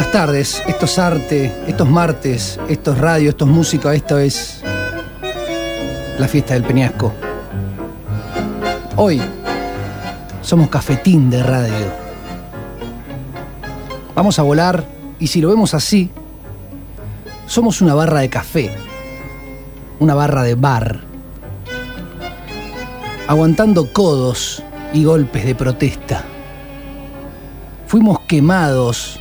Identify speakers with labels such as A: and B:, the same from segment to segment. A: Estas tardes, estos arte, estos martes, estos radios, estos músicos, esto es la fiesta del Peñasco. Hoy somos cafetín de radio. Vamos a volar y si lo vemos así, somos una barra de café, una barra de bar, aguantando codos y golpes de protesta. Fuimos quemados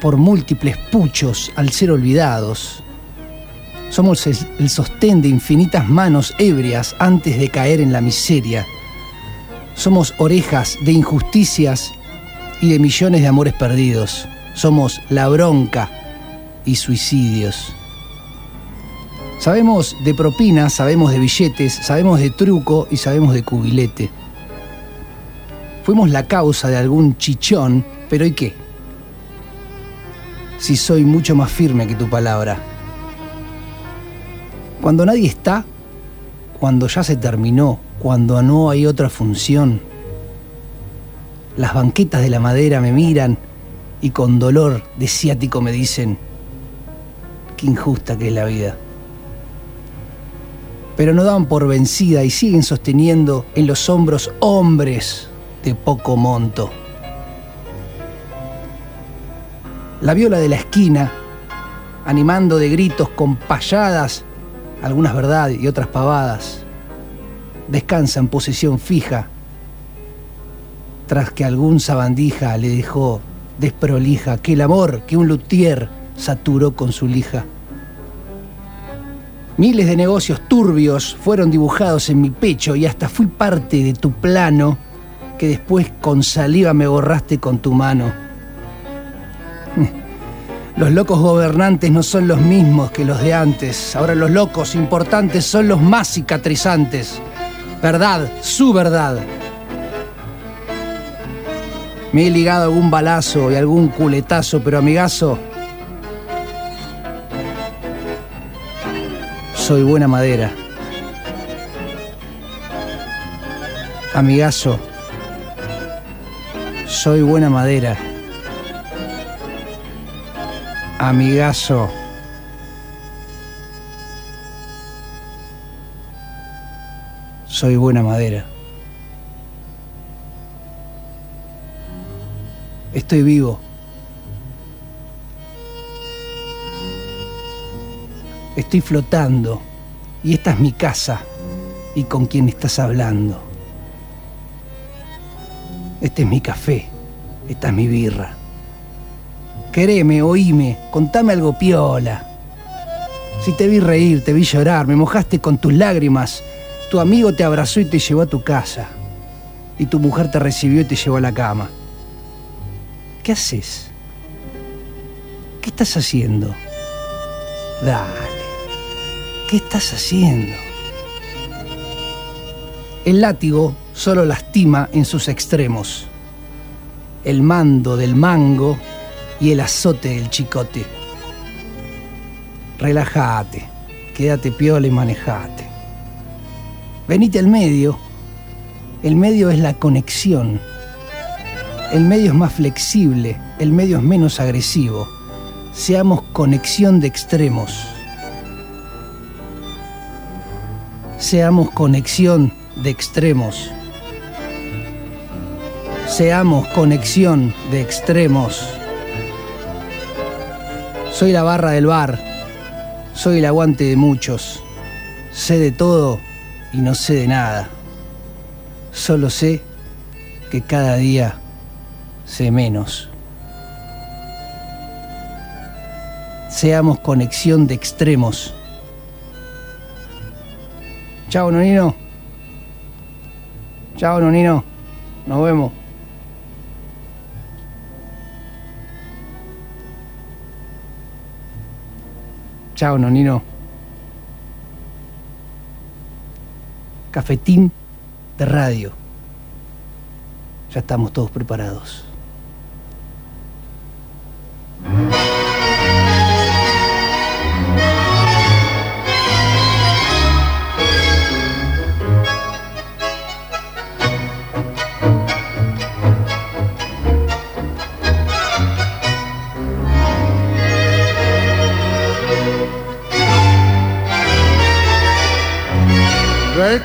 A: por múltiples puchos al ser olvidados. Somos el el sostén de infinitas manos ebrias antes de caer en la miseria. Somos orejas de injusticias y de millones de amores perdidos. Somos la bronca y suicidios. Sabemos de propinas, sabemos de billetes, sabemos de truco y sabemos de cubilete. Fuimos la causa de algún chichón, pero ¿y qué? Si soy mucho más firme que tu palabra. Cuando nadie está, cuando ya se terminó, cuando no hay otra función, las banquetas de la madera me miran y con dolor de ciático me dicen, qué injusta que es la vida. Pero no dan por vencida y siguen sosteniendo en los hombros hombres de poco monto. La viola de la esquina, animando de gritos con payadas, algunas verdad y otras pavadas, descansa en posición fija tras que algún sabandija le dejó desprolija aquel amor que un luthier saturó con su lija. Miles de negocios turbios fueron dibujados en mi pecho y hasta fui parte de tu plano que después con saliva me borraste con tu mano. Los locos gobernantes no son los mismos que los de antes. Ahora los locos importantes son los más cicatrizantes. Verdad, su verdad. Me he ligado a algún balazo y algún culetazo, pero amigazo. Soy buena madera. Amigazo. Soy buena madera. Amigazo. Soy buena madera. Estoy vivo. Estoy flotando. Y esta es mi casa. Y con quien estás hablando. Este es mi café. Esta es mi birra. Quereme, oíme, contame algo piola. Si te vi reír, te vi llorar, me mojaste con tus lágrimas. Tu amigo te abrazó y te llevó a tu casa. Y tu mujer te recibió y te llevó a la cama. ¿Qué haces? ¿Qué estás haciendo? Dale. ¿Qué estás haciendo? El látigo solo lastima en sus extremos. El mando del mango y el azote del chicote. Relájate, quédate piola y manejate. Venite al medio. El medio es la conexión. El medio es más flexible, el medio es menos agresivo. Seamos conexión de extremos. Seamos conexión de extremos. Seamos conexión de extremos. Soy la barra del bar. Soy el aguante de muchos. Sé de todo y no sé de nada. Solo sé que cada día sé menos. Seamos conexión de extremos. Chao, Nonino. Chao, Nonino. Nos vemos. Chao, Nonino. Cafetín de radio. Ya estamos todos preparados.
B: El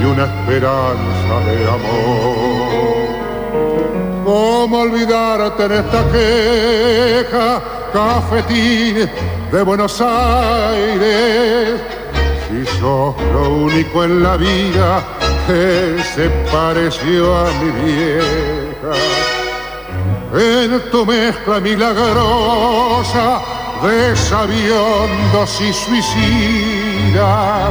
B: y una esperanza de amor. ¿Cómo olvidarte en esta queja, cafetín de Buenos Aires? Si sos lo único en la vida que se pareció a mi vieja. En tu mezcla milagrosa de sabiondos y suicida,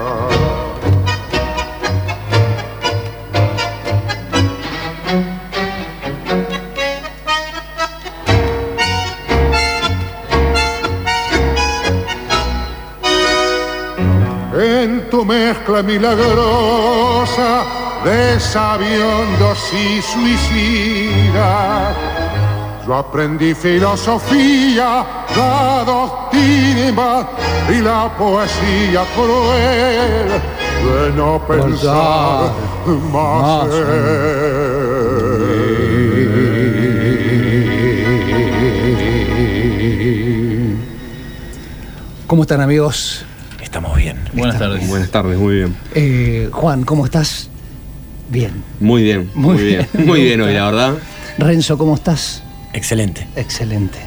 B: En tu mezcla milagrosa de sabiondos y suicida, yo aprendí filosofía, la doctrina y la poesía cruel de no pensar más en
A: ¿Cómo están amigos?
C: Estamos bien.
D: Buenas tardes.
E: Buenas tardes, muy bien.
A: Eh, Juan, ¿cómo estás? Bien.
E: Muy bien,
A: Muy
E: muy, bien.
A: bien.
E: Muy bien hoy, la verdad.
A: Renzo, ¿cómo estás?
C: Excelente.
A: Excelente.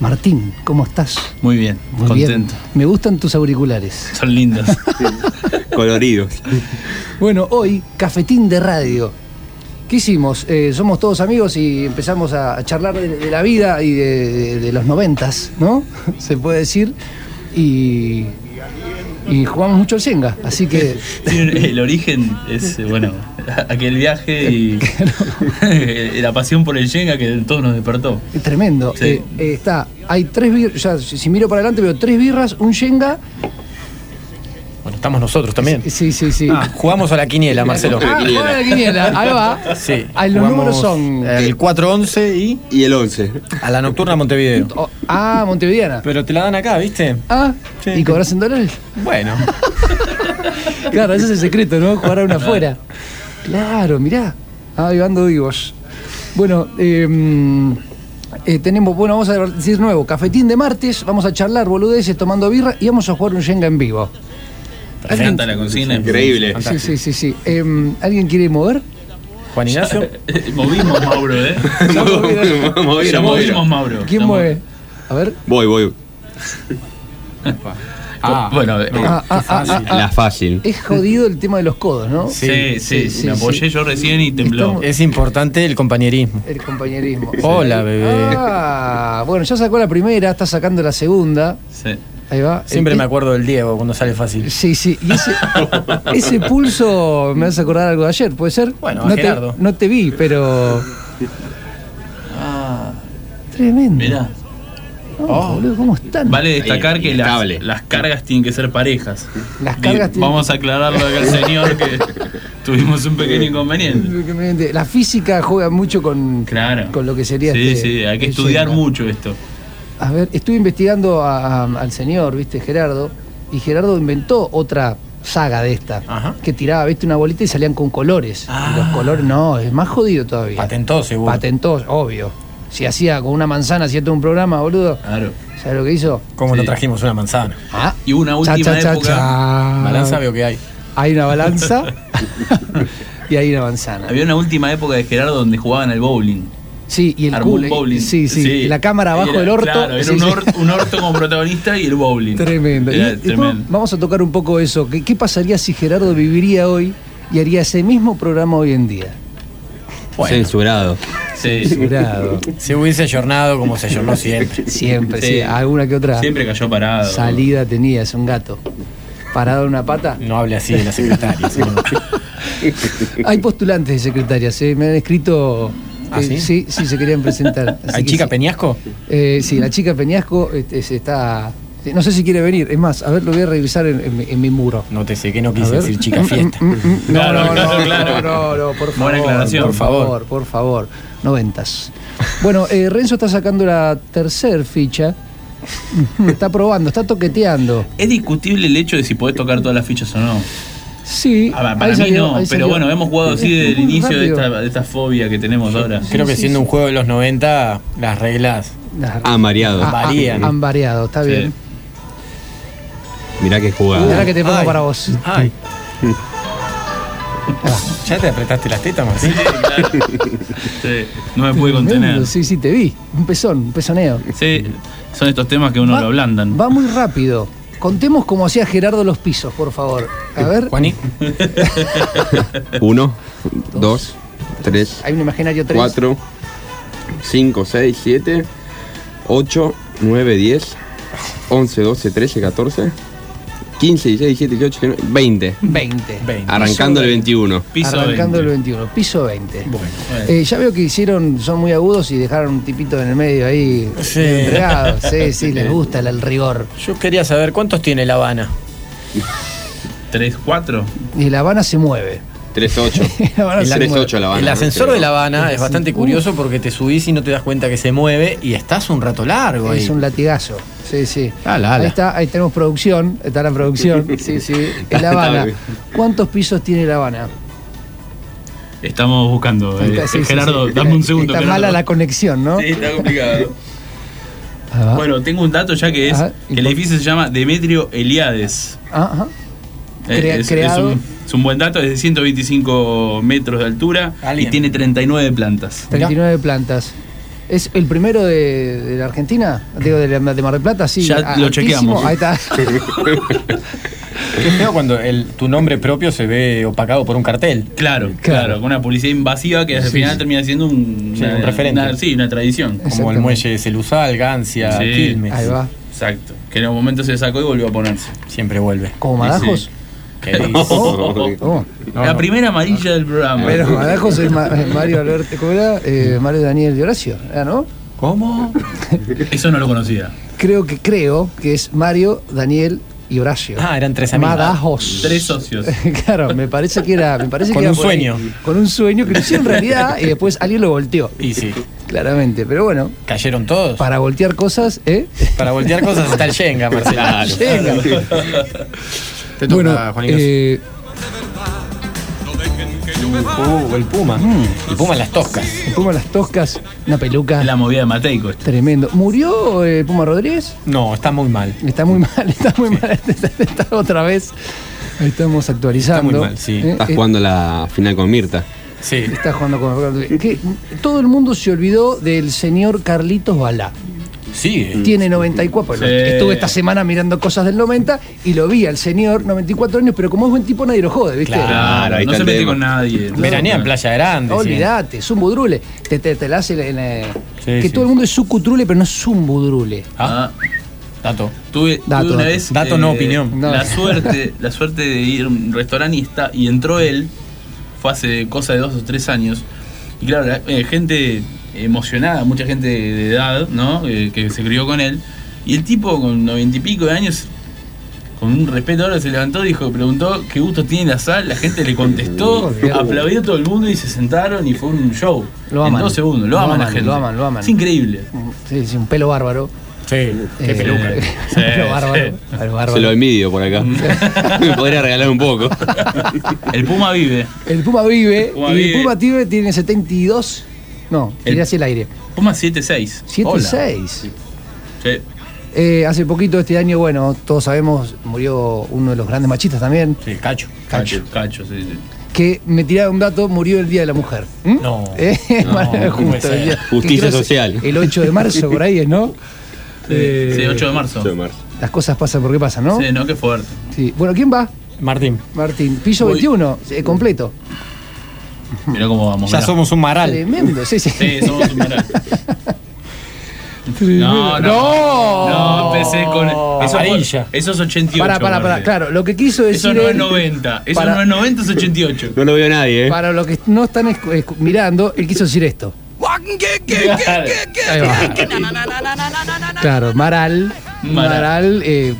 A: Martín, ¿cómo estás?
D: Muy bien.
A: Muy
D: contento.
A: bien. Me gustan tus auriculares.
D: Son lindos.
E: Coloridos.
A: Bueno, hoy, cafetín de radio. ¿Qué hicimos? Eh, somos todos amigos y empezamos a, a charlar de, de la vida y de, de- de los noventas, ¿no? Se puede decir. Y, y jugamos mucho al Senga. Así que
D: Tiene- El origen es, eh, bueno, aquel viaje y la pasión por el Yenga que en todos nos despertó.
A: es tremendo.
D: Sí.
A: Eh, eh, está, hay tres birras. Ya, si, si miro para adelante veo tres birras, un Senga.
C: Bueno, estamos nosotros también.
A: Sí, sí, sí.
C: Ah, jugamos a la quiniela, Marcelo.
A: Ah, juega la quiniela. Ahí va.
C: Sí.
A: Ah, los
C: jugamos
A: números son.
C: El 4-11 y
E: Y el 11.
C: a la nocturna Montevideo.
A: Oh, ah, Montevideana.
C: Pero te la dan acá, ¿viste?
A: Ah,
C: Sí.
A: ¿y cobras en dólares?
C: Bueno.
A: Claro, ese es el secreto, ¿no? Jugar a una afuera. Claro, mirá. Ah, yo ando vivos. Bueno, eh, eh, tenemos, bueno, vamos a decir nuevo, cafetín de martes, vamos a charlar boludeces tomando birra y vamos a jugar un Jenga en vivo.
D: Me encanta la consigna.
E: Increíble.
A: Sí, sí, sí, sí. Eh, ¿Alguien quiere mover?
C: Juan Ignacio.
D: eh, Movimos Mauro, ¿eh?
E: Movieron,
D: movimos
E: movieron.
D: Mauro.
A: ¿Quién
D: Ya
A: mueve? A ver.
E: Voy, voy.
D: Ah, bueno, eh,
A: Ah, ah, ah, ah, ah.
E: La fácil.
A: Es jodido el tema de los codos, ¿no?
D: sí, sí,
A: sí,
D: me
A: sí,
D: apoyé
A: sí.
D: yo recién y tembló.
A: Estamos-
C: Es importante el compañerismo.
A: El compañerismo.
C: Hola, bebé.
A: Eh, Ah, bueno, ya sacó la primera, está sacando la segunda.
D: Sí.
A: Ahí va.
C: Siempre
A: El-
C: me acuerdo del Diego cuando sale fácil.
A: Eh, Sí, sí. Y ese, ese pulso me hace acordar algo de ayer, ¿puede ser?
C: Bueno, a
A: no te,
C: Gerardo.
A: no te vi, pero.
D: Ah,
A: Tremendo.
D: mirá.
A: No, boludo, ¿cómo están?
D: Oh. Vale destacar que las,
E: Inestable.
D: las cargas tienen que ser parejas.
A: Las cargas
D: Di-
A: tienen-
D: Vamos a aclararlo acá al señor que tuvimos un pequeño inconveniente.
A: La física juega mucho con,
D: Claro.
A: con lo que sería.
D: Sí,
A: este-
D: sí, hay que
A: el
D: estudiar
A: Jenga.
D: mucho esto.
A: A ver, estuve investigando a- a- al señor, ¿viste? Gerardo. Y Gerardo inventó otra saga de esta.
C: Ajá.
A: Que tiraba, ¿viste? Una bolita y salían con colores.
C: Ah.
A: Y los colores, no, es más jodido todavía.
C: Patentó, seguro.
A: Patentó, obvio. Si hacía con una manzana, hacía todo un programa, boludo.
D: Claro.
A: ¿Sabes lo que hizo?
C: Como
D: Sí.
C: lo trajimos una manzana.
A: Ah.
D: Y una última época.
C: Balanza veo que hay.
A: Hay una balanza y hay una manzana.
D: Había una última época de Gerardo donde jugaban al bowling.
A: Sí, y el
D: Armó un
A: culo, y-
D: bowling.
A: Sí, sí, y La cámara abajo
D: Era-
A: del orto.
D: Claro, era
A: sí,
D: un,
A: sí.
D: or- un orto como protagonista y el bowling.
A: Tremendo. Y-
D: Era
A: y después
D: tremendo.
A: vamos a tocar un poco eso. ¿Qué, qué pasaría si Gerardo viviría hoy y haría ese mismo programa hoy en día?
C: Bueno,
E: Censurado.
D: Sí.
A: Jurado.
C: se hubiese ayornado como se ayornó siempre.
A: Siempre, sí.
D: Sí.
A: alguna que otra
D: Siempre cayó parado.
A: salida tenías, un gato. Parado en una pata.
C: No hable así de la secretaria. señor.
A: Hay postulantes de secretarias, eh, me han escrito.
C: ¿Ah,
A: eh,
C: sí?
A: sí, sí, se querían presentar. Así
C: ¿Hay
A: que
C: chica
A: sí.
C: Peñasco?
A: Eh, sí, la chica Peñasco este, se está. eh, No sé si quiere venir, es más, a ver, lo voy a revisar en, en mi- en mi muro.
C: No te sé que no
A: A
C: quise
A: ver.
C: decir chica fiesta.
A: Mm, mm, mm, mm. No,
D: Claro,
A: no,
D: claro,
A: no, no,
D: claro.
A: no, no, por favor.
D: Buena aclaración.
A: Por favor, por favor. Noventas. Bueno, eh, Renzo está sacando la tercer ficha. Está probando, está toqueteando.
D: Es discutible el hecho de si podés tocar todas las fichas o no.
A: Sí.
D: Ah, pa-
A: ahí
D: para mí
A: salió,
D: no,
A: ahí
D: pero
A: salió.
D: bueno, hemos jugado así
A: Es
D: desde el
A: muy
D: inicio de
A: rápido.
D: esta, de esta fobia que tenemos ahora.
C: Creo que siendo un juego de los 90, las reglas.
A: Nah,
E: Ah, mareado.
A: ah, ah,
C: varían.
A: Han variado, está
D: Sí.
A: bien.
E: Mirá que
A: Mirá
E: jugada.
A: que te pongo
C: Ay.
A: para vos.
C: Ay.
A: ah.
C: ¿Ya te apretaste las tetas, Martín?
D: Sí, claro. Sí, no me pude contener.
A: Tremendo, Sí, sí, te vi. Un pezón, un pezoneo.
D: Sí, son estos temas que uno
A: Va-
D: lo ablandan.
A: Va muy rápido. Contemos cómo hacía Gerardo los pisos, por favor. A ver,
C: Juaní,
E: Uno, dos, tres,
A: hay un imaginario 3.
E: cuatro, cinco, seis, siete, ocho, nueve, diez, once, doce, trece, catorce, quince, dieciséis, diecisiete, dieciocho, diecinueve, veinte.
A: 20.
C: 20.
E: Arrancando el
A: Piso
E: 21.
D: Piso
A: Arrancando
D: 20.
A: el 21, piso 20.
C: Bueno.
A: Eh, ya veo que hicieron, son muy agudos y dejaron un tipito en el medio ahí.
C: Sí.
A: entregado. Sí, sí, les gusta el, el rigor.
C: Eh, Yo quería saber cuántos tiene La Habana.
D: ¿Tres, cuatro?
A: Y La Habana se mueve.
E: 3-8.
A: La Habana
E: El
A: se
E: tres
A: mueve.
E: ocho a La Habana.
C: El ascensor
E: creo.
C: de La Habana es
A: Sí.
C: bastante curioso porque te subís y no te das cuenta que se mueve y estás un rato largo ahí.
A: Es un latigazo. Sí, sí.
C: Ala, ala.
A: Ahí está, ahí tenemos producción, está la producción. Sí, sí. En La Habana. ¿Cuántos pisos tiene La Habana?
D: Estamos buscando. eh,
A: Está- sí, sí,
D: Gerardo,
A: sí.
D: dame un segundo.
A: Está
D: Gerardo.
A: mala la conexión, ¿no?
D: Sí, está complicado.
A: Ah,
D: Bueno, tengo un dato ya que es
A: Ajá, y
D: que el
A: por-
D: edificio se llama Demetrio Eliades.
A: Ah, ajá.
D: Eh,
A: Crea-
D: es, es
A: creado-
D: un, es un buen dato, es de 125 metros de altura
C: Alien.
D: y tiene 39 plantas.
A: 39 plantas. ¿Es el primero de, de la Argentina? Digo, de, la- de Mar del Plata, sí.
D: Ya
A: Ah,
D: lo
A: altísimo.
D: chequeamos.
A: Ahí está.
C: Qué feo cuando el- tu nombre propio se ve opacado por un cartel.
D: Claro, claro,
A: Claro.
D: con una policía invasiva que al
A: Sí,
D: final
A: sí.
D: termina siendo un,
C: Sí, un referente.
D: una- sí, una tradición.
C: Como el
A: Exactamente.
C: muelle de Celusal, Gancia,
D: Sí.
C: Quilmes.
A: Ahí va.
D: Exacto. Que en un momento se sacó y volvió a ponerse.
C: Siempre vuelve.
A: ¿Como Madajos?
D: Sí.
C: ¿Qué dices?
A: Oh, oh.
C: No,
D: la
C: no.
D: primera amarilla del programa.
A: Pero Madajos es Ma- eh, Mario Alberto, ¿cómo era? Eh, Mario Daniel de Horacio, ¿era, ¿no?
C: ¿Cómo?
D: Eso no lo conocía.
A: Creo que creo que es Mario, Daniel y Horacio.
C: Ah, eran tres amigos.
A: Madajos.
D: Tres socios.
A: claro, me parece que era. Me parece
C: Con
A: que era
C: un
A: por ahí.
C: sueño.
A: Con un sueño que lo hicieron realidad y después alguien lo volteó.
C: Y sí,
A: Claramente. Pero bueno,
C: cayeron todos.
A: para voltear cosas, ¿eh?
C: Para voltear cosas está el Shenga,
A: Ah,
C: Marcelo.
E: Claro.
A: Venga.
C: Te toca, Juaninos.
A: eh,
C: Uh, el Puma.
A: Mm.
C: El Puma en las toscas.
A: Puma las toscas, una peluca.
D: La movida de Mateico. esta.
A: Tremendo. ¿Murió eh, Puma Rodríguez?
C: No, está muy mal.
A: Está muy mal, está muy mal. Está, está otra vez. Estamos actualizando.
C: Está muy mal, sí.
A: Eh,
E: Estás
A: eh,
E: jugando la final con Mirta.
C: Sí.
A: está jugando con. que todo el mundo se olvidó del señor Carlitos Balá.
C: Sigue.
A: Tiene 94. pues,
D: Sí.
A: Estuve esta semana mirando cosas del 90 y lo vi al señor, 94 años, pero como es buen tipo, nadie lo jode, ¿viste?
C: Claro.
E: ahí
D: no
E: está
D: se
E: el
D: mete
E: tema.
D: con nadie.
C: Veranía en Playa Grande. sí.
A: Olvídate, es un budrule. Te, te, te la hace en la-
C: Sí,
A: que
C: sí.
A: todo el mundo es su cutrule, pero no es un budrule.
D: Ah,
C: Dato.
D: tuve, tuve
A: Dato,
D: una
A: dato.
D: vez. eh,
C: Dato, no opinión.
A: No.
D: La suerte, la suerte de ir a un restaurante y, está- y entró él. Fue hace cosa de dos o tres años. Y claro, la- eh, gente emocionada, mucha gente de, de edad, ¿no? Eh, que se crió con él. Y el tipo con noventa y pico de años. Con un respeto ahora se levantó, dijo, preguntó qué gusto tiene la sal, la gente le contestó,
A: Dios.
D: aplaudió todo el mundo y se sentaron y fue un show.
A: Lo
D: En
A: aman.
D: dos segundos, lo,
A: Lo
D: aman, la
A: aman,
D: gente.
A: lo aman, lo aman.
D: Es increíble.
A: Sí, sí, un pelo bárbaro.
C: Sí. Qué
A: Eh,
C: peluca.
D: Sí,
A: pelo bárbaro.
D: sí.
A: pelo bárbaro.
E: Se lo envidio por acá. Me podría regalar un poco.
D: El Puma vive.
A: El Puma vive.
D: Puma
A: y
D: vive.
A: el Puma Tibe tiene 72. No,
D: El-
A: tiré hacia el aire.
D: Puma 76.
A: 7,6.
D: Sí.
A: Eh, hace poquito este año, bueno, todos sabemos, murió uno de los grandes machistas también,
F: Sí, cacho.
A: Cacho.
D: Cacho, sí, sí.
A: que me tiraba un dato, murió el Día de la Mujer. ¿Mm?
F: No.
A: Eh,
F: No, no puede
A: justo, el
F: ser.
A: día-
E: Justicia
A: que creo
E: social.
A: El 8 de marzo, por ahí es, ¿no? Eh,
D: Sí, 8 de marzo.
E: 8 de marzo.
A: Las cosas pasan porque pasan, ¿no?
D: Sí, no, qué fuerte.
A: Sí. Bueno, ¿quién va?
C: Martín.
A: Martín. Piso
D: Voy.
A: 21, eh, completo.
D: Mirá cómo vamos.
C: Ya
D: mirá.
C: somos un maral.
A: Tremendo, sí, sí.
D: Sí, somos un maral. No, no.
A: No.
D: No, empecé con. Eso,
C: Amarilla.
D: fue- eso es 88.
A: Para, para, para.
D: Marce.
A: Claro, lo que quiso decir.
D: Eso no es
A: él-
D: 90. Eso
A: para-
D: no es 90, es 88.
E: No lo veo nadie, ¿eh?
A: Para los que no están escu- escu- mirando, él quiso decir esto.
D: Claro.
A: Ahí va. Claro, Maral.
D: Maral.
A: Maral. eh,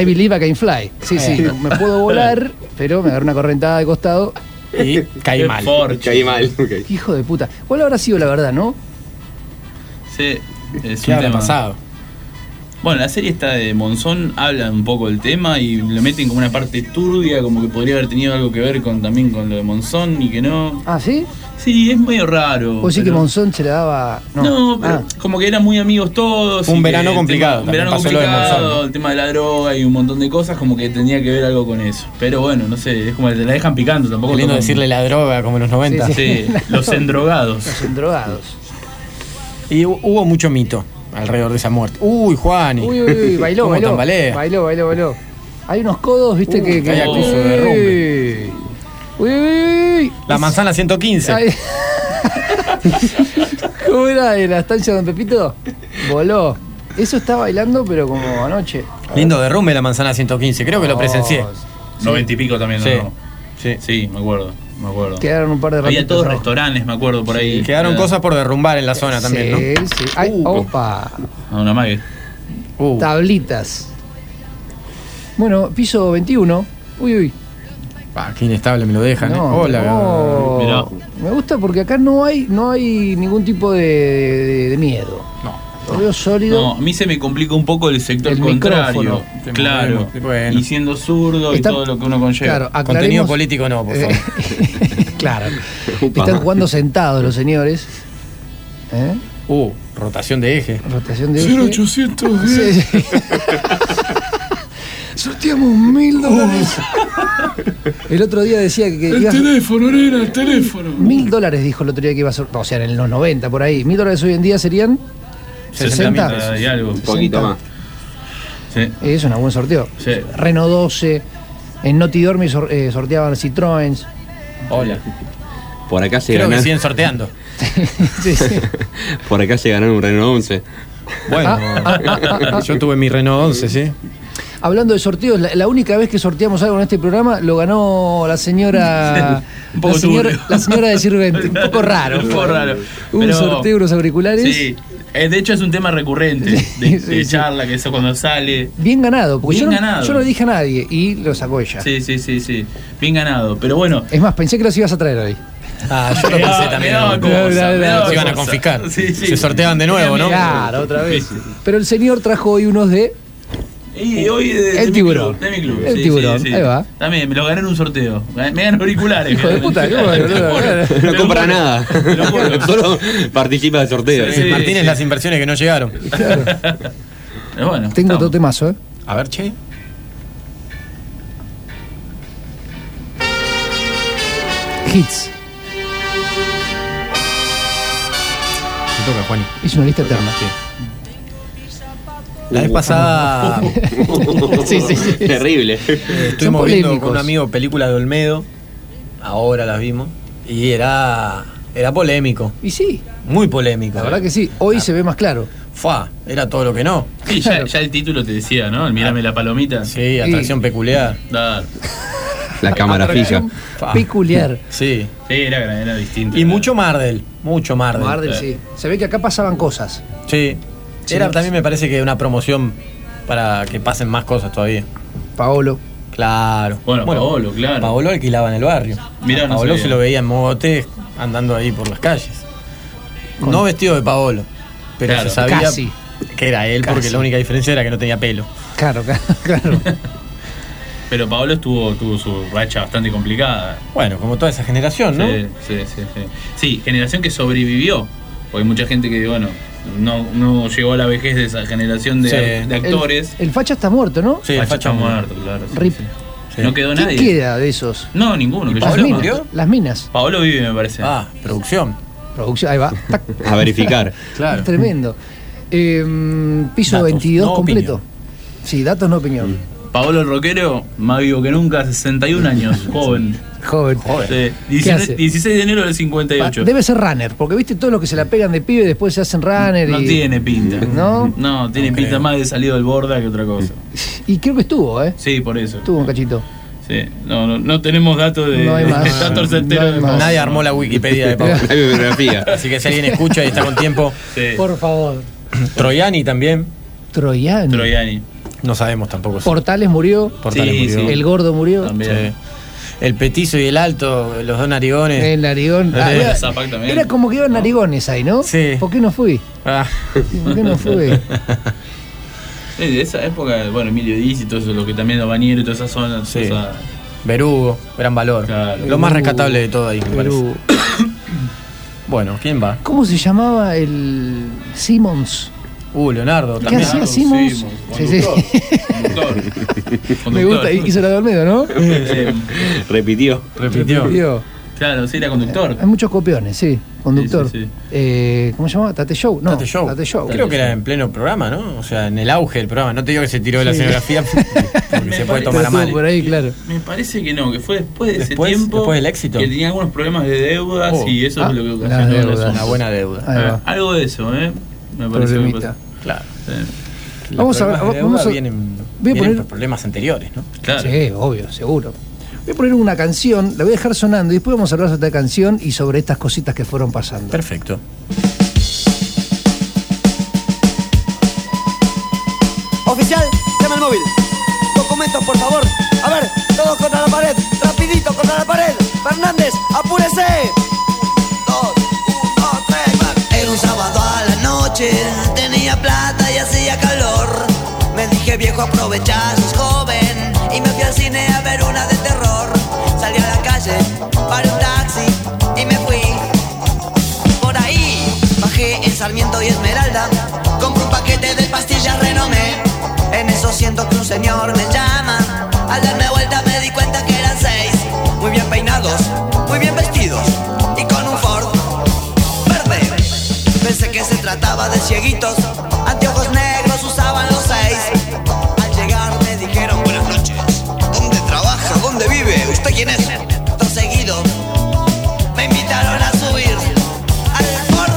A: I believe I can fly. Sí, sí, me puedo volar, pero me agarró una correntada de costado.
C: Y caí
D: Qué
C: mal.
D: forcho.
E: Caí mal. ok.
A: Hijo de puta. ¿Cuál habrá sido la verdad, no?
D: Sí, es
C: ¿Qué
D: un
C: habrá
D: tema.
C: pasado?
D: Bueno, la serie está de Monzón, habla un poco del tema y le meten como una parte turbia, como que podría haber tenido algo que ver con también con lo de Monzón y que no.
A: Ah, ¿sí?
D: Sí, es medio raro.
A: O sí que
D: pero-
A: Monzón se la daba. No,
D: No, pero
A: Ah,
D: como que eran muy amigos todos.
C: Un
D: y que
C: verano
D: el
C: complicado,
D: tema- un verano
C: también pasó lo de
D: complicado,
C: Monzón, ¿no?
D: el tema de la droga y un montón de cosas, como que tenía que ver algo con eso. Pero bueno, no sé, es como que te la dejan picando tampoco.
C: Queriendo
D: tocan-
C: decirle la droga como en los 90.
A: Sí,
D: Sí, los endrogados.
A: los endrogados.
C: Y hu- hubo mucho mito alrededor de esa muerte. Uy, Juani.
A: Uy, uy, uy, bailó,
C: ¿Cómo
A: bailó,
C: tambalea?
A: bailó, bailó, bailó. Hay unos codos, viste,
C: Uh,
A: que... que...
C: hay acoso de derrumbe.
A: Uy, uy, uy.
C: La manzana 115.
A: Ay. ¿Cómo era de la estancia de Don Pepito? Voló. Eso está bailando, pero como anoche.
C: Lindo derrumbe la manzana 115. Creo que
A: Oh,
C: lo presencié.
D: Noventa y pico también,
C: Sí.
D: ¿no?
C: Sí.
D: Sí, me acuerdo, me acuerdo.
A: Quedaron un par de
D: Había
A: ratitos
D: todos
A: abajo.
D: restaurantes, me acuerdo, por ahí.
C: Quedaron
D: Era-
C: cosas por derrumbar en la zona también, ¿no?
A: Sí, sí. Ay,
C: Uh.
A: opa.
D: Ah, una mague.
C: Uh,
A: Tablitas. Bueno, piso 21. Uy, uy.
C: pa, qué inestable me lo dejan. ¿eh?
A: No,
C: Hola.
A: no.
D: Mirá.
A: Me gusta porque acá no hay, no hay ningún tipo de, de- de miedo.
C: No.
A: Lo veo
D: No,
A: sólido.
D: a mí se me complica un poco el sector
A: El
D: contrario.
A: micrófono.
C: Te
D: Claro.
C: movemos. Bueno.
D: Y siendo zurdo
A: Está-
D: y todo lo que uno conlleva.
A: claro, aclaremos-
C: Contenido político no, por favor.
A: Eh, claro.
E: Upa.
A: Están jugando sentados los señores. ¿Eh?
C: Uh, rotación de eje.
A: Rotación de eje. 0810. Sorteamos mil dólares. Oh. El otro día decía que. El teléfono, era el teléfono. Mil dólares dijo el otro día que iba a sortear. O sea, en los 90 por ahí. Mil dólares hoy en día serían 60.
D: 60 y algo.
E: Un poquito más.
D: Sí.
A: Eh, Es un buen sorteo.
D: Sí.
A: Reno 12. En Noti Dormi sor- eh, sorteaban Citroëns.
D: Hola.
E: Por acá se
C: Creo que siguen
E: ganan.
C: sorteando.
A: Sí, sí.
E: Por acá se ganan un Renault 11.
A: Ah,
C: Bueno, yo tuve mi Renault 11, ¿sí?
A: Hablando de sorteos, la, la única vez que sorteamos algo en este programa lo ganó la señora.
D: Un poco
A: la, señora
D: turbio.
A: la señora de Sirvente. Un poco raro.
D: Un poco raro.
A: Un
D: Pero-
A: sorteo, unos auriculares.
D: Sí. Eh, De hecho, es un tema recurrente de,
A: sí,
D: de
A: sí.
D: charla, que eso cuando sale.
A: Bien ganado, porque
D: Bien
A: yo, no,
D: ganado.
A: yo no le dije a nadie y lo sacó ella.
D: Sí, sí, sí, sí. Bien ganado. Pero bueno.
A: Es más, pensé que los ibas a traer hoy.
C: Ah, yo lo
D: me
C: pensé
D: daba-
C: también.
D: me daba
C: ¿no?
D: cosa,
A: Bla, bla,
D: me
A: bla.
D: daba
C: Se iban a
D: cosa.
C: confiscar.
D: Sí, sí.
C: Se sorteaban de nuevo, ¿no?
A: Claro, otra vez.
D: Sí.
A: Pero el señor trajo hoy unos de.
D: Y hoy de, de
A: El
D: mi
A: tiburón.
D: club, de mi club.
A: El
D: sí,
A: tiburón,
D: sí, sí.
A: ahí va.
D: También, me lo gané en un sorteo. Me ganan auriculares.
A: Hijo de puta, qué bueno, boludo.
D: Te
E: No
D: lo
E: compra
D: juro.
E: nada.
D: Te lo juro.
E: Solo participa del sorteo.
D: Sí.
C: Martínez, las inversiones que no llegaron.
D: Pero bueno,
A: Tengo otro
D: estamos.
A: temazo, ¿eh?
C: A ver, che.
A: Hits.
C: Te toca, Juani.
A: Es una lista eterna.
C: La vez pasada
A: Sí, sí, sí.
E: Terrible.
C: estuvimos
A: Son
C: viendo
A: polémicos.
C: con un amigo película de Olmedo. Ahora las vimos. Y era. Era polémico.
A: Y sí,
C: Muy polémico.
A: la verdad que sí. Hoy se ve más claro.
C: Fua, era todo lo que no.
D: Sí, ya, ya el título te decía, ¿no? El
A: Ah.
D: Mírame la palomita.
C: Sí, atracción peculiar.
D: Da-
E: La cámara fija.
C: Fa.
A: Peculiar.
C: Sí.
D: sí, era, era distinto.
C: Y
D: era-
C: mucho Mardel. Mucho Mardel.
A: Mardel, sí. Se ve que acá pasaban cosas.
C: Sí.
A: Sí.
C: Era también me parece que una promoción para que pasen más cosas todavía.
A: Paolo.
C: Claro.
D: Bueno, Paolo, claro.
C: Paolo alquilaba en el barrio.
D: Mirá,
C: A
D: no
C: Paolo
D: sabía.
C: se lo veía en mogotes andando ahí por las calles. No vestido de Paolo, pero
D: Claro.
C: se sabía
A: Casi.
C: que era él porque
A: Casi.
C: la única diferencia era que no tenía pelo.
A: Claro, claro, claro.
D: Pero Paolo estuvo, tuvo su racha bastante complicada.
C: Bueno, como toda esa generación, ¿no?
D: Sí, sí, sí, sí. Sí, generación que sobrevivió. Porque hay mucha gente que, bueno, no, no llegó a la vejez de esa generación de,
C: Sí.
D: de
A: El-
D: actores.
A: El, facha está muerto, ¿no?
C: Sí,
D: Facha
C: el facha
D: está muerto, claro. sí,
A: Rip.
D: sí. No quedó
A: ¿Quién
D: nadie.
A: queda de esos?
D: No, ninguno. Que yo
A: Las
C: Pablo
D: sepa.
A: minas,
C: murió?
A: Las minas.
D: Paolo vive, me parece.
C: Ah, producción.
A: Producción, ahí va. Tac,
G: A verificar.
C: Claro.
A: Es tremendo. Eh, piso
C: Datos,
A: 22
C: no
A: completo.
C: opinión.
A: Sí, datos no opinión.
D: Paolo el rockero, más vivo que nunca, 61 años, joven.
A: Joven.
D: Sí,
A: ¿Qué hace?
D: 16, 16 de enero del
A: Pa-
D: 58.
A: Ah, Debe ser runner, porque viste todos los que se la pegan de pibe y después se hacen runner.
D: No
A: y,
D: tiene pinta.
A: ¿No?
D: No, tiene
C: No
D: pinta
C: creo.
D: más de salido del borda que otra cosa.
A: y creo que estuvo, ¿eh?
D: Sí, por eso.
A: Estuvo un cachito.
D: Sí. No, no, no tenemos datos de
A: No hay más.
D: de datos certeros
A: No hay
D: de
A: más.
D: Paolo.
C: Nadie armó la Wikipedia de Pablo.
H: Hay bibliografía.
C: Así que si alguien escucha y está con tiempo,
D: Sí,
A: Por favor.
C: Troyani también,
A: Troyano.
D: Troiani.
C: no sabemos tampoco. si-
A: Portales murió.
C: Portales
D: Sí,
C: murió.
D: sí.
A: El gordo murió.
D: También.
C: Sí. El petizo y el alto, los dos narigones.
A: El narigón.
C: Eh,
A: Ah, era,
D: Zapac también.
A: era como que iban narigones ahí, ¿no?
C: Sí.
A: ¿Por qué no fui?
C: Ah,
A: ¿Por qué no fui?
D: Sí, de esa época, bueno, Emilio Diz y todo eso, lo que también los bañeros y toda esa zona.
C: Sí.
D: esa-
C: Verugo, gran valor.
D: Claro.
C: Lo más rescatable de todo ahí, me parece.
A: Pero-
C: Bueno, ¿quién va?
A: ¿Cómo se llamaba el Simmons?
C: Uh, Leonardo
A: ¿Qué
C: también.
A: hacía
D: Leonardo
A: Simmons?
D: Simmons,
A: Sí, sí.
D: Conductor.
A: Me
D: Conductor.
A: gusta, hizo la de Olmedo, ¿no?
D: Eh,
G: Repitió.
C: Repitió.
A: Yo.
D: Claro, sí, era conductor.
A: Hay muchos copiones, sí, conductor.
D: Sí, sí, sí.
A: Eh, ¿Cómo se llamaba? Tate Show. No,
C: Tate Show. Creo que era en pleno programa, ¿no? O sea, en el auge del programa. No te digo que se tiró de la escenografía porque se puede
D: parece-
C: tomar a
A: Pero estuvo por
C: mal.
A: ahí, claro.
D: Me parece que no, que fue después de
C: Después-
D: ese tiempo.
C: después del éxito.
D: Que tenía algunos problemas de deudas
C: Oh.
D: y eso
A: Ah,
D: es lo que
A: las
D: ocasionó el
A: deudas.
D: asunto.
C: Una buena deuda.
A: Ahí
D: Eh,
A: va.
D: algo de eso, ¿eh? Me parece que
A: Problemita.
C: Claro.
D: Sí.
C: Los
A: Vamos a-
C: problemas de
A: vamos
C: deuda
A: a-
C: vienen,
A: voy a
C: vienen
A: poner-
C: por problemas anteriores, ¿no?
D: Claro.
A: Sí, obvio, seguro. Voy a poner una canción, la voy a dejar sonando y después vamos a hablar sobre esta canción y sobre estas cositas que fueron pasando.
C: Perfecto.
I: Oficial, llama el móvil. Documentos, por favor. A ver, todos contra la pared. Rapidito, contra la pared. Fernández, apúrese. Dos, uno, tres, va. Era un sábado a la noche. Tenía plata y hacía calor. Me dije, viejo, aprovechá, sos joven. Y me fui al cine a ver una de terror. Salí a la calle, paré un taxi y me fui por ahí. Bajé en Sarmiento y Esmeralda, compré un paquete de pastillas renomé. En eso siento que un señor me llama. Al darme vuelta me di cuenta que eran seis. Muy bien peinados, muy bien vestidos y con un Ford verde. Pensé que se trataba de cieguitos, anteojos negros usaban los seis. Al llegar me dijeron buenas noches. ¿Dónde trabaja? ¿Dónde vive? ¿Usted quién es? Todo seguido me invitaron a subir al Ford.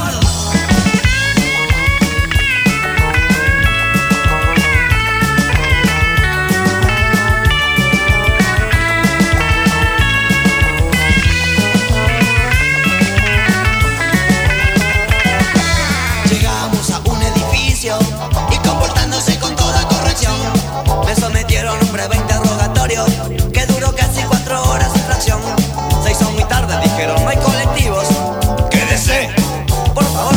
I: Llegamos a un edificio y comportándose con toda corrección. Me sometieron a un breve interrogatorio que duró casi cuatro horas y fracción. Se hizo muy tarde, dijeron, no hay colectivos. Quédese, por favor.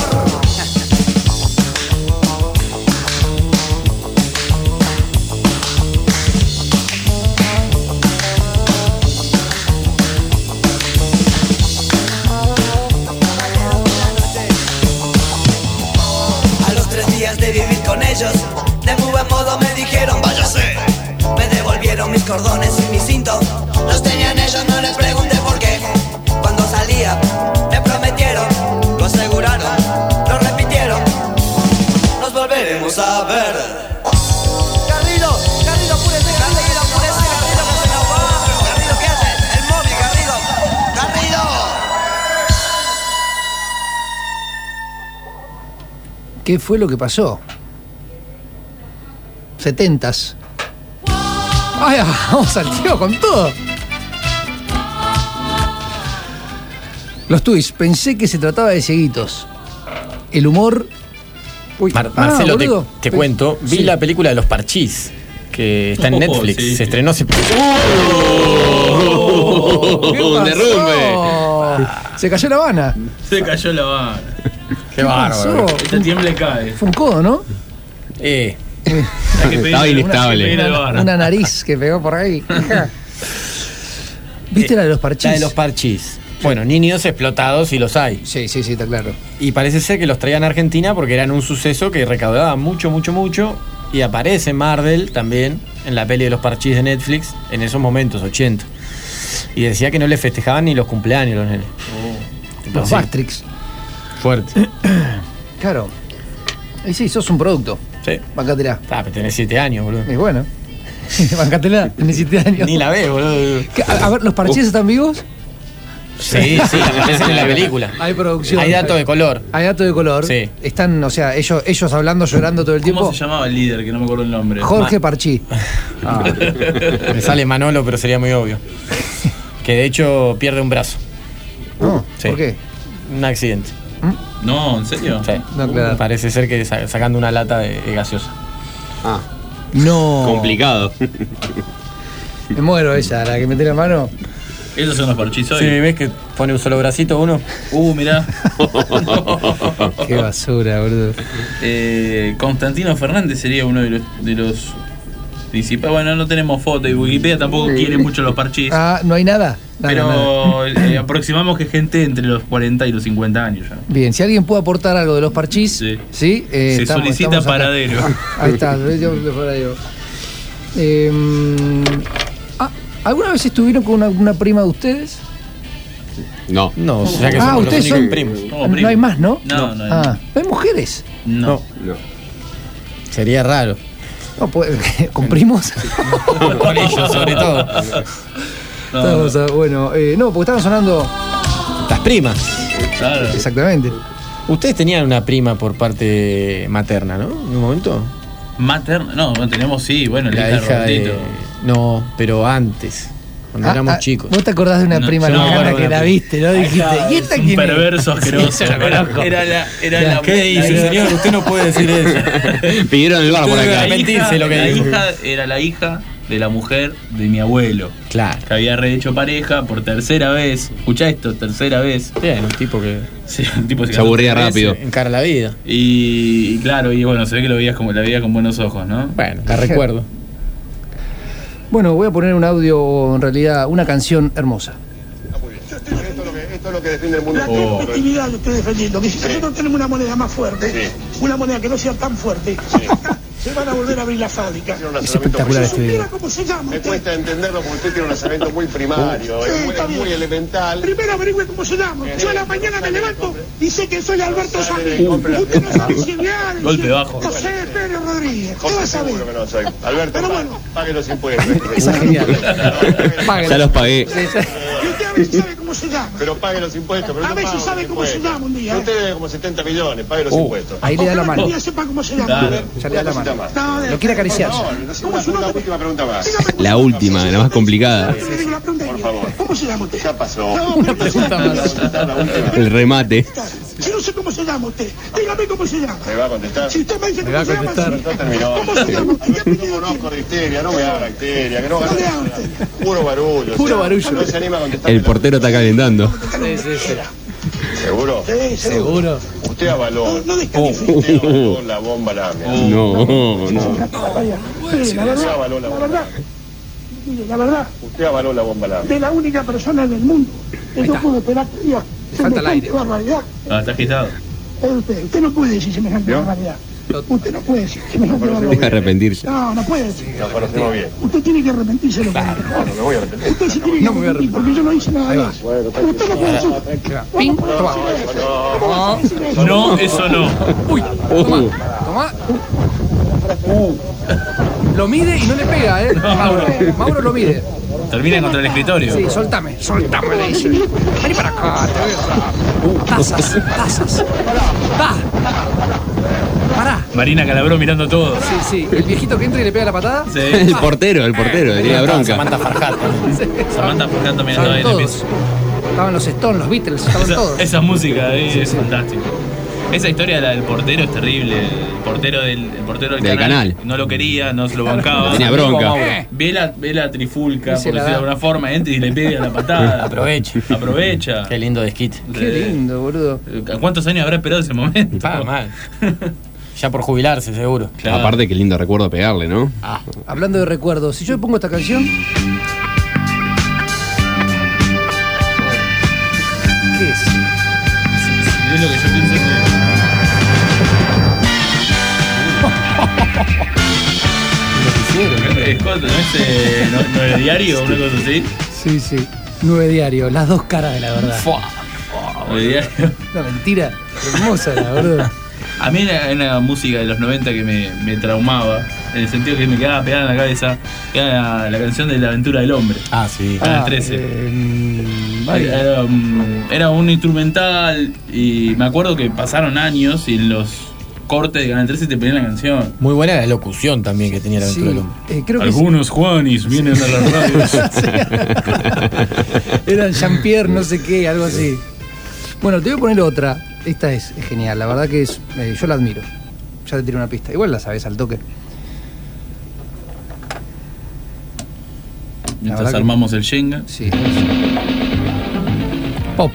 I: A los tres días de vivir con ellos, de muy buen modo me dijeron váyase. Me devolvieron mis cordones y mi cinto. Los tenían ellos, no les pregunté por qué. Cuando salía, me prometieron, lo aseguraron, lo repitieron. Nos volveremos a ver. Garrido, Garrido, apúrese, Garrido, apúrese, Garrido, que se nos va. Garrido, ¿qué haces? El móvil, Garrido. Garrido.
A: ¿Qué fue lo que pasó? Setentas. ¡Ay, ah, vamos al tío con todo! Los tuits, pensé que se trataba de cieguitos. El humor. Uy,
C: Mar-
A: ah,
C: Marcelo, te,
A: boludo.
C: te
A: Pe-
C: cuento. Vi
A: sí.
C: la película de los parchís, que está en
D: Oh,
C: Netflix.
D: sí.
C: Se estrenó hace
A: ¡Oh! ¿Qué pasó?
H: Oh, Un derrumbe.
A: Se cayó la habana.
D: Se cayó la vara.
A: ¿Qué pasó?
D: Este tiemble cae.
A: Fue un codo, ¿no?
C: Eh,
D: Hay que pedir-
G: Estaba inestable.
D: hay que pedir al
A: Una,
D: bar.
A: una nariz que pegó por ahí. Hija. ¿Viste la de los
C: Eh, la
A: parches?
C: de los parchís. Bueno, niños explotados y los hay.
A: Sí, sí, sí, está claro.
C: Y parece ser que los traían a Argentina porque eran un suceso que recaudaba mucho, mucho, mucho. Y aparece Mardel también en la peli de los parchís de Netflix en esos momentos, 80. Y decía que no le festejaban ni los cumpleaños los nenes.
A: Los
C: Sí.
A: Bastrix.
C: Fuerte.
A: Claro. Y sí, sos un producto.
C: Sí.
A: Bancatela.
C: Ah, pero tenés 7 años, boludo.
A: Es bueno. Bancatela, tenés siete años.
C: Ni la ves, boludo.
A: ¿Qué? A, a ver, ¿los parches están vivos?
C: Sí, sí, es en la película.
A: Hay producción.
C: Hay datos de color.
A: Hay datos de color.
C: Sí.
A: Están, o sea, ellos, ellos hablando, llorando todo el
D: ¿Cómo
A: tiempo.
D: se llamaba el líder? Que no me acuerdo el nombre.
A: Jorge
D: Ma-
A: Parchí.
C: Me sale Manolo, pero sería muy obvio. Que de hecho pierde un brazo.
A: No,
C: Sí.
A: ¿Por qué? ¿Mm?
C: Un accidente.
D: No, ¿en serio?
C: Sí. Uh,
A: No, claro.
C: Parece ser que sa- sacando una lata de, de gaseosa.
E: Ah,
A: No.
J: Complicado.
A: Me muero esa, la que mete la mano.
D: Esos son los parchís hoy.
C: Sí, ves que pone un solo bracito uno.
D: Uh, mirá.
A: Qué basura, boludo.
D: Eh, Constantino Fernández sería uno de los, de los principales. Bueno, no tenemos foto y Wikipedia tampoco quiere mucho los parchís.
A: Ah, no hay nada. Nada, nada.
D: pero eh, aproximamos que gente entre los 40 y los 50 años ya.
A: Bien, si alguien puede aportar algo de los parchís, sí.
D: Sí.
A: Eh,
D: Se
A: estamos-
D: solicita
A: estamos acá.
D: paradero.
A: Ahí está, yo me paradero. Eh, ah, ¿Alguna vez estuvieron con una, una prima de ustedes?
E: no.
C: No, o sea que
A: Ah,
C: somos los
A: ustedes
C: únicos
A: son-
C: primos.
D: Como
A: No,
D: primo.
A: hay más, ¿no?
D: No, no hay
A: Ah, ¿no hay mujeres?
D: No.
C: Sería raro.
A: No, puede- ¿Con primos?
C: Por ellos, sobre todo.
D: No,
A: Estamos a- bueno, eh, no, porque estaban sonando.
C: Las primas.
D: claro.
A: Exactamente.
C: Ustedes tenían una prima por parte materna, ¿no? En un momento.
D: Materna. No, no tenemos, sí, bueno,
C: La hija de...
D: Robertito.
C: No, pero antes. Cuando
A: Ah,
C: éramos
A: ah,
C: chicos.
A: ¿Vos te acordás de una
D: No,
A: prima
D: yo no me
A: lejana
D: acuerdo de
A: que
D: una
A: la
D: prima.
A: viste, no? Dijiste, ¿y esta
D: un
A: quién es?"
D: perverso asqueroso.
C: Sí, lo
D: era,
C: conozco.
D: era la. Era la
C: ¿Qué
D: la
C: dice,
D: hija-
C: señor? Usted no puede decir eso.
E: Pidieron el bar por
C: Ustedes
E: acá.
D: La hija,
C: Arrepentirse lo que
D: la
C: dijo.
D: hija era la hija de la mujer de mi abuelo,
C: Claro.
D: que había rehecho pareja por tercera vez. Escuchá esto, tercera vez.
C: Bien, un tipo que
D: Sí, un tipo
E: Se aburría
D: casó tres
E: rápido.
D: veces.
C: encara la vida.
D: Y, y claro, y bueno, se ve que lo veías como la veía con buenos ojos, ¿no?
C: Bueno, la recuerdo.
A: Bueno, voy a poner un audio, o en realidad, una canción hermosa.
K: Esto es lo que, esto es lo que defiende el mundo.
D: Oh.
L: competitividad que estoy defendiendo, que si nosotros tenemos una moneda más fuerte, una moneda que no sea tan fuerte, se van a volver a abrir las fábricas.
K: Tiene un
A: Es
K: razonamiento
A: espectacular
K: muy-
A: este video.
L: Mira cómo se llama
K: Me
L: usted.
K: cuesta entenderlo porque usted tiene un razonamiento muy primario,
L: Sí,
K: es, muy,
L: está
K: es muy
L: bien.
K: elemental.
L: Primero averigüe cómo se llama. Yo a la mañana me levanto y sé que soy Alberto Sami.
K: Uh.
L: Usted no sabe si es Vial, si
D: Golpe
L: es
D: bajo.
L: José Pérez Rodríguez. ¿Qué
K: José,
L: vas a
K: seguro que
L: ver?
K: no soy. Alberto,
L: Pero
K: pa-
L: bueno.
K: pague los impuestos.
A: Esa es genial. Páguenla.
E: Ya los pagué.
L: Y usted a ver si sabe cómo se llama.
K: Pero pague los impuestos. Pero
L: A
K: no
L: ver si
K: pago los
L: sabe cómo se
K: impuestos.
L: llama un día,
K: Usted debe como 70 millones, pague los impuestos.
A: Uh, Ahí le da la
L: Ojalá que
A: mano.
L: un día sepa cómo se llama.
D: Claro.
A: Ya le da la
K: Una cosita
A: mano.
K: más.
L: No,
A: Lo quiere acariciar.
K: No, no,
L: ¿Cómo
K: una-
L: es su
K: una
L: nombre?
K: última pregunta más.
L: Dígame cómo
E: La
L: se
E: última, la más complicada.
L: llama. Le digo la pregunta
K: Por
L: y-
K: favor.
L: ¿Cómo se llama usted?
K: Ya pasó.
L: No, pero no se llama.
K: Una última.
E: El remate.
L: Si no sé cómo se llama usted, dígame cómo se llama.
K: ¿Me va a contestar?
L: Si usted me dice cómo se llama,
K: No terminó.
L: ¿cómo se llama usted? ¿Qué
K: No
L: apellido tiene?
K: conozco de histeria, no me abra histeria, que no
L: No le haga
K: gano.
L: usted.
K: Puro barullo.
A: Puro
K: o sea,
A: barullo.
K: No se anima a contestar.
E: El portero está calentando.
K: ¿Seguro?
L: Sí, seguro.
A: Seguro.
K: Usted avaló.
L: No, no descalifique.
K: Usted avaló la bomba lámina.
E: No, no.
L: Sí, la
K: Usted
L: verdad,
K: avaló la
L: la
K: bomba
L: verdad, mire, la verdad,
K: Usted avaló la bomba lámina.
L: de la única persona en el mundo que yo puedo esperar que diga semejante barbaridad
D: Ah, está agitado.
L: es usted. Usted no puede decir semejante
K: ¿Yo?
L: barbaridad. Usted no puede decir semejante
E: Deja
L: barbaridad.
E: arrepentirse.
L: No, no puede decir.
K: Nos conocemos bien.
L: Usted tiene que arrepentirse de lo que dijo.
K: Bueno, me voy a arrepentir.
L: Usted se tiene que arrepentir porque yo no hice nada de eso. Usted no puede decir.
A: Ping,
K: No,
A: toma. Oh.
K: no,
A: Toma,
D: No, eso no.
E: Uh,
A: toma. Lo mide y no le pega, ¿eh? Mauro, Mauro lo mide.
D: Termina contra el escritorio.
A: Sí, soltame, soltame, le dice. Vení para acá, te voy a- Tazas, tazas. Va. Pará.
D: Marina Calabró mirando todo.
A: Sí, sí. El viejito que entra y le pega la patada. Ah.
D: Sí.
E: el portero, el portero, tenía
C: Ah, Samantha
E: bronca.
C: Farhat.
D: Samantha Furcata mirando
A: Estaban
D: ahí. la
A: todos.
D: pieza.
A: Estaban los Stones, los Beatles, estaban
D: Esa,
A: todos.
D: esa música ahí es fantástica. Esa historia de la del portero es terrible. El portero del, el portero del,
E: Del canal.
D: no lo quería, no se lo bancaba.
E: Tenía
C: Eh.
E: bronca.
D: Ve la, ve la trifulca,
A: Y se
D: por
A: la
D: decirlo de
A: da.
D: alguna forma, entra y le pega la patada.
C: Aprovecha.
D: Aprovecha.
C: Qué lindo desquite.
A: Qué lindo, boludo.
D: Eh, ¿Cuántos años habrá esperado ese momento?
C: Pa, Ah, mal. Ya por jubilarse, seguro.
D: Claro.
E: Aparte, qué lindo recuerdo pegarle, ¿no?
A: Hablando de recuerdos, si yo pongo esta canción. Domínguez.
D: Es lo que yo pienso que. Es cuánto, ¿no? Es eh, no, no es diario, una cosa así.
A: Sí, sí. Nueve diario, las dos caras de la verdad.
D: Fua, fua, boludo. Diario.
A: Una mentira hermosa, la verdad.
D: A mí era una música de los 90 que me, me traumaba, en el sentido que me quedaba pegada en la cabeza, era la, la canción de la aventura del hombre.
M: Ah, sí.
D: Canal
A: Ah,
D: 13.
A: eh, vaya.
D: Era, mm, era un instrumental y me acuerdo que pasaron años y en los cortes de Canal 13 te ponían la canción.
C: Muy buena la locución también que tenía la
A: Sí,
C: aventura del hombre.
A: eh, creo que
D: Algunos Juanis vienen a las radios.
A: Era Jean-Pierre, no sé qué, algo así. Bueno, te voy a poner otra. Esta es, es genial, la verdad que es, eh, yo la admiro. Ya te tiré una pista. Igual la sabes al toque.
D: Mientras
A: que-
D: armamos el Shenga.
A: Sí. Pop,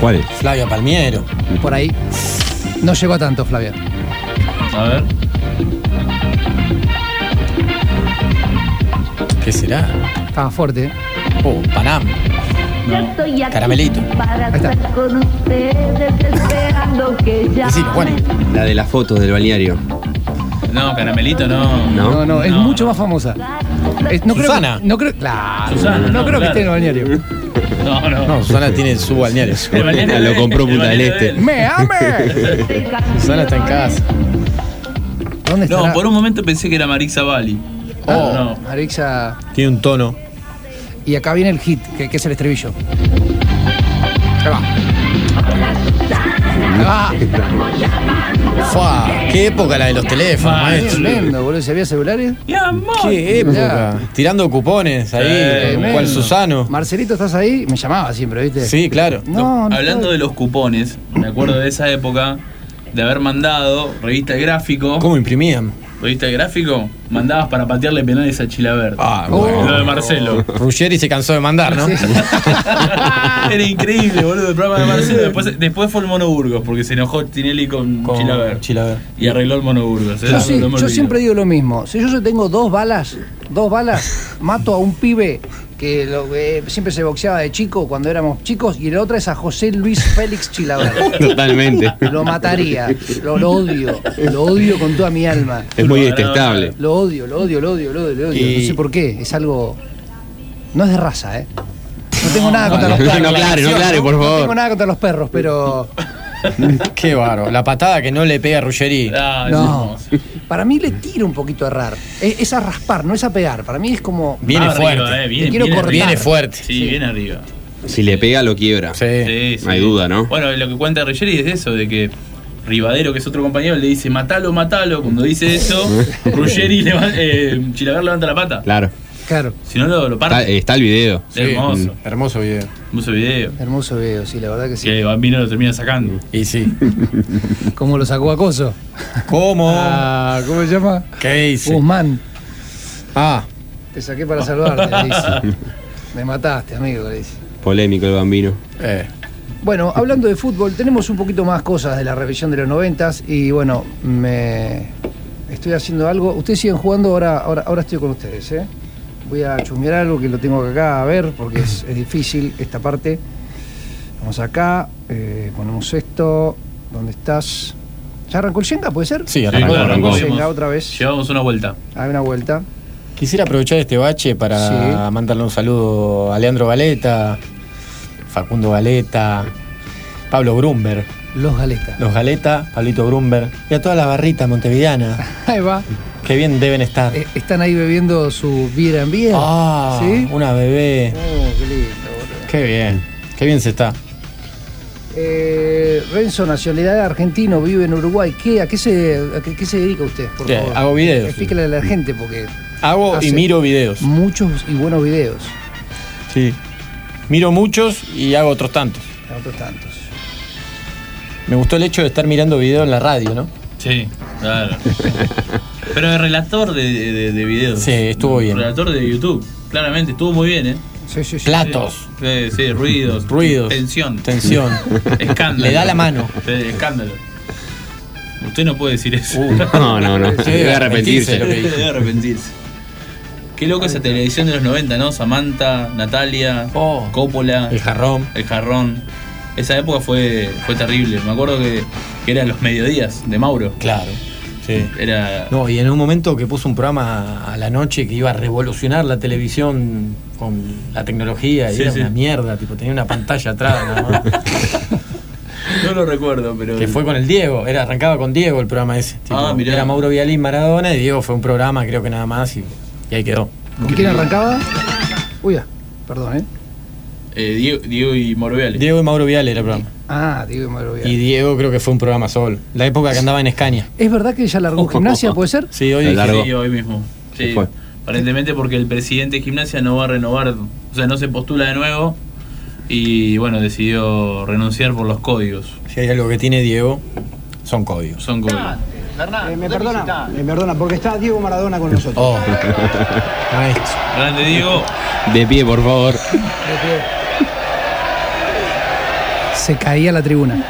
E: ¿Cuál es?
C: Flavia Palmiero.
A: por ahí. No llegó a tanto, Flavia.
D: A ver.
C: ¿Qué será?
A: Estaba fuerte. ¿eh?
C: Oh, Panam.
D: No.
C: Caramelito.
N: Para
A: Ahí está.
N: estar con ustedes esperando que ya.
C: Decilo, Juan.
E: La de las fotos del balneario.
D: No, caramelito no.
E: No.
A: No, no, es
D: No,
A: mucho
D: no.
A: más famosa. Es- no creo
C: Susana.
A: que- no creo, claro.
D: Ah, Susana,
A: no,
D: no,
A: creo
D: claro.
A: que esté en el balneario.
D: No, no.
C: No, Susana tiene su balneario.
D: El balneario
E: Lo
D: de él,
E: compró
D: el
E: Punta del
D: balneario de
E: Este.
D: él.
A: ¡Me ame!
C: Susana está en casa.
A: ¿Dónde está?
D: No, por un momento pensé que era Marisa Bali.
A: Oh,
D: No, no.
A: Marixa.
C: Tiene un tono.
A: Y acá viene el hit, que, que es el estribillo. Ahí va. Ahí va.
C: Fua, qué época la de los teléfonos,
D: Ah,
C: maestro.
A: Tremendo, boludo. Si había celulares.
D: Mi amor.
C: Qué época. Tirando cupones ahí,
D: Tremendo.
C: cual Susano.
A: Marcelito, ¿estás ahí? Me llamaba siempre, ¿viste?
C: Sí, claro.
A: No, no.
D: Hablando de los cupones, me acuerdo de esa época de haber mandado revista de gráfico.
C: ¿Cómo imprimían?
D: ¿Revista de gráfico? Mandabas para patearle penales a Chilavert.
C: Ah,
A: Oh.
C: bueno.
D: Lo de Marcelo.
C: Ruggeri se cansó de mandar, ¿no?
A: Sí.
D: Era increíble, boludo, el programa de Marcelo. Después, después fue el Mono Burgos, porque se enojó Tinelli con,
C: Con
D: Chilavert.
C: Chilavert.
D: Y arregló el ¿eh? Mono Burgos.
A: Yo, sí, yo siempre digo lo mismo. Si yo tengo dos balas, dos balas, mato a un pibe que lo- eh, siempre se boxeaba de chico cuando éramos chicos y la otra es a José Luis Félix Chilaver.
E: Totalmente.
A: Lo mataría, lo, lo odio, lo odio con toda mi alma.
E: Es muy detestable.
A: Lo odio, lo odio, lo odio, lo odio, lo odio.
C: Y-
A: No sé por qué, es algo. No es de raza, ¿eh? No tengo nada contra
E: No
A: los perros.
E: claro, no claro, por
A: No tengo
E: favor.
A: nada contra los perros, pero.
C: Qué bárbaro. La patada que no le pega a Ruggeri.
A: Ah, No. Para mí le tira un poquito a errar. Es, es a raspar, no es a pegar. Para mí es como.
C: Viene fuerte.
A: Te quiero cortar.
C: Viene fuerte.
D: Sí, bien arriba.
E: Si le pega, lo quiebra.
C: Sí.
D: Sí,
E: No hay
D: sí.
E: duda, ¿no?
D: Bueno, lo que cuenta Ruggeri es eso, de que Rivadero, que es otro compañero, le dice matalo, matalo. Cuando dice eso, Ruggeri levanta, eh, Chilaver levanta la pata.
E: Claro.
A: Claro,
D: Si no lo, lo
E: Está,
D: parte.
E: está el video.
D: Es hermoso.
C: Hermoso video.
D: Hermoso video.
A: hermoso video, sí, la verdad que sí.
D: Que Bambino lo termina sacando.
C: Y sí.
A: Como lo sacó Acoso.
C: ¿Cómo?
A: Ah, ¿Cómo se llama?
C: ¿Qué hice?
A: Guzmán,
C: Ah,
A: te saqué para salvarte, le dice. Me mataste, amigo, le dice.
E: Polémico el bambino.
C: eh.
A: Bueno, hablando de fútbol, tenemos un poquito más cosas de la revisión de los noventas y bueno, me estoy haciendo algo. Ustedes siguen jugando, ahora, ahora, ahora estoy con ustedes, ¿eh? Voy a chusmear algo que lo tengo acá a ver porque es, es difícil esta parte. Vamos acá, eh, ponemos esto. ¿Dónde estás? ¿Ya arrancó el Shenga, puede ser?
C: Sí,
D: Sí,
C: arrancó.
D: claro,
E: arrancó.
A: el
D: Llevamos-
A: Shenga otra vez.
D: Llevamos una vuelta.
A: Hay una vuelta.
C: Quisiera aprovechar este bache para
A: Sí.
C: mandarle un saludo a Leandro Galeta, Facundo Galeta, Pablo Grumber,
A: Los Galetas.
C: los Galeta, Pablito Grumber y a todas las barritas montevideanas
A: Ahí va.
C: que bien deben estar.
A: Eh, están ahí bebiendo su Viera en Viera.
C: Ah,
A: ¿Sí?
C: una bebé.
A: Oh, qué lindo, boludo.
C: Qué bien, qué bien se está.
A: Eh, Renzo, nacionalidad argentino, vive en Uruguay. ¿Qué, ¿A qué se, a qué, qué se dedica usted? Por
C: Bien,
A: favor?
C: hago videos.
A: Explíquele a la gente porque
C: Hago y
A: Hace-
C: miro videos.
A: muchos y buenos videos.
C: Sí. Miro muchos y hago otros tantos.
A: Otros tantos.
C: Me gustó el hecho de estar mirando videos en la radio, ¿no?
D: Sí, claro. Pero el relator de, de- de videos.
C: Sí, estuvo bien.
D: Relator de YouTube. Claramente, estuvo muy bien, ¿eh?
A: Sí, sí, sí.
C: Platos,
D: Sí, sí, ruidos.
C: Ruidos.
D: Tensión.
C: tensión.
D: Escándalo.
C: Le da la mano.
D: Sí, escándalo. Usted no puede decir eso.
E: No, no, no.
C: Uh. Sí,
E: Debe
C: arrepentirse
E: arrepentirse.
C: lo que
D: Debe arrepentirse. Qué loco esa televisión de los 90, ¿no? Samantha, Natalia,
C: Oh.
D: Coppola. El jarrón. El jarrón. Esa época fue, fue terrible. Me acuerdo que, que eran los mediodías de Mauro. Claro. Sí. Era.
C: No, y en un momento que puso un programa a la noche que iba a revolucionar la televisión con la tecnología y
D: Sí,
C: era
D: sí.
C: una mierda, tipo tenía una pantalla atrás nada más.
D: No lo recuerdo, pero.
C: Que fue con el Diego, era arrancaba con Diego el programa ese. tipo,
D: Ah, mirá.
C: Era Mauro Vialín Maradona y Diego fue un programa, creo que nada más, y, y ahí quedó.
A: ¿Con quién arrancaba? Uy, ah, perdón, ¿eh?
D: Eh, Diego, Diego y Mauro Viale.
C: Diego y Mauro Viale era el programa.
A: Ah, Diego Maduro
C: Y Diego creo que fue un programa solo. La época que andaba en Escaña.
A: ¿Es verdad que ella largó gimnasia, puede ser?
C: Sí, hoy
D: Sí,
C: dije-
D: hoy mismo. Sí.
C: fue.
D: Aparentemente porque el presidente de gimnasia no va a renovar, o sea, no se postula de nuevo y bueno, decidió renunciar por los códigos.
C: Si hay algo que tiene Diego, son códigos.
D: Son códigos.
O: Eh, me perdona, me perdona, porque está Diego Maradona con nosotros.
D: Grande Diego.
J: De pie, por favor.
A: Se caía la tribuna.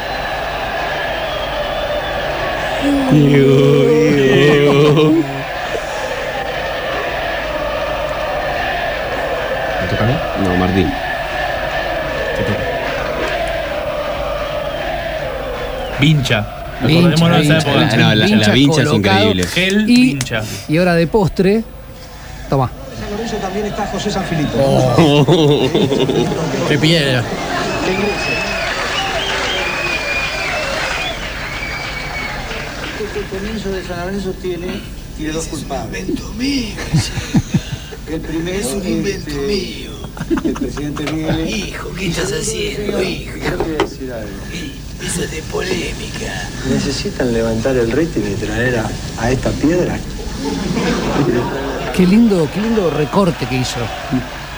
E: ¿Me toca a mí? No, Martín.
D: Vincha.
A: Vincha,
D: Acordémonos de esa
A: vincha,
D: época.
A: vincha, No, la- la vincha vincha es colocado. increíble.
D: Gel,
A: Y-
D: vincha.
A: Y ahora de postre, toma.
O: En San Lorenzo también está José Sanfilippo.
C: Qué piedra.
O: Que ingrese. Este comienzo de San Lorenzo tiene, tiene dos culpables. El primero es un invento mío. El presidente Miguel. Hijo, ¿qué estás haciendo, hijo? Yo te voy a decir algo. Eso es de polémica. ¿Necesitan levantar el rating y traer a, a esta piedra?
A: Qué lindo, qué lindo recorte que hizo.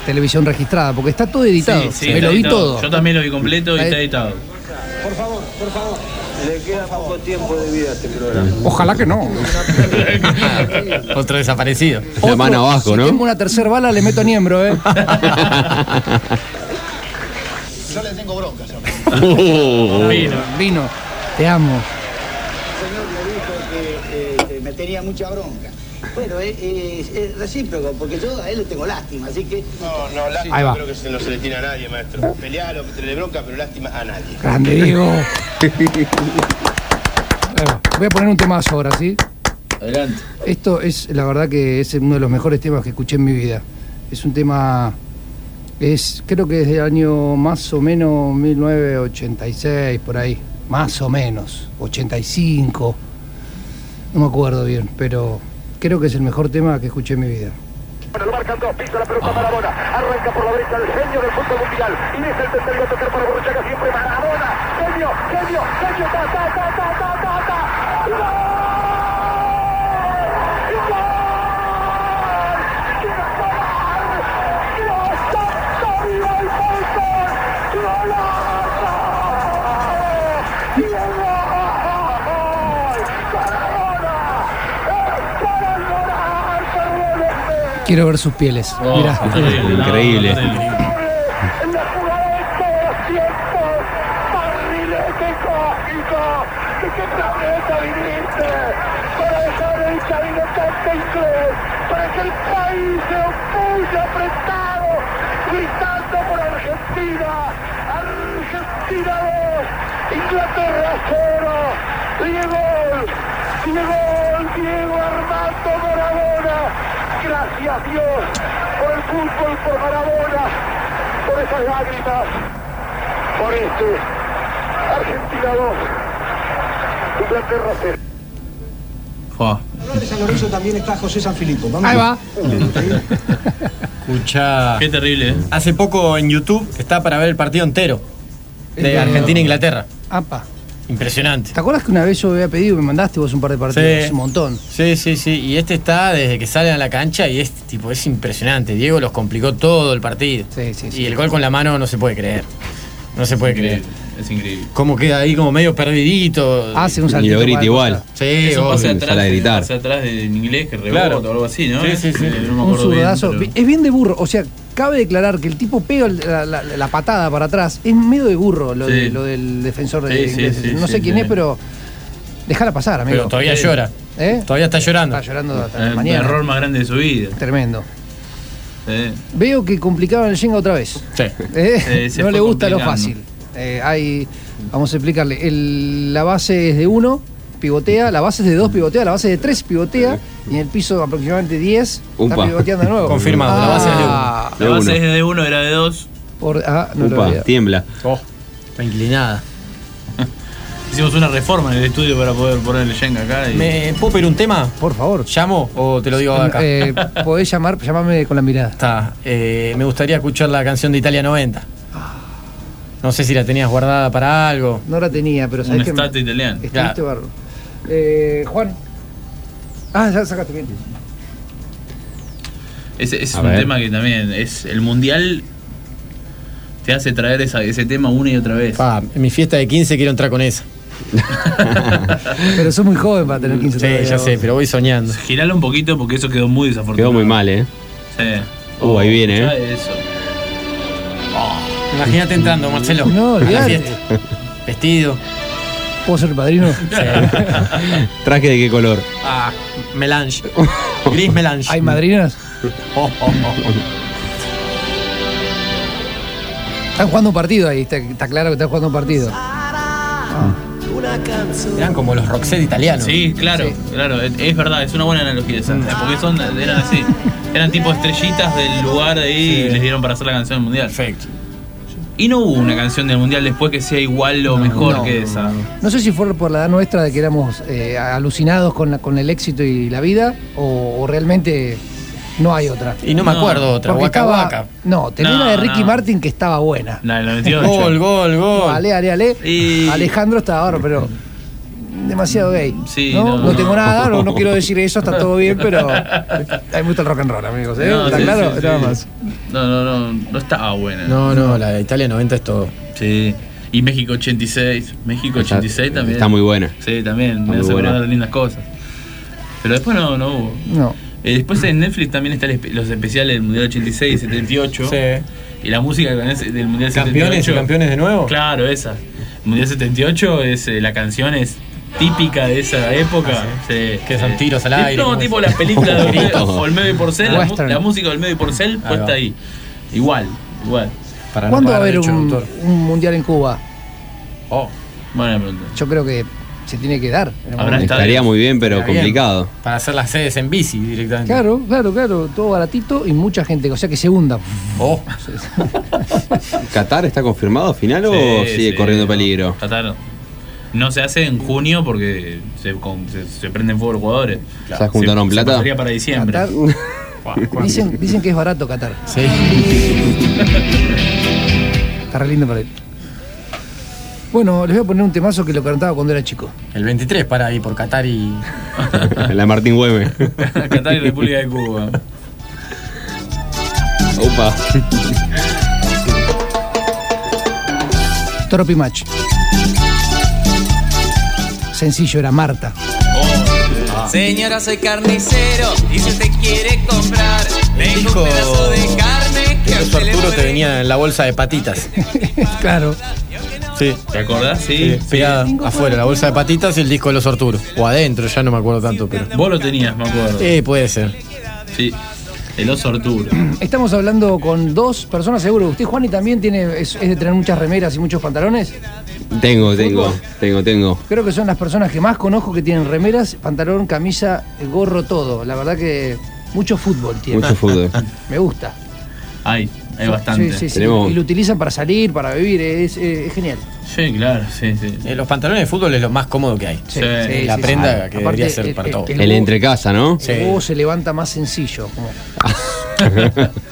A: Televisión registrada, porque está todo editado.
D: Sí, sí,
A: Me
D: está
A: lo vi
D: editado.
A: todo.
D: Yo también lo vi completo y está editado.
O: Por favor, por favor. Le queda poco tiempo de vida a este programa.
A: Ojalá que no.
C: Otro desaparecido.
A: Otro, si Tengo una tercera bala, le meto niembro, ¿eh?
O: Yo le tengo broncas.
A: Vino. Vino. Te amo.
O: señor me dijo que eh, que me tenía mucha bronca. Bueno, es, es- es recíproco, porque yo a él le tengo lástima, así que... No, no,
A: Ahí va.
P: Creo que se- no se le tiene a nadie, maestro. Pelealo, que le bronca, pero lástima a nadie.
A: Grande Diego. Bueno, voy a poner un temazo ahora, ¿sí?
D: Adelante.
A: Esto es, la verdad que es uno de los mejores temas que escuché en mi vida. Es un tema, es creo que es del año más o menos 1986, por ahí. Más o menos, 85. No me acuerdo bien, pero creo que es el mejor tema que escuché en mi vida. Quiero ver sus pieles. Mirá.
J: Increíble.
L: Gracias Dios por el fútbol, por Maradona, por esas lágrimas, por este Argentina 2, Inglaterra 0.
O: En San Lorenzo también está José Sanfilippo. Vamos.
A: Ahí va.
C: Escucha.
D: Qué terrible, ¿eh?
C: Hace poco en YouTube está para ver el partido entero de
A: Este-
C: Argentina e Inglaterra.
A: Apa.
C: Impresionante.
A: ¿Te acuerdas que una vez yo había pedido y me mandaste vos un par de partidos?
C: Sí.
A: Un montón.
C: Sí, sí, sí. Y este está desde que salen a la cancha y es tipo, es impresionante. Diego los complicó todo el partido. Y el gol con la mano no se puede creer. No se puede creer.
D: Es increíble.
C: Cómo queda ahí como medio perdidito.
A: Hace un
E: Y lo grita igual.
C: Sí,
D: Eso pasa
E: obvio,
D: atrás,
E: sale a gritar.
D: pasa atrás de- en inglés que rebota
C: Claro.
D: o algo así, ¿no?
C: Sí, sí, sí.
D: Eh, no me
A: Un
D: acuerdo bien,
A: zurdazo.
D: pero-
A: Es bien de burro. O sea, cabe declarar que el tipo pega el- la, la- la patada para atrás. Es medio de burro lo,
D: Sí.
A: de- lo del defensor de
D: Sí, sí,
A: ingleses.
D: sí,
A: no
D: sí,
A: sé quién
D: sí.
A: es, pero. Déjala pasar, amigo.
C: Pero todavía
A: Sí.
C: llora.
A: ¿Eh?
C: Todavía está llorando.
A: Está llorando hasta
D: El
A: mañana.
D: error más grande de su vida.
A: Tremendo. Veo que complicaron el Jenga otra vez.
D: Sí.
A: ¿Eh?
D: Eh, se
A: no
D: fue
A: le gusta lo fácil.
D: complicando.
A: Eh, hay, vamos a explicarle. El- la base es de 1, pivotea. La base es de 2, pivotea. La base es de 3, pivotea. Y en el piso aproximadamente 10, está
E: Upa.
A: pivoteando de nuevo.
C: Confirmado, la base es de uno.
D: La
E: De
D: base
E: uno.
D: es de uno, era de dos.
A: Por, ah, no lo
E: Upa,
A: había.
E: tiembla.
C: Está inclinada.
D: Hicimos una reforma en el estudio para poder poner el Jenga acá. Y...
C: ¿Me puedo pedir un tema?
A: Por favor.
C: ¿Llamo o te lo digo acá?
A: Eh, podés llamar, llamame con la mirada.
C: Está. eh, me gustaría escuchar la canción de Italia 90. No sé si la tenías guardada para algo.
A: No la tenía, pero sabés
C: Un
A: que. me-
C: estate italiano.
A: Estuviste
C: Ya.
A: bárbaro. Eh, Juan. Ah, ya sacaste bien.
D: Ese, ese es
C: A
D: un
C: ver.
D: tema que también es. El mundial te hace traer esa- ese tema una y otra vez.
C: Pa, en mi fiesta de 15 quiero entrar con esa.
A: Pero sos muy joven para tener 15
C: Sí, ya sé, pero voy soñando.
D: Giralo un poquito porque eso quedó muy desafortunado.
E: Quedó muy mal, ¿eh?
D: Sí.
E: Uh, ahí viene, ¿eh?
D: Ya Eso.
C: Imagínate entrando, Marcelo.
A: No,
C: a la
A: olvidate.
C: fiesta. Vestido.
A: ¿Puedo ser padrino?
E: ¿Traje de qué color?
C: Ah, melange. Gris melange.
A: ¿Hay madrinas?
C: Oh, oh, oh.
A: Están jugando un partido ahí, está, está claro que están jugando un partido.
O: Una canción.
C: Eran como los Roxette italianos.
D: Sí, claro, claro, es, es verdad, es una buena analogía esa. Porque son, eran así, eran tipo estrellitas del lugar ahí y les dieron para hacer la canción del mundial.
C: Perfecto.
D: Y no hubo una canción del mundial después que sea igual o mejor que esa.
A: No sé si fue por la edad nuestra de que éramos eh, alucinados con, la- con el éxito y la vida, o, o realmente no hay otra.
C: Y no me acuerdo otra,
A: Porque
C: Waka
A: estaba-
C: Waka.
A: No, tenía
C: No,
A: una de Ricky
C: no.
A: Martin que estaba buena.
D: La del
C: Gol,
D: 98.
C: gol, gol.
A: Ale, ale, ale.
D: Y-
A: Alejandro estaba ahora, pero demasiado gay.
D: Sí,
A: ¿no?
D: no,
A: No,
D: no.
A: tengo nada, no, no quiero decir eso, está todo bien, pero hay mucho el rock and roll, amigos. ¿eh?
D: No,
A: ¿Está
D: sí,
A: claro?
D: sí, sí.
A: Nada más.
D: No, no, no, no estaba buena.
C: No, no, la de Italia 90 es todo.
D: Sí. Y México 86, México
E: Está-
D: 86 también.
E: Está muy buena.
D: Sí, también,
E: Está
D: me
E: muy
D: hace
E: buena.
D: acordar lindas cosas. Pero después no, no hubo.
A: No.
D: Eh, después en Netflix también están espe- los especiales del Mundial 86 y 78.
C: Sí.
D: Y la música que tenés del Mundial
C: Campeones y
D: 78.
C: campeones de nuevo.
D: Claro, esa. Mundial 78 es eh, la canción es típica de esa época. Sí,
C: Ah, Que
D: sí.
C: son tiros al aire,
D: No,
C: como
D: tipo
C: es.
D: las películas de Olmedo-
C: Gritos.
D: Olmedo y Porcel, la, mu-
A: Western.
D: la música de Olmedo y Porcel
C: va.
D: puesta ahí. Igual, igual.
C: Para
A: ¿Cuándo va a
C: pagar
A: haber
C: derecho de
A: un,
C: autor.
A: un mundial en Cuba?
D: Oh, buena pregunta.
A: Yo creo que se tiene que dar. en algún
D: Habrá
A: momento.
D: Está
E: Estaría
D: bien.
E: muy bien, pero
C: Está bien.
E: complicado.
C: Para hacer las sedes en bici directamente.
A: Claro, claro, claro. Todo baratito y mucha gente, o sea que se hunda.
C: Oh,
E: ¿Qatar está confirmado al final o
D: Sí,
E: sigue
D: sí,
E: corriendo
D: no,
E: peligro?
D: Qatar. No se hace en junio porque se, con- se- se prenden fuego los jugadores.
E: Claro. ¿Ya juntaron
D: Se- se
E: plata?
D: pasaría para diciembre.
A: Qatar. Dicen, dicen que es barato Qatar.
C: sí.
A: Está re lindo para él. Bueno, les voy a poner un temazo que lo cantaba cuando era chico.
C: El 23 para ahí por Qatar y.
E: La Martín Güeme.
D: Qatar y República de Cuba.
E: Opa.
A: Tropi Match. Sencillo, era Marta.
O: Oh. Señora, soy carnicero y si usted quiere comprar,
C: El
O: tengo
C: disco
O: un pedazo de carne que
C: El
O: a
C: oso
O: usted le
C: Arturo te
O: puede-
C: venía en la bolsa de patitas.
A: claro.
C: Sí.
D: ¿Te acordás? Sí.
C: Sí, pegada afuera, la bolsa de patitas y el disco de los Arturo. O adentro, ya no me acuerdo tanto, pero.
D: Vos lo tenías, me acuerdo.
C: Eh, puede ser.
D: Sí. El oso Arturo.
A: Estamos hablando con dos personas, seguro. Usted, Juani, también tiene, es, es de tener muchas remeras y muchos pantalones.
E: Tengo, tengo, tengo, tengo.
A: Creo que son las personas que más conozco que tienen remeras, pantalón, camisa, gorro, todo. La verdad que mucho fútbol tiene.
E: Mucho fútbol.
A: Me gusta.
D: Hay, hay bastante.
A: Sí, sí, sí.
E: Tenemos-
A: Y lo utilizan para salir, para vivir, es, eh, es- es genial.
D: Sí, claro, sí, sí.
C: Eh, los pantalones de fútbol es lo más cómodo que hay.
A: Sí,
D: Sí,
A: sí,
C: la
A: sí,
C: prenda
A: sí.
C: que
A: Aparte,
C: debería ser
A: el-
C: para
A: el-
C: todos.
A: el
E: El
A: huevo-
E: entrecasa, ¿no?
C: Sí.
A: El huevo se levanta más sencillo. como-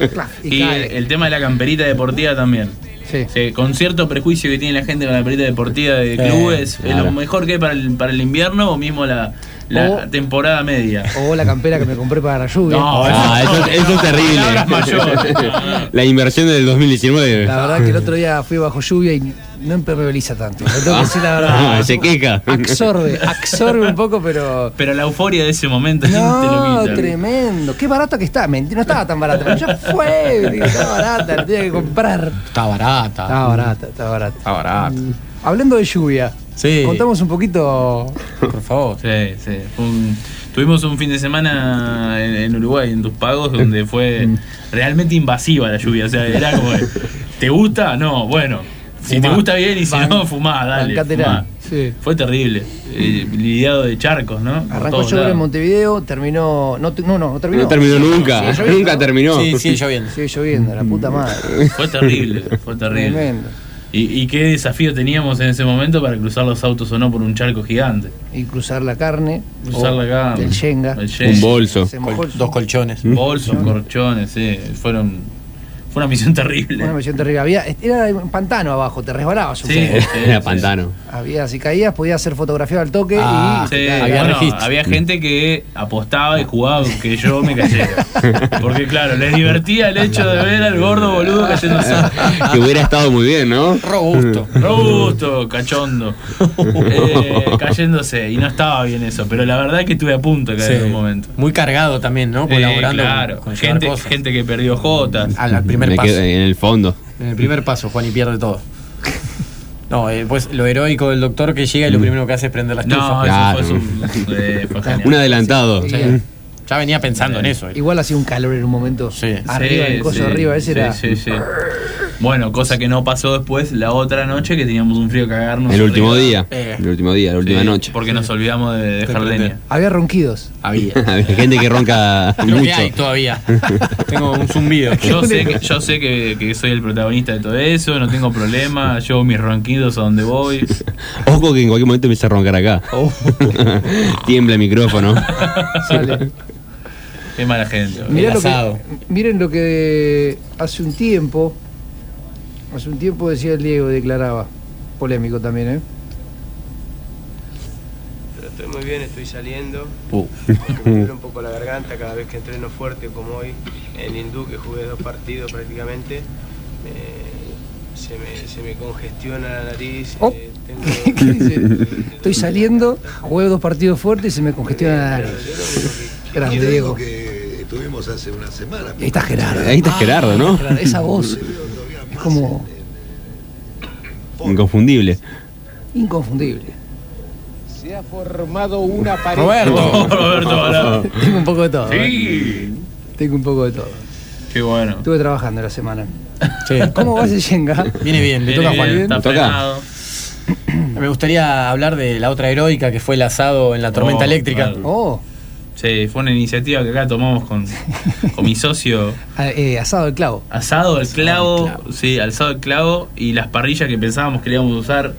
A: Clac, y
D: Y el,
A: cae.
D: el tema de la camperita deportiva también.
A: Sí.
D: Sí, con cierto prejuicio que tiene la gente con la camperita deportiva de
C: Sí,
D: clubes, es
E: claro.
D: lo mejor que hay para el, para el invierno o mismo la, la
A: O-
D: temporada media.
A: O la campera que me compré para la lluvia.
D: No,
E: Ah,
D: no,
E: eso,
D: no,
E: eso es
D: no, palabras
E: terrible.
D: mayores. No, no.
E: La inversión del 2019.
A: La verdad que el otro día fui bajo lluvia y no impermeabiliza tanto. Le tengo que decir la verdad.
E: Ah, se queja.
A: Absorbe, absorbe un poco, pero.
D: Pero la euforia de ese momento te lo
A: No,
D: quita.
A: tremendo. Qué barata que está. Mentira, no estaba tan barata. Pero ya fue. digo, Estaba barata, la tenía que comprar.
C: Está barata.
A: Estaba barata, estaba barata. Mm.
C: Está barata.
A: Hablando de lluvia,
C: Sí.
A: contamos un poquito.
C: Por favor.
D: Sí, sí. fue un- Tuvimos un fin de semana en, en Uruguay, en Tus Pagos,
A: Mm.
D: donde fue realmente invasiva la lluvia. O sea, era como, de, ¿te gusta? No, bueno. Si
C: Fumá.
D: te gusta bien y si
C: Ban-
D: no, fumá, dale.
A: bancátela.
D: fumá.
A: Sí.
D: Fue terrible. Eh, lidiado de charcos, ¿no? Por
A: Arrancó
D: todos
A: llover
D: lados.
A: en Montevideo, terminó. No, tu- no, no, no terminó.
D: No terminó nunca,
A: Sigue lloviendo.
D: nunca terminó. Sí, sigue lloviendo.
A: Sigue lloviendo, la puta madre.
D: Fue terrible, fue terrible.
A: Tremendo.
D: Y, y qué desafío teníamos en ese momento para cruzar los autos o no por un charco gigante.
A: Y cruzar la carne.
D: Cruzar
A: o
D: la carne.
A: Del Shenga.
D: El Shenga.
A: Se mojó el-
D: colchones.
E: ¿Mm?
D: Bolsos, corchones, sí. Fueron, fue una misión terrible.
A: Una misión terrible. Había, era un pantano abajo, te resbalabas un
D: Sí,
A: poco.
E: Era pantano.
A: Había, si caías, podías ser fotografiado al toque y.
D: Sí,
A: Ah, claro,
D: había, bueno, había gente que apostaba y jugaba que yo me cayera. Porque claro, les divertía el hecho de ver al gordo boludo cayéndose.
E: Que hubiera estado muy bien, ¿no? Robusto.
D: Robusto, cachondo. Eh, cayéndose. Y no estaba bien eso, pero la verdad es que estuve a punto de caer
C: Sí.
D: en un momento.
C: Muy cargado también, ¿no?
D: Eh,
C: Colaborando.
D: claro,
C: con- con llevar
D: gente,
C: cosas.
D: gente que perdió Jotas.
C: Al, al primer paso.
E: en el fondo.
C: En el primer paso, Juan, y pierde todo. No, eh, pues lo heroico del doctor que llega y lo primero que hace es prender la estufa.
E: No, eso fue Claro.
D: su- eh, fue genial.
E: Un adelantado.
C: Sí. Ya venía pensando en eso.
A: Igual hacía un calor en un momento. Arriba, el coso
D: eh. sí,
A: arriba, ese
D: sí,
A: era.
D: sí, sí. Bueno, cosa que no pasó después, la otra noche que teníamos un frío que cagarnos.
E: El último día.
D: Eh,
E: El último día, la última
D: sí,
E: noche.
D: Porque nos olvidamos de dejar leña.
A: Había ronquidos.
D: Había.
E: Había gente que ronca
D: Creo que
E: mucho.
D: hay todavía.
E: Tengo un zumbido.
D: Yo sé, que, yo sé que, que soy el protagonista de todo eso, no tengo problema, llevo mis ronquidos a donde voy.
E: Ojo que en cualquier momento empieza a roncar acá.
D: Oh.
E: Tiembla el micrófono.
D: Qué mala gente. boludo.
A: Mirá lo que- miren lo que hace un tiempo, hace un tiempo decía el Diego, declaraba, polémico también, ¿eh?
O: Pero estoy muy bien, estoy saliendo.
E: Uh.
O: Aunque
A: Mm.
O: Me duele un poco la garganta cada vez que entreno fuerte, como hoy en Hindú, que jugué dos partidos prácticamente. me- se, me, se me congestiona la nariz.
A: Oh.
O: eh, tengo-
A: ¿Qué dice? Estoy saliendo, jugué dos partidos fuertes y se me congestiona la nariz. Grande, Diego.
Q: que estuvimos hace una semana.
A: Ahí está Gerardo. Ah,
E: Ahí está Gerardo, ¿no?
A: Gerardo, Esa voz es como
E: Inconfundible.
A: inconfundible.
R: Se ha formado una pared.
D: Roberto. Roberto, pará.
A: Tengo un poco de todo.
D: Sí.
A: ¿eh? Tengo un poco de todo.
D: Qué bueno.
A: Estuve trabajando la semana. ¿Cómo va ese Shenga?
C: Viene bien, le
A: Viene
C: toca a
A: bien,
C: Juan.
A: está
C: Le toca.
A: frenado.
C: Me gustaría hablar de la otra heroica que fue el asado en la tormenta
D: Oh,
C: eléctrica.
D: claro. Sí, fue una iniciativa que acá tomamos con, con mi socio.
A: Ah, eh, asado de clavo.
D: Asado al clavo, sí, alzado al clavo y las parrillas que pensábamos que le íbamos a usar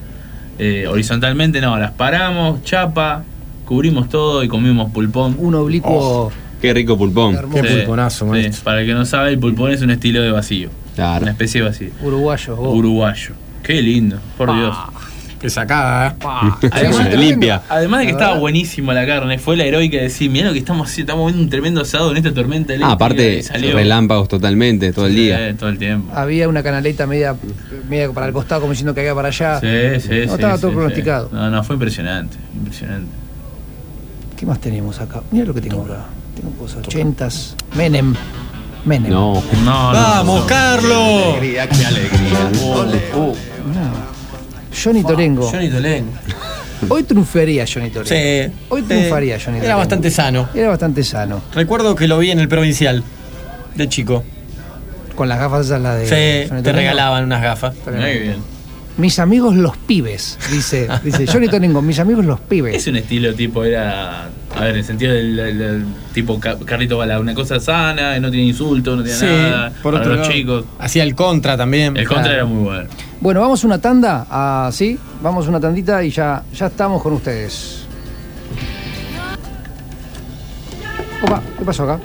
D: eh, horizontalmente, no, las paramos, chapa, cubrimos todo y comimos pulpón.
A: Un oblicuo.
E: Qué rico pulpón.
C: Oh. Qué pulponazo, maestro.
D: Para el que no sabe, el pulpón es un estilo de vacío. Una
E: Ah,
D: especie de vacío.
A: Uruguayo, vos.
D: Uruguayo. Qué lindo, por Dios.
C: Que sacada, ¿eh?
D: Además,
C: Limpia.
D: Además de que
C: La
D: estaba
C: verdad.
D: buenísima la carne, fue la heroica de decir, mirá lo que estamos haciendo, estamos viendo un tremendo asado en esta tormenta eléctrica.
E: Ah,
D: y
E: aparte,
D: salió.
E: relámpagos totalmente, todo el día.
D: Sí, todo el tiempo.
A: Había una canaleta media, media para el costado, como diciendo que había para allá.
D: Sí, sí,
A: no
D: sí,
A: estaba
D: sí,
A: todo
D: sí.
A: pronosticado.
D: No, no, fue impresionante. Impresionante.
A: ¿Qué más tenemos acá? Mira lo que tengo acá. Tengo cosas ochentas. Menem. Menem.
E: No.
D: No,
A: ¡Vamos, Carlos!
D: Qué alegría, qué alegría. Uh.
A: Johnny Torengo.
C: Johnny Tolengo.
A: Hoy triunfaría Johnny Torengo.
C: Sí.
A: Hoy
C: Sí.
A: triunfaría Johnny
C: Era
A: Torengo.
C: bastante Eh, sano.
A: Era bastante sano.
C: Recuerdo que lo vi en el provincial, de chico.
A: Con las gafas esas, las de.
C: Sí,
A: Johnny
C: te
A: Torengo.
C: regalaban unas gafas.
A: Muy bien. Mis amigos los pibes, dice, dice Johnny Torengo, mis amigos los pibes.
D: Es un estilo tipo, era. A ver, en el sentido del, del- del tipo Ca- Carlito Bala, una cosa sana, no tiene insultos, no tiene
C: Sí,
D: nada.
C: por
D: para
C: otro
D: los
C: lado,
D: chicos.
C: Hacía el contra también.
D: El contra era muy bueno.
A: Bueno, vamos una tanda, ah, sí, vamos una tandita y ya, ya estamos con ustedes. Opa, ¿qué pasó acá?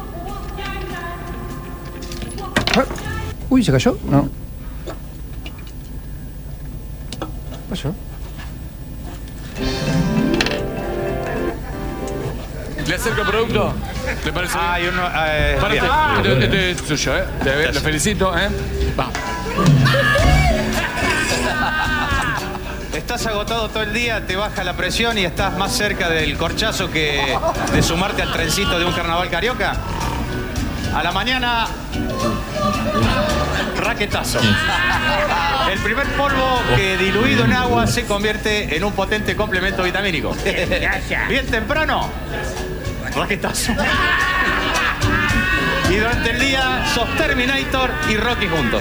A: Ah, Uy, ¿se cayó? No. ¿Qué pasó?
S: ¿Le acerco el producto? ¿Le parece bien? Ah, Hay uno.
T: bien.
S: este, este es suyo, ¿eh? Te, lo felicito, ¿eh? Va.
T: Estás agotado todo el día, te baja la presión y estás más cerca del corchazo que de sumarte al trencito de un carnaval carioca. A la mañana, raquetazo. El primer polvo que diluido en agua se convierte en un potente complemento vitamínico. Bien temprano,
C: Raquetazo. Y durante el día sos Terminator y Rocky juntos.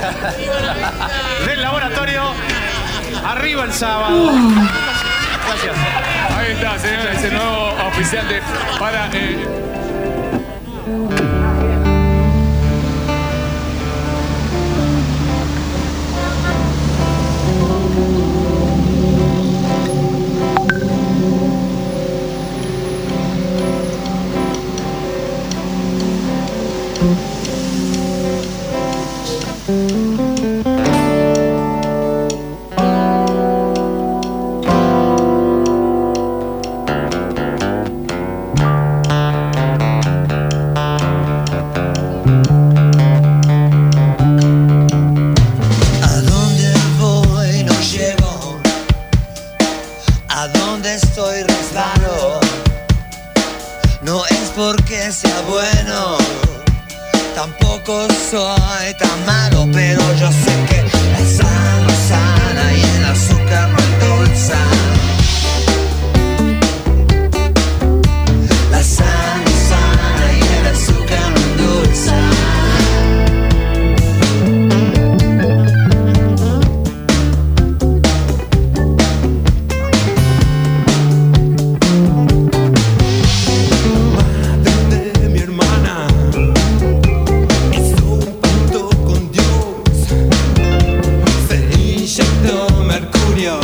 C: Del laboratorio, arriba el sábado. Gracias.
U: Ahí está, señores, ese nuevo oficiante para. eh,
L: ¿Dónde voy? No llego. ¿A dónde estoy? Resbalo. No es porque sea bueno. Tampoco soy tan malo, pero yo sé que la sal no sana y el azúcar no endulza. La sal no sana y el azúcar no endulza.
O: de mi hermana hizo un pacto con Dios, se inyectó mercurio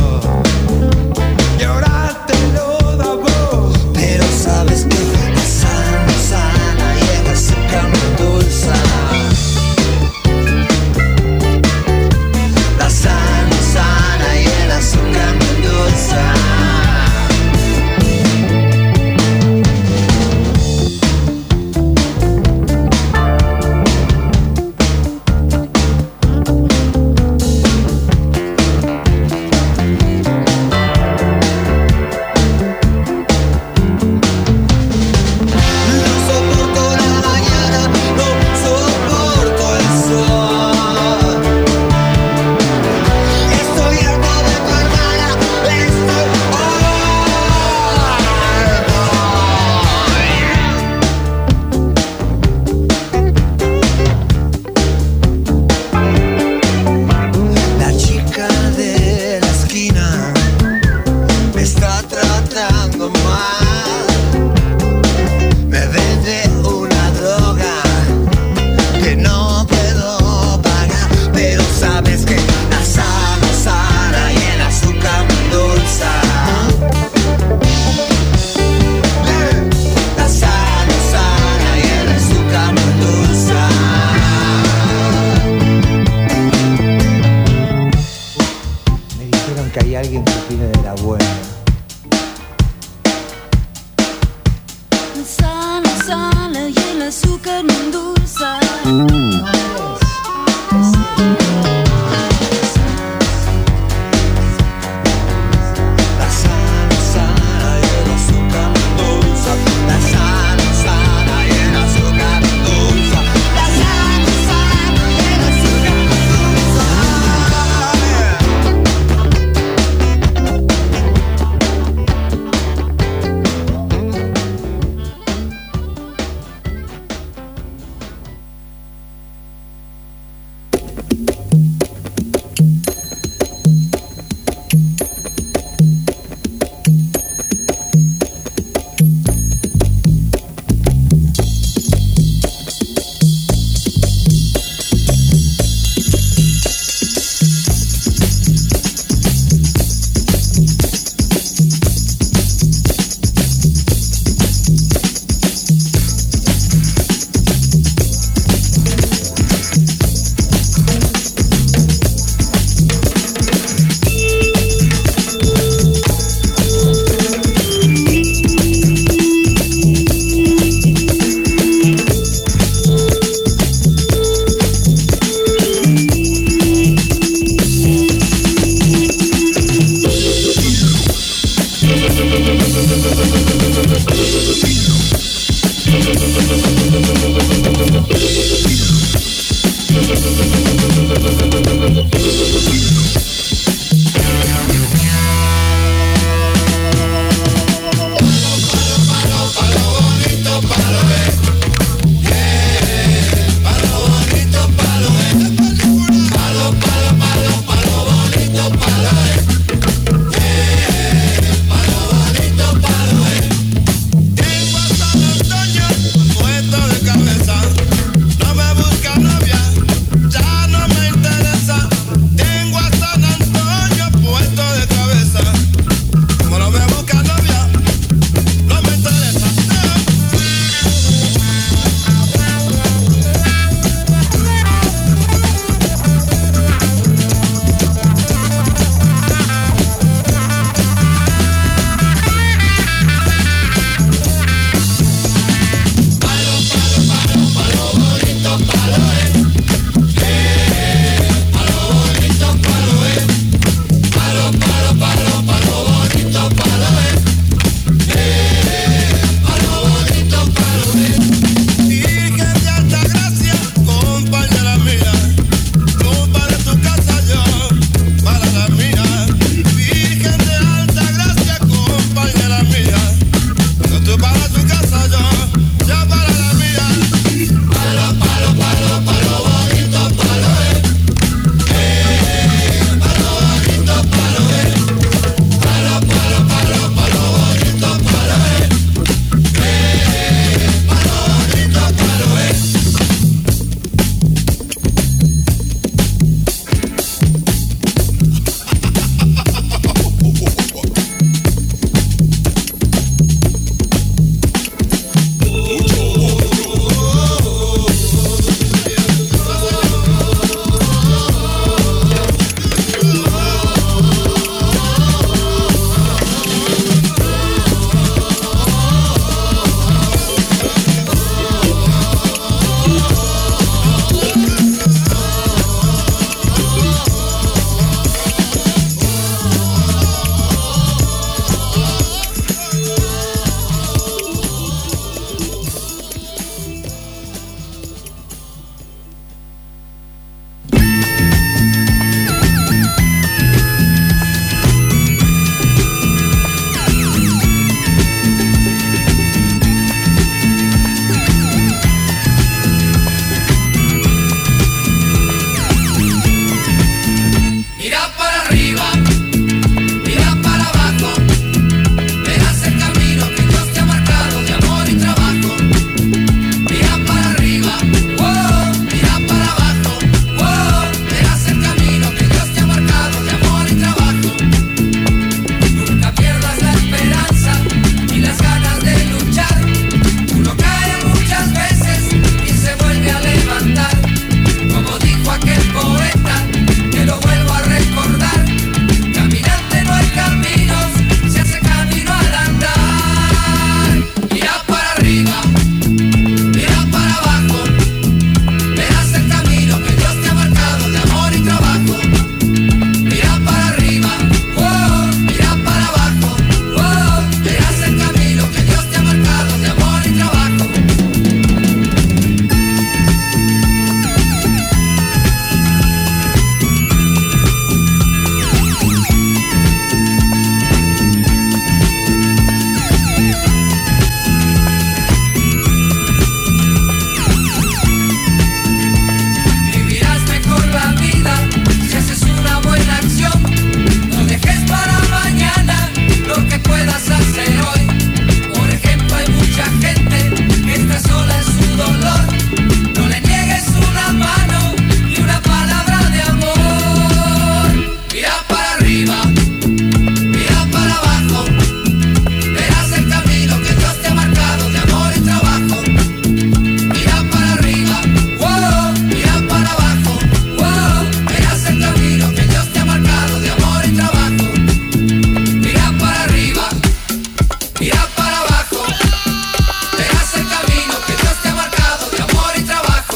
L: oh,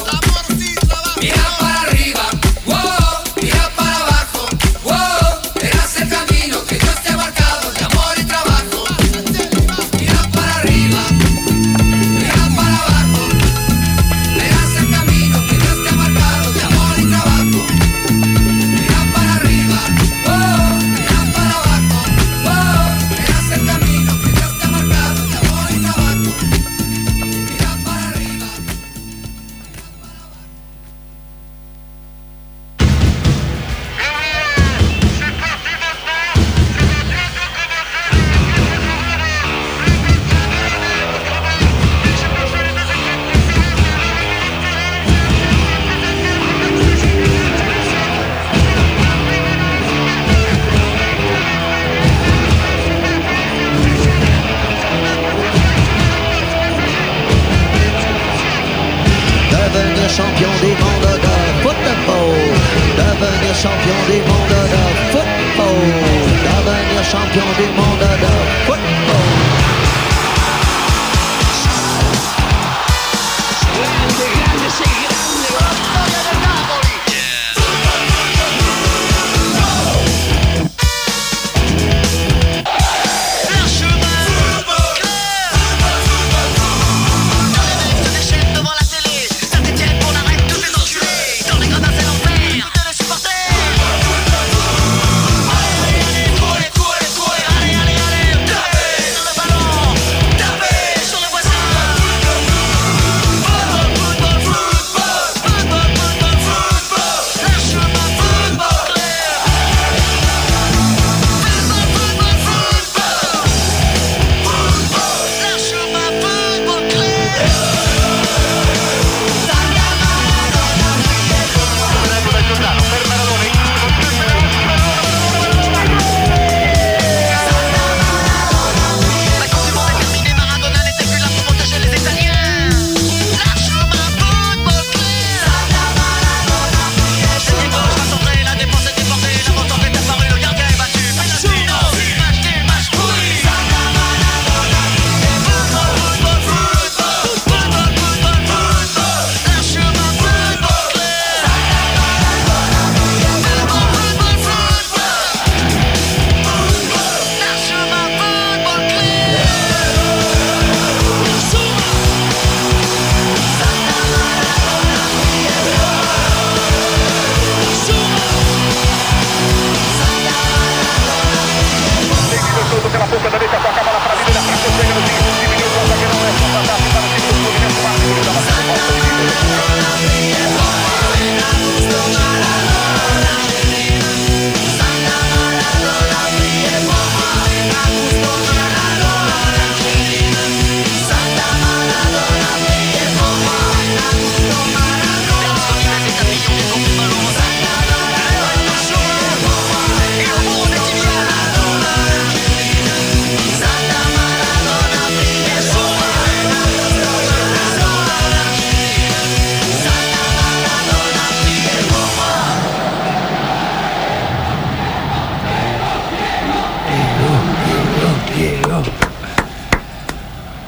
I: champion du monde de football. Devenir champion du monde de football. Devenir champion du monde de football.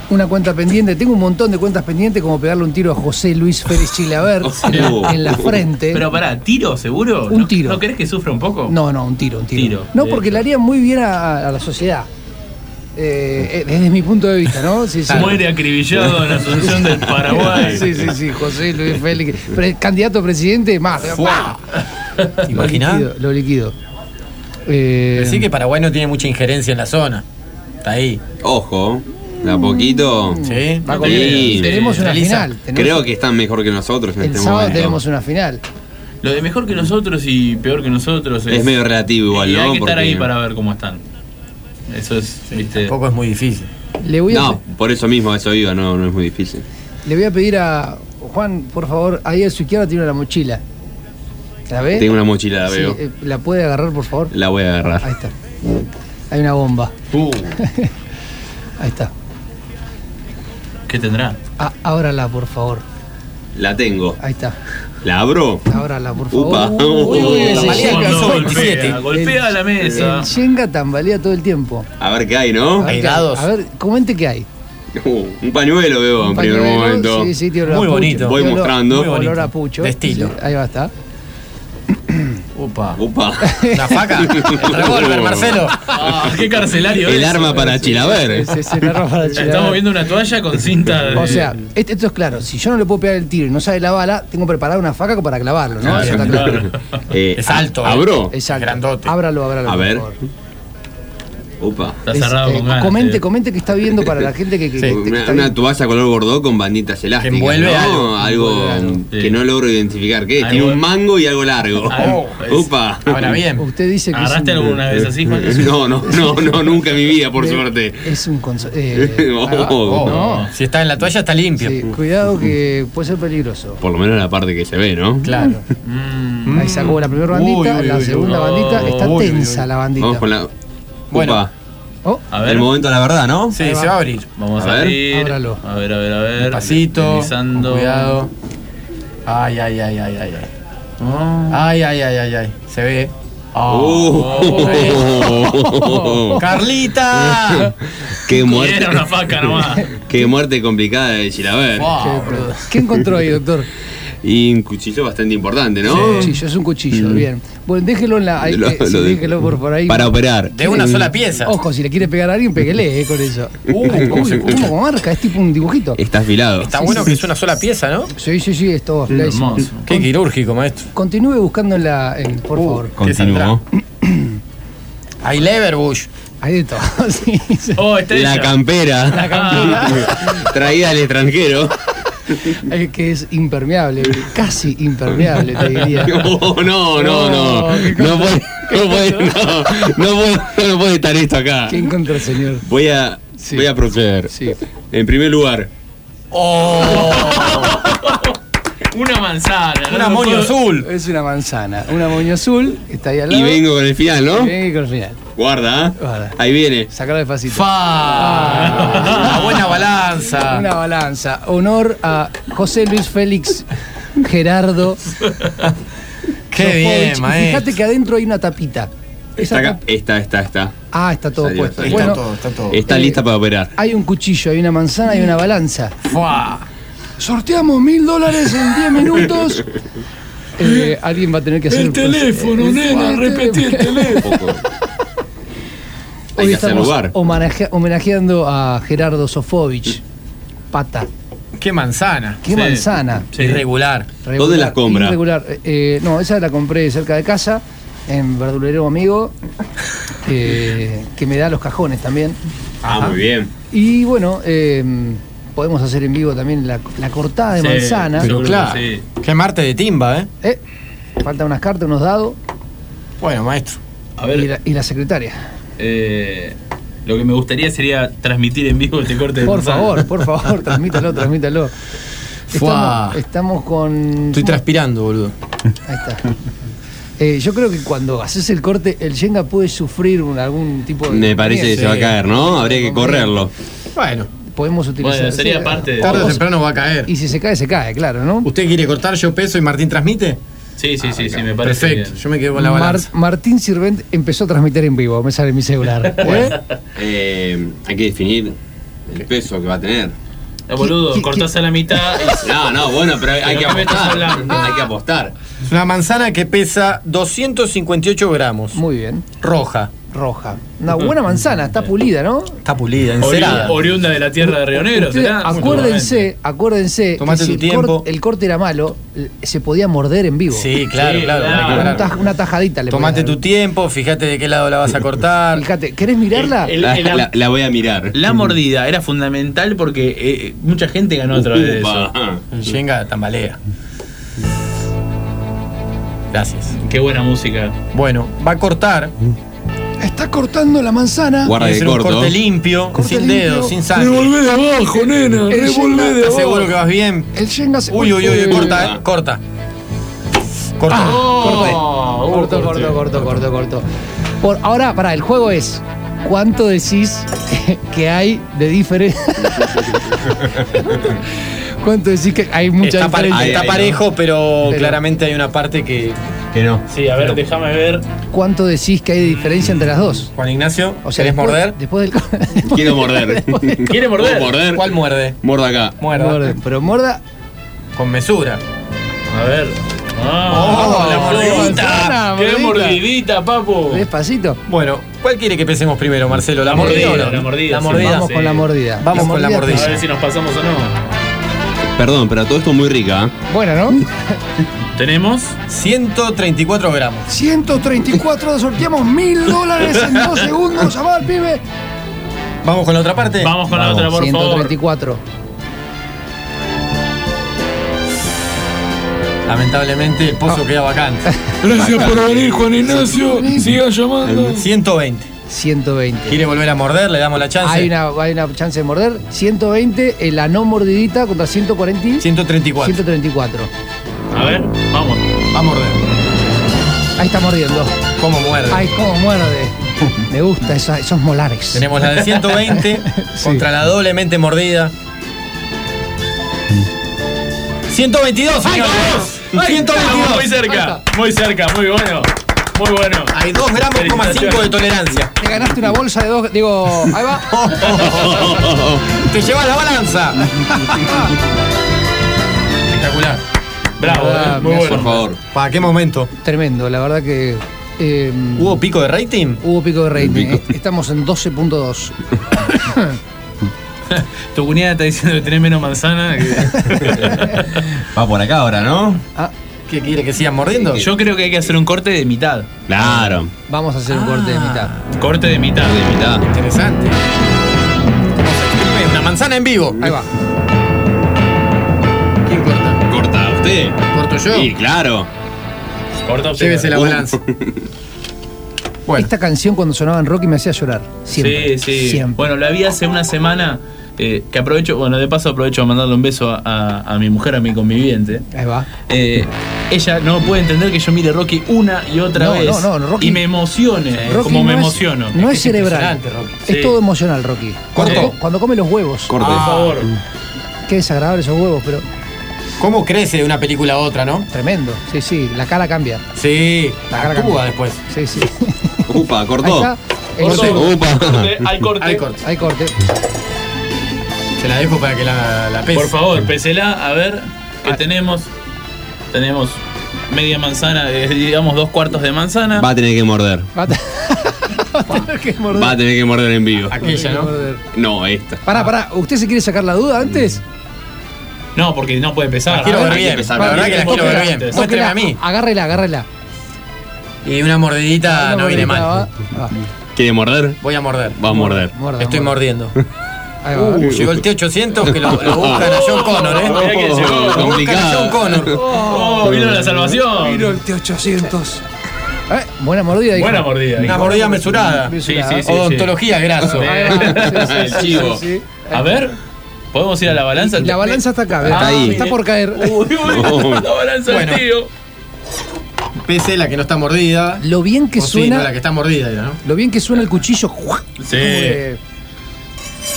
A: Una cuenta pendiente, tengo un montón de cuentas pendientes como pegarle un tiro a José Luis Félix Chilabert
E: Uh.
A: en, la- en la frente.
D: Pero pará, ¿tiro seguro?
A: Un
D: ¿No-
A: tiro.
D: ¿No crees que sufra un poco?
A: No, no, un tiro, un tiro.
D: Tiro. Eh,
A: No,
D: Sí.
A: porque le haría muy bien a, a la sociedad. Eh, eh, desde mi punto de vista, ¿no? Sí, sí.
D: Muere acribillado en Asunción del Paraguay.
A: Sí, sí, sí, José Luis Félix. Pre- candidato a presidente, más.
D: Fuá.
A: ¿Te imaginás? Lo liquido.
C: Eh,
M: Decí que Paraguay no tiene mucha injerencia en la zona. Está ahí.
E: Ojo, de a poquito.
M: Sí.
A: Va con- Mm. tenemos una
E: Realiza.
A: final, tenemos-
E: Creo que están mejor que nosotros en
A: El
E: este
A: sábado
E: momento.
A: tenemos una final.
D: Lo de mejor que nosotros y peor que nosotros es.
E: Es medio relativo igual,
D: y Hay
E: ¿no?
D: que estar
E: Porque-
D: ahí para ver cómo están. Eso es. viste.
M: Tampoco es muy difícil.
A: Le voy, a,
E: No, por eso mismo, eso iba, no, no es muy difícil.
A: le voy a pedir a Juan, por favor, ahí a su izquierda tiene una mochila. ¿La ve?
E: Tengo una mochila, la
A: Sí,
E: veo.
A: eh, ¿La puede agarrar, por favor?
E: La Uh. voy a agarrar.
A: Ahí está. Hay una bomba. Ahí está.
D: ¿Qué tendrá?
A: Ah, ábrala, por favor.
E: La tengo.
A: Ahí está.
E: ¿La abro?
A: Ábrala, por favor.
E: Upa.
A: Uy, uy, uy, ese
E: Oh,
A: Shenga
E: no,
A: fue-
E: golpea,
A: el-
E: golpea la mesa.
A: El Shenga tambalea todo el tiempo.
E: A ver qué hay,
A: A
E: ¿no?
A: ver, qué- A ver, comente qué hay.
E: Uh, un pañuelo veo en primer
A: Pañuelo,
E: momento.
A: Sí, sí, tiene olor a
E: Muy
A: pucho,
E: bonito. Voy
A: tiene olor-
E: mostrando.
A: tiene Olor a pucho.
E: De estilo.
A: Sí, ahí va a estar.
M: Upa.
E: Upa.
M: La faca. El revólver, Marcelo.
D: Ah, qué carcelario
E: El
D: es.
E: arma para Chilaver.
A: Sí, sí, el arma para
D: Estamos
A: Chilaver.
D: viendo una toalla con cinta. de-
E: Eh.
A: O sea, este- esto es claro. Si yo no le puedo pegar el tiro y no sale la bala, tengo preparada una faca para clavarlo, ¿no? Eso está claro.
E: es alto. Eh, ¿Abro?
A: Es alto. Ábralo, ábralo.
E: A
A: por
E: ver.
A: favor.
E: Upa.
A: Es, eh, comente, comente que está viendo para la gente que, que- que
E: Una,
A: está
E: una
A: viendo.
E: toalla color bordó con banditas elásticas.
A: envuelve
E: ¿no?
A: algo.
E: Algo que no logro identificar. ¿Qué? es? Tiene
A: Algo-
E: un mango y algo largo.
A: Algo-
D: es-
E: Upa.
A: Usted dice que es
D: ¿Agarraste
A: un-
D: alguna vez así, Juan?
E: No, no, no, no, nunca en mi vida, por
A: Eh,
E: suerte.
A: Es un conso- eh,
E: Oh,
A: ahí va.
E: oh,
A: No.
M: Si está en la toalla, está limpio.
A: Sí, cuidado que puede ser peligroso.
E: Por lo menos la parte que se ve, ¿no?
A: Claro. Ahí sacó la primera bandita,
E: Mm. Uy, uy,
A: la
E: uy,
A: segunda
E: uy.
A: bandita. Está
E: Uy, uy,
A: tensa la bandita.
E: Vamos con la.
A: Bueno.
E: Upa.
A: Oh.
D: A ver.
E: El momento de la verdad, ¿no?
D: Ahí
M: abrir.
D: Vamos
E: A
D: a,
E: ver.
D: abrir. A ver, a ver, a ver.
M: Despacito,
D: Deslizando.
M: con cuidado.
C: Ay, ay, ay, ay, ay, ay. Ay, ay, ay, ay, ay. Se ve.
E: Oh.
C: Oh. ¡Carlita!
E: Qué muerte.
C: Era una faca nomás.
E: Qué muerte complicada de decir, a ver.
A: ¿Qué encontró ahí, doctor?
E: Y un cuchillo bastante importante, ¿no?
A: Un cuchillo, es un cuchillo,
E: Mm.
A: bien. Bueno, déjelo en la. ahí,
E: Lo-
A: eh, sí,
E: lo de-
A: déjelo por, por ahí.
E: para operar. De una sola
A: pieza. Ojo, si le quiere pegar a alguien, pégale eh, con eso. Ay,
E: ¿cómo se
A: uy,
E: escucha?
A: ¿Cómo marca? Es tipo un dibujito.
E: Está afilado.
C: Está bueno que es una sola pieza, ¿no?
A: Sí, sí, sí, es
E: Mm,
A: todo afiladísimo.
C: Qué quirúrgico, maestro.
A: Continúe buscando en la. en- por
E: Uh,
A: favor.
E: Continuó.
C: Hay Leverbush.
A: Hay de todo, sí. sí.
E: Oh, La campera.
A: La campera.
E: Traída al extranjero.
A: Es que es impermeable, casi impermeable, te diría.
E: No, Oh, no, no, no.
A: No, qué
E: No puede, no puede, no, no puede- no puede estar esto acá.
A: ¿Qué encontró, señor?
E: Voy a, voy a proceder. En primer lugar,
D: Una manzana.
A: Una moño azul. Es una manzana. Una moño azul que está ahí al lado.
E: Y vengo con el final, ¿no?
A: Y vengo con el final.
E: guarda, ¿ah?
A: Guarda.
E: Ahí viene.
A: Sacalo de facito.
C: Una buena balanza.
A: Una balanza. Honor a José Luis Félix Gerardo.
C: Qué
A: Sofovich.
C: bien,
A: Y
C: maestro.
A: Fíjate que adentro hay una tapita. Esa
E: Está acá.
A: tap-
E: Está, está, está.
A: Ah, está todo
E: Salió,
A: puesto.
E: salió.
A: Bueno,
E: está Está
A: Eh,
E: lista para operar.
A: Hay un cuchillo, hay una manzana, hay una balanza. Sorteamos mil dólares en 10 minutos. Eh, alguien va a tener que hacer. pues,
O: El teléfono, nena, repetí el
A: teléfono.
E: Hay
A: Hoy
E: que hacer
A: estamos
E: lugar.
A: homenaje- homenajeando a Gerardo Sofovich. Pata.
C: Qué manzana.
A: Qué manzana.
C: Irregular.
E: ¿Dónde las compra?
A: Irregular. Eh, eh, no, esa la compré cerca de casa, en verdulero amigo, eh, que me da los cajones también.
E: Ah, muy bien.
A: Y bueno, eh, podemos hacer en vivo también la, la cortada de
C: Sí,
A: manzana.
C: Pero claro. Qué marte de timba, ¿eh?
A: Eh, faltan unas cartas, unos dados
C: Bueno, maestro.
D: A ver.
A: y la, y la secretaria.
D: Eh, lo que me gustaría sería transmitir en vivo este corte de
A: Por
D: manzana.
A: favor, por favor, transmítalo, transmítalo.
D: Fuá.
A: Estamos, estamos con.
C: Estoy transpirando, boludo.
A: Ahí está. Eh, yo creo que cuando haces el corte, el Yenga puede sufrir un- algún tipo de.
E: Me parece que se va a
A: Sí.
E: caer, ¿no? Habría que correrlo.
C: Bueno.
A: Podemos utilizar.
D: Bueno, sería parte de-
C: Tarde o
D: Vos-
C: temprano va a caer.
A: Y si se cae, se cae, claro, ¿no?
C: ¿Usted quiere cortar, yo peso y Martín transmite?
D: Sí,
E: Ah,
D: sí, sí, sí, me parece.
C: Perfecto.
D: bien.
C: Yo me quedo con la
A: Mar-
C: balanza.
A: Martín Sirvent empezó a transmitir en vivo, me sale mi celular. ¿Eh?
E: Eh, hay que definir el peso que va a tener.
D: Eh, boludo, cortás a la mitad. y-
E: No, no, bueno, pero hay
D: Pero
E: que
D: ¿qué me estás
E: apostar.
D: hablando?
E: Hay que apostar.
C: Es una manzana que pesa 258 gramos.
A: Muy bien.
C: Roja.
A: Roja. Una buena manzana, está pulida, ¿no?
C: Está pulida,
D: Oriu-
C: encerada.
D: oriunda de la tierra de Río Negro,
A: Ustedes,
D: ¿será?
A: acuérdense, acuérdense
C: Tomate
A: que si
C: tu
A: el,
C: tiempo.
A: cort- el corte era malo, l- se podía morder en vivo.
C: Sí, claro,
D: Sí,
C: claro.
D: claro.
C: hay que
A: Una,
C: parar.
A: taj- una tajadita le
C: Tomate
A: podía
C: tu tiempo, fíjate de qué lado la vas a
A: dar.
C: cortar.
A: Fíjate, ¿querés mirarla?
D: El-
E: La,
D: el-
E: la- la voy a mirar.
D: La mordida era fundamental porque eh, mucha gente ganó a través de eso.
E: Upa.
C: Yenga tambalea. Gracias.
D: Qué buena música.
C: Bueno, va a cortar.
A: Está cortando la manzana.
E: Guarda
C: Tiene que
E: que
C: ser un
E: corto.
C: corte limpio,
A: Corte
C: sin
A: limpio.
C: dedos, sin sangre.
O: de abajo, nena.
A: El Shenga-
C: ¿Estás seguro que vas bien?
A: El Shenga se-
C: Uy, uy, uy,
A: Eh,
E: Ah.
C: corta, eh, corta. Corta.
A: Ah. Corto, corto, corto, corto, corto, Por ahora, para el juego es ¿cuánto decís que hay de diferencia? ¿Cuánto decís que hay mucha
C: Está, pare-
A: diferencia?
C: está
E: Ahí, ahí,
C: parejo, pero,
A: Pero-
C: claramente hay una parte que.
E: Que no.
D: Sí, a ver, déjame ver.
A: ¿Cuánto decís que hay de diferencia entre las dos?
C: Juan Ignacio,
A: O sea,
C: ¿querés
A: después-
C: morder?
A: Después del
E: Quiero morder.
D: ¿Quiere morder?
E: ¿Puedo morder?
C: ¿Cuál muerde?
E: Morda acá.
C: Muerda.
A: Morde, Pero morda.
C: Con mesura.
D: A ver. Ah,
C: Oh,
D: la
C: la
D: mordidita.
A: manzana,
D: Ah, Qué
A: mordidita.
D: mordidita, papu.
A: Despacito.
C: Bueno, ¿cuál quiere que pesemos primero, Marcelo? ¿La,
D: La
C: mordida,
D: mordida,
C: o no?
D: la mordida, sí.
A: Vamos
D: Sí.
A: con la mordida.
C: Vamos con la
D: A
C: mordida.
D: ver si nos pasamos o no.
E: Perdón, pero todo esto muy rica. ¿eh?
A: Bueno, ¿no?
D: Tenemos.
C: 134 gramos.
A: 134, sorteamos mil dólares en dos segundos. Llamá al pibe.
C: ¿Vamos con la otra parte?
D: Vamos con la otra, por favor.
A: 134.
C: Lamentablemente el
A: Ah.
C: pozo queda vacante.
O: Gracias por venir, Juan Ignacio. Siga llamando.
C: 120.
A: 120.
C: ¿Quiere volver a morder? ¿Le damos la chance?
A: Hay una, hay una chance de morder. 120, eh, la no mordidita contra 140 y
C: 134.
A: 134.
D: A ver, vamos.
C: Va a morder.
A: Ahí está mordiendo.
C: ¿Cómo muerde?
A: Ay, cómo muerde. Me gusta esa- esos molares.
C: Tenemos la de 120
A: Sí.
C: contra la doblemente mordida. 122,
M: ¡Ay,
C: señores.
M: vamos! ¡Ay,
C: 122.
M: estamos muy cerca, Ahí
C: muy cerca, muy bueno. Muy bueno. Hay 2 gramos, coma cinco de tolerancia.
A: Te ganaste una bolsa de dos. Digo, ahí va.
C: Te llevas la balanza.
M: Espectacular. Bravo,
A: Ah,
M: eh, muy
A: me
M: bueno.
A: asombra.
M: ¿Para qué momento?
A: Tremendo, la verdad que. eh,
C: ¿Hubo pico de rating?
A: Hubo pico de rating. Est- Estamos en 12.2.
D: Tu cuñada está diciendo que tenés menos manzana.
M: Va por acá ahora, ¿no?
C: Ah, ¿Qué quiere que sigan mordiendo?
D: Yo creo que hay que hacer un corte de mitad. Ah.
M: Claro.
A: Vamos a hacer un corte de mitad.
D: Corte de mitad. De mitad.
C: Interesante. Una manzana en vivo. Ahí va. ¿Quién corta?
J: Corta usted.
C: ¿Corto yo?
J: Sí, claro. Uh,
D: Corta
C: usted. Llévese la balanza.
A: Esta canción cuando sonaba en Rocky me hacía llorar. Siempre.
D: Sí, sí.
A: Siempre.
D: Bueno, la vi hace una semana. eh, que aprovecho, bueno, de paso aprovecho a mandarle un beso a, a- a mi mujer, a mi conviviente.
A: Ahí va.
D: Eh, ella no puede entender que yo mire Rocky una y otra
A: No,
D: vez.
A: no, no, no, Rocky-
D: y me emocione,
A: Rocky
D: Eh, como
A: no
D: me
A: es-
D: emociono.
A: No es, cerebral. Es
D: Sí.
A: todo emocional, Rocky. Cuando,
D: Corto.
A: co- cuando come los huevos.
C: Corto. Ah. Por favor.
A: Qué desagradables esos huevos, pero
C: ¿Cómo crece de una película a otra, no?
A: tremendo. Sí, sí. La cara cambia.
C: Sí,
A: La
C: la
A: garganta.
C: cuba después.
A: Sí, sí.
E: Upa, cortó.
A: Ahí está. El corte.
D: Hay corte.
C: Hay corte.
A: Hay corte.
C: Se la dejo para que la, la pese.
D: Por favor, pesela, a ver,
A: Ah.
D: que tenemos. Tenemos media manzana, eh, digamos dos cuartos de manzana.
J: Va a tener que morder.
A: Va a tener que morder.
J: Va a tener que morder en vivo.
D: Aquella, ¿no?
J: No, eh. esta.
A: Pará, pará. ¿Usted se quiere sacar la duda antes?
D: No, porque no puede pesar.
C: La quiero
D: A
C: ver bien, la verdad que la quiero ver bien.
D: Tóquela.
C: Muéstreme a mí.
A: Agárrela, agárrela.
C: Y una mordidita
A: Una
C: no viene
A: mordidita,
C: mal.
J: ¿Quiere morder?
C: Voy a morder.
J: Va a morder.
A: Muerda,
C: Estoy
A: muerda.
C: mordiendo.
A: Ahí va.
C: Uh, llegó el T800 que lo, lo buscan a John Connor, ¿eh?
J: Oh, mirá que llegó.
C: Lo buscan a
J: Complicado.
C: John Connor.
D: Oh, vino la salvación.
A: Vino el T800. Eh, buena mordida. dijo.
D: Buena mordida.
C: Una mordida mesurada.
D: Sí, sí, sí,
C: Odontología graso.
A: Ah,
D: El Ah, chivo. A ver, ¿podemos ir a la balanza?
A: La balanza está acá, ¿ves?
D: Está ahí.
A: Ah, Está por caer.
D: Uy, uy, la balanza del
C: Bueno.
D: tío.
C: Pese la que no está mordida.
A: Lo bien que
C: O Oh, sí,
A: suena.
C: no, la que está mordida era, ¿no?
A: Lo bien que suena el cuchillo. Eh,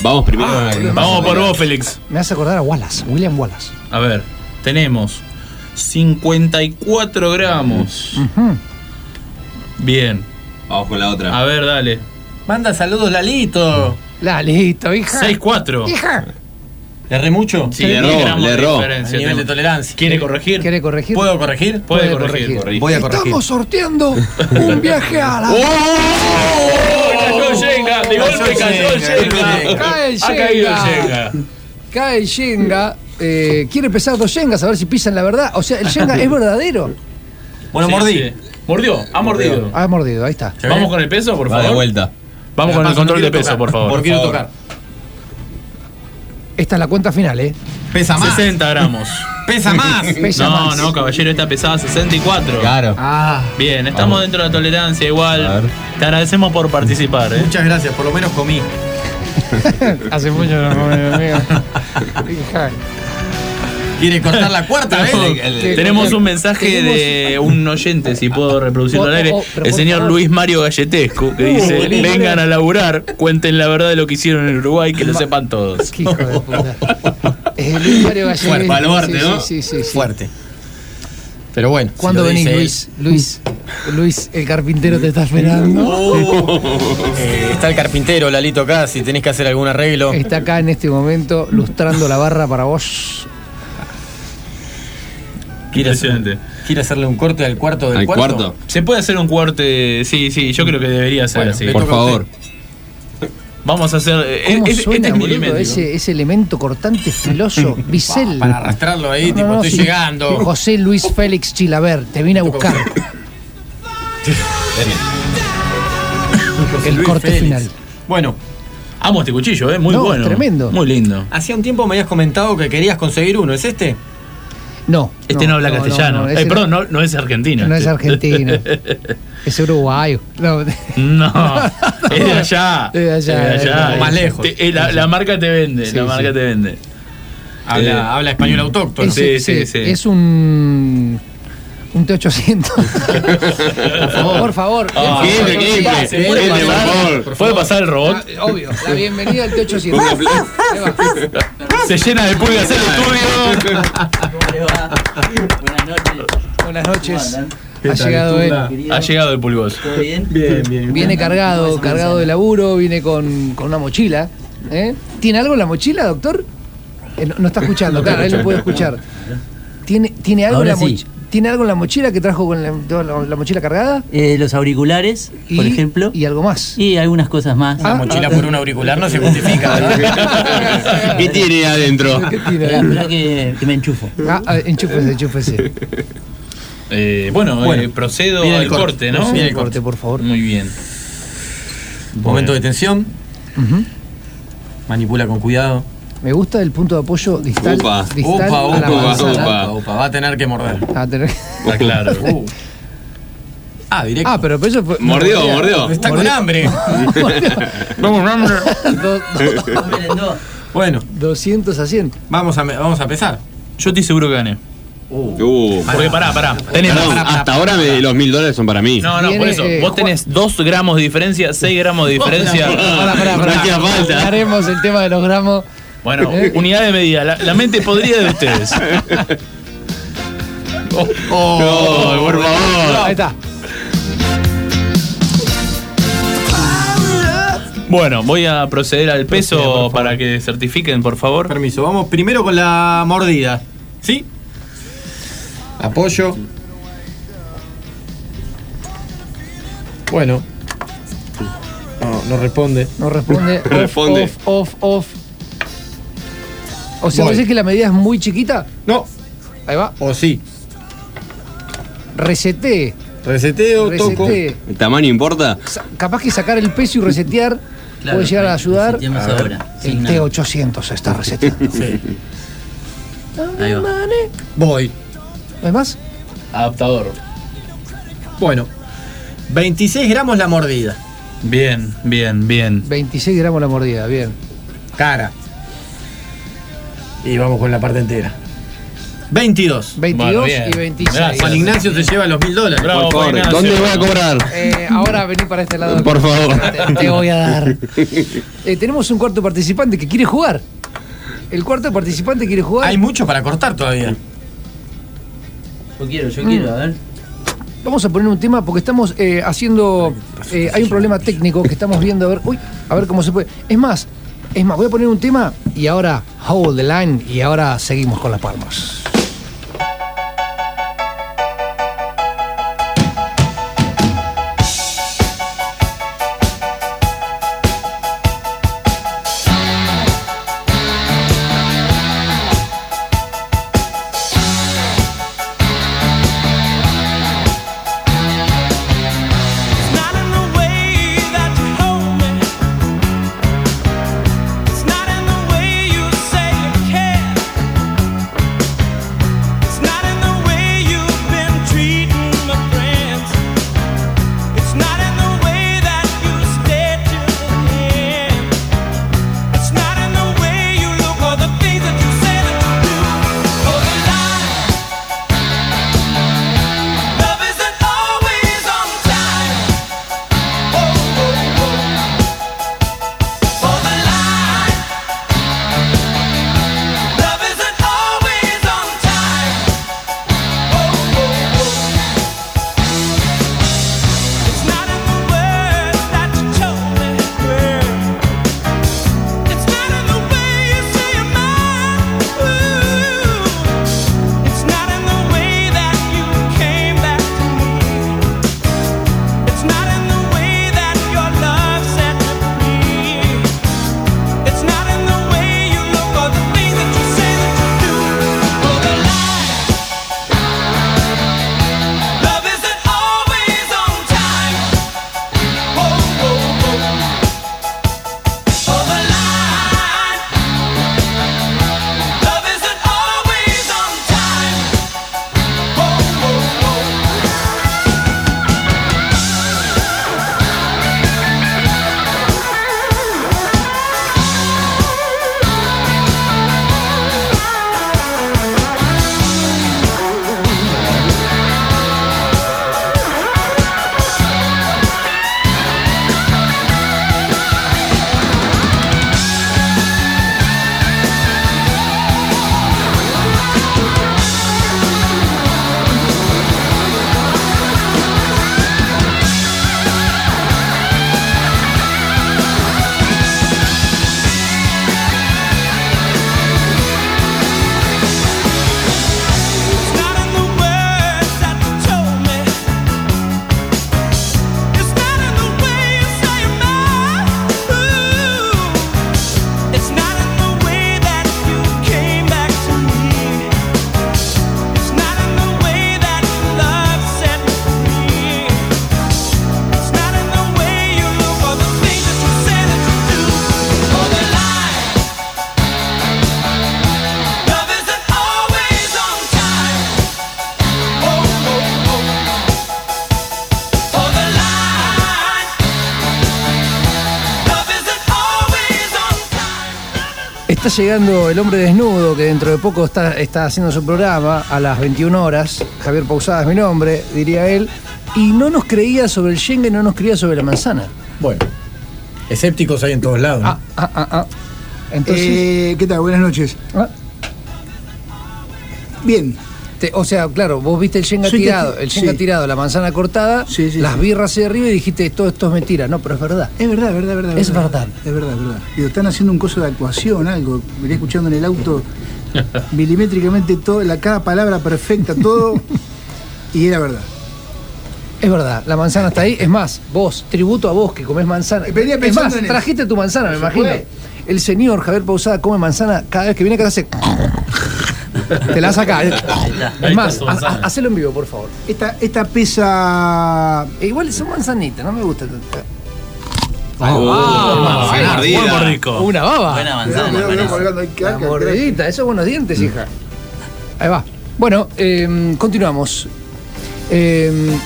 J: Vamos primero.
A: Ah,
D: Ah, Vamos por vos, Félix.
A: Me hace acordar a Wallace, William Wallace.
D: A ver, tenemos 54 gramos.
A: Ujú.
D: Bien.
J: Vamos con la otra.
D: A ver, dale.
C: Manda saludos, Lalito.
A: La listo, hija.
D: 6-4.
A: Hija.
C: ¿Le erré mucho?
D: Sí, le erró, le erró.
C: A nivel de tolerancia.
D: ¿Quiere corregir?
A: ¿Quiere corregir?
C: ¿Puedo corregir?
D: Puede corregir.
C: Voy a corregir.
A: Estamos sorteando un viaje a la.
D: Cayó Yenga, de golpe cayó Yenga.
A: Cae
D: Ha caído
A: Yenga.
D: Yenga.
A: Cae el Yenga. Eh, quiere pesar dos Yengas a ver si pisan la verdad. O sea, el Yenga es verdadero.
C: Bueno,
D: Sí,
C: mordí.
D: sí. Mordió, ha mordido.
A: Ha mordido, ahí está.
D: ¿Se Vamos ve? con el peso, por
J: Va de
D: favor.
J: vuelta.
D: Vamos con el
C: Paso,
D: control
C: no
D: de
C: quiero
D: peso,
C: tocar.
D: por favor.
C: Porque quiero tocar.
A: Esta es la cuenta final, ¿eh?
C: Pesa más.
D: 60 gramos.
C: Pesa más.
A: Pesa
D: No,
A: más.
D: no, caballero, esta pesada 64.
J: Claro.
A: Ah,
D: Bien, estamos dentro de la tolerancia
J: A
D: igual.
J: ver.
D: Te agradecemos por participar, eh.
C: Muchas gracias, por lo menos comí.
A: hace mucho no comí, amigo. Hija.
C: ¿Quiere cortar la cuarta vez?
A: Sí.
D: Tenemos un mensaje de un oyente, si puedo reproducirlo al aire,
A: Oh, oh, pero
D: el
A: por
D: señor
A: favor.
D: Luis Mario Galletesco, que
A: Uh,
D: dice,
A: lindo.
D: vengan a laburar, cuenten la verdad de lo que hicieron en Uruguay, que lo sepan todos.
A: Qué hijo de puta. Es Luis Mario Gallegos.
C: Fuerte,
A: Sí,
C: baluarte,
A: sí,
C: ¿no?
A: Sí, sí, sí.
C: Fuerte. Pero bueno. si
A: ¿Cuándo
C: lo
A: venís,
C: dice
A: Luis? Luis, Luis, el carpintero te está esperando.
C: él. Eh, está el carpintero, Lalito, acá, si tenés que hacer algún arreglo.
A: Está acá en este momento lustrando la barra para vos.
C: Quiere, hacer-
D: Impresionante.
C: quiere hacerle un corte al cuarto del
J: Al
C: cuarto.
J: cuarto.
D: Se puede hacer un corte, sí, sí, yo creo que debería ser
C: Bueno,
D: así.
C: le
J: Por
C: toca a
J: favor.
D: Vamos a hacer... eh,
A: ¿Cómo
D: es-
A: suena,
D: este es
A: boludo,
D: milimétrico.
A: ese, ese elemento cortante, filoso, bisel?
C: Para arrastrarlo ahí,
A: No,
C: tipo,
A: no,
C: estoy
A: sí.
C: llegando.
A: José Luis Félix Chilaver, te vine a buscar. El
C: Luis
A: corte
C: Félix.
A: final.
C: Bueno,
D: Amo este cuchillo, eh, muy
A: No,
D: bueno.
A: tremendo.
D: Muy lindo.
C: hacía un tiempo me habías comentado que querías conseguir uno, ¿es este?
A: No.
D: Este no, habla castellano.
A: no,
D: Eh,
A: ese
D: perdón,
A: no,
D: no, no es argentino.
A: no es
D: este.
A: argentino. es uruguayo. No,
D: No, Ah. es de allá.
A: Es de allá,
D: Es de allá.
A: es de
C: más lejos.
D: Te- eh, la, la marca te vende,
A: Sí,
D: la marca
A: sí.
D: te vende.
C: Habla,
D: Eh,
C: habla español autóctono.
A: es,
D: sí, sí, sí.
A: es un. Un T800. por favor.
D: Ah,
A: por favor.
J: Quiebre, quiebre.
A: Sí,
J: Quiebre, por favor.
D: ¿Puede pasar el robot?
A: Ah, Obvio, la bienvenida al T800.
J: Con la pla-
A: Ahí va.
D: Se llena de pulgas el estudio.
V: les va? Buenas noches.
A: Buenas noches.
D: ¿Qué
A: Ha
D: tal,
A: llegado
D: Tula?
A: él.
D: Ha llegado el pulgoso.
V: ¿Todo bien?
A: Viene cargado, cargado de laburo, viene con, con una mochila. ¿eh? ¿Tiene algo en la mochila, doctor? Eh, no, no está escuchando,
V: No está
A: claro, él no puede
V: escuchando.
A: escuchar. ¿Tiene, tiene, algo en
V: Ahora
A: la
V: sí.
A: moch- ¿Tiene algo en la mochila que trajo con la, toda la- la mochila cargada?
V: Eh, los auriculares, por
A: Y-
V: ejemplo.
A: Y algo más.
V: Y algunas cosas más.
A: Una Ah,
C: mochila por un auricular no se justifica.
J: ¿Qué tiene adentro?
V: Esperá, esperá que, que me enchufo.
A: Ah, ah, enchúfese, enchúfese.
D: Eh, bueno,
A: Bueno,
D: eh, procedo
A: viene
D: al
A: el corte,
D: corte, ¿no?
A: proceda Viene al al corte, por favor.
D: Muy bien.
C: Momento de tensión.
A: Ujú.
C: Manipula con cuidado.
A: Me gusta el punto de apoyo distal.
C: Upa,
A: distal
C: upa,
A: a la
C: upa,
A: manzana.
C: upa, upa. Va a tener que morder.
A: Ah, tener-
C: Está claro. Ah, directo.
A: Ah, pero eso fue.
C: Mordió, mordió. Está con hambre. Vamos, hambre.
A: Do-
C: Bueno,
A: 200 a 100.
C: vamos a, vamos a pesar.
D: Yo estoy seguro que gané.
J: Uh.
D: Porque pará, pará. Tenés-
J: Perdón,
D: pará, pará,
J: hasta ahora me- los mil dólares son para mí.
D: No, no, por
A: eh,
D: eso. Vos tenés 2 gramos de diferencia, 6 gramos de diferencia.
A: Pará, pará, pará.
D: No hacía falta.
A: Haremos el tema de los gramos.
D: Bueno,
C: Eh,
D: unidad de medida. La, la mente podría de ustedes. Oh,
J: No, por favor.
A: Ahí está.
D: Bueno, voy a proceder al peso para que certifiquen, por favor.
C: Permiso, vamos primero con la mordida. ¿Sí? Apoyo. Bueno. No, no responde.
A: No responde. Off,
C: Responde.
A: Off, off, off. O sea, ¿vos
C: Voy.
A: decís que la medida es muy chiquita?
C: No.
A: Ahí va.
D: pues-
C: O sí.
A: Reseté.
C: Reseteo,
A: toco. Reseté.
J: ¿El tamaño importa?
A: Capaz que sacar el peso y resetear
J: Claro,
A: puede llegar a ayudar.
J: reseteamos
A: A ver,
J: ahora,
A: El
J: sin nada.
A: T800 está reseteando.
J: Ahí va.
C: Voy.
A: ¿No hay más?
D: Adaptador.
C: Bueno. 26 gramos la mordida.
D: Bien, bien, bien.
A: 26 gramos la mordida, bien.
C: Cara. Y vamos con la parte entera. 22.
A: 22 y 26.
C: Juan Ignacio se lleva los mil dólares.
J: Por favor, ¿dónde voy a cobrar?
A: Eh, ahora vení para este lado.
J: Por favor.
A: Te, te voy a dar. Eh, tenemos un cuarto participante que quiere jugar. El cuarto participante quiere jugar.
C: Hay mucho para cortar todavía.
V: Yo quiero, yo quiero, a ver.
A: Vamos a poner un tema porque estamos eh, haciendo. eh, hay un problema técnico que estamos viendo a ver. Uy, a ver cómo se puede. Es más, es más, voy a poner un tema y ahora hold the line y ahora seguimos con las palmas.
W: It's not in the way you say you care.
L: Oh, Oh,
A: Está llegando el hombre desnudo que dentro de poco está, está haciendo su programa a las 21 horas. Javier Pausada es mi nombre, diría él. Y no nos creía sobre el Schengen, no nos creía sobre la manzana.
C: Bueno, escépticos hay en todos lados. ¿no?
A: Ah, ah, ah. Entonces. Ah.
W: Eh, ¿Qué tal? Buenas noches.
A: Bien. o sea, claro, vos viste el Shenga
W: Soy
A: tirado,
W: testi-
A: el Shenga
W: sí.
A: tirado, la manzana cortada, las birras hacia arriba y dijiste, todo esto es mentira. No, pero es verdad.
W: Es verdad, es verdad, es verdad.
A: Es
W: Es verdad, es verdad. Digo, están haciendo un coso de actuación, algo. Venía escuchando en el auto milimétricamente todo, la, cada palabra perfecta, todo. y era verdad.
A: Es verdad, la manzana está ahí. Es más, vos, tributo a vos que comés manzana.
W: Venía
A: es
W: pensando
A: más,
W: en eso.
A: trajiste tu manzana, me
W: Por
A: imagino.
W: supuesto.
A: El señor Javier Pausada come manzana cada vez que viene acá hace. Te la saca. Es más, ha- ha- hacelo en vivo, por favor.
W: Esta, esta pesa.
A: E igual son manzanitas, no me gusta tanto.
W: Ah,
A: Ah,
W: buena
A: buena
W: mordida.
A: mordida. Una baba.
W: Buena manzana,
A: Cuidado, cuidado,
W: buena.
A: colgando ahí, caca, La mordidita, eso buenos dientes, hija. Ahí va. Bueno, eh, continuamos. Eh,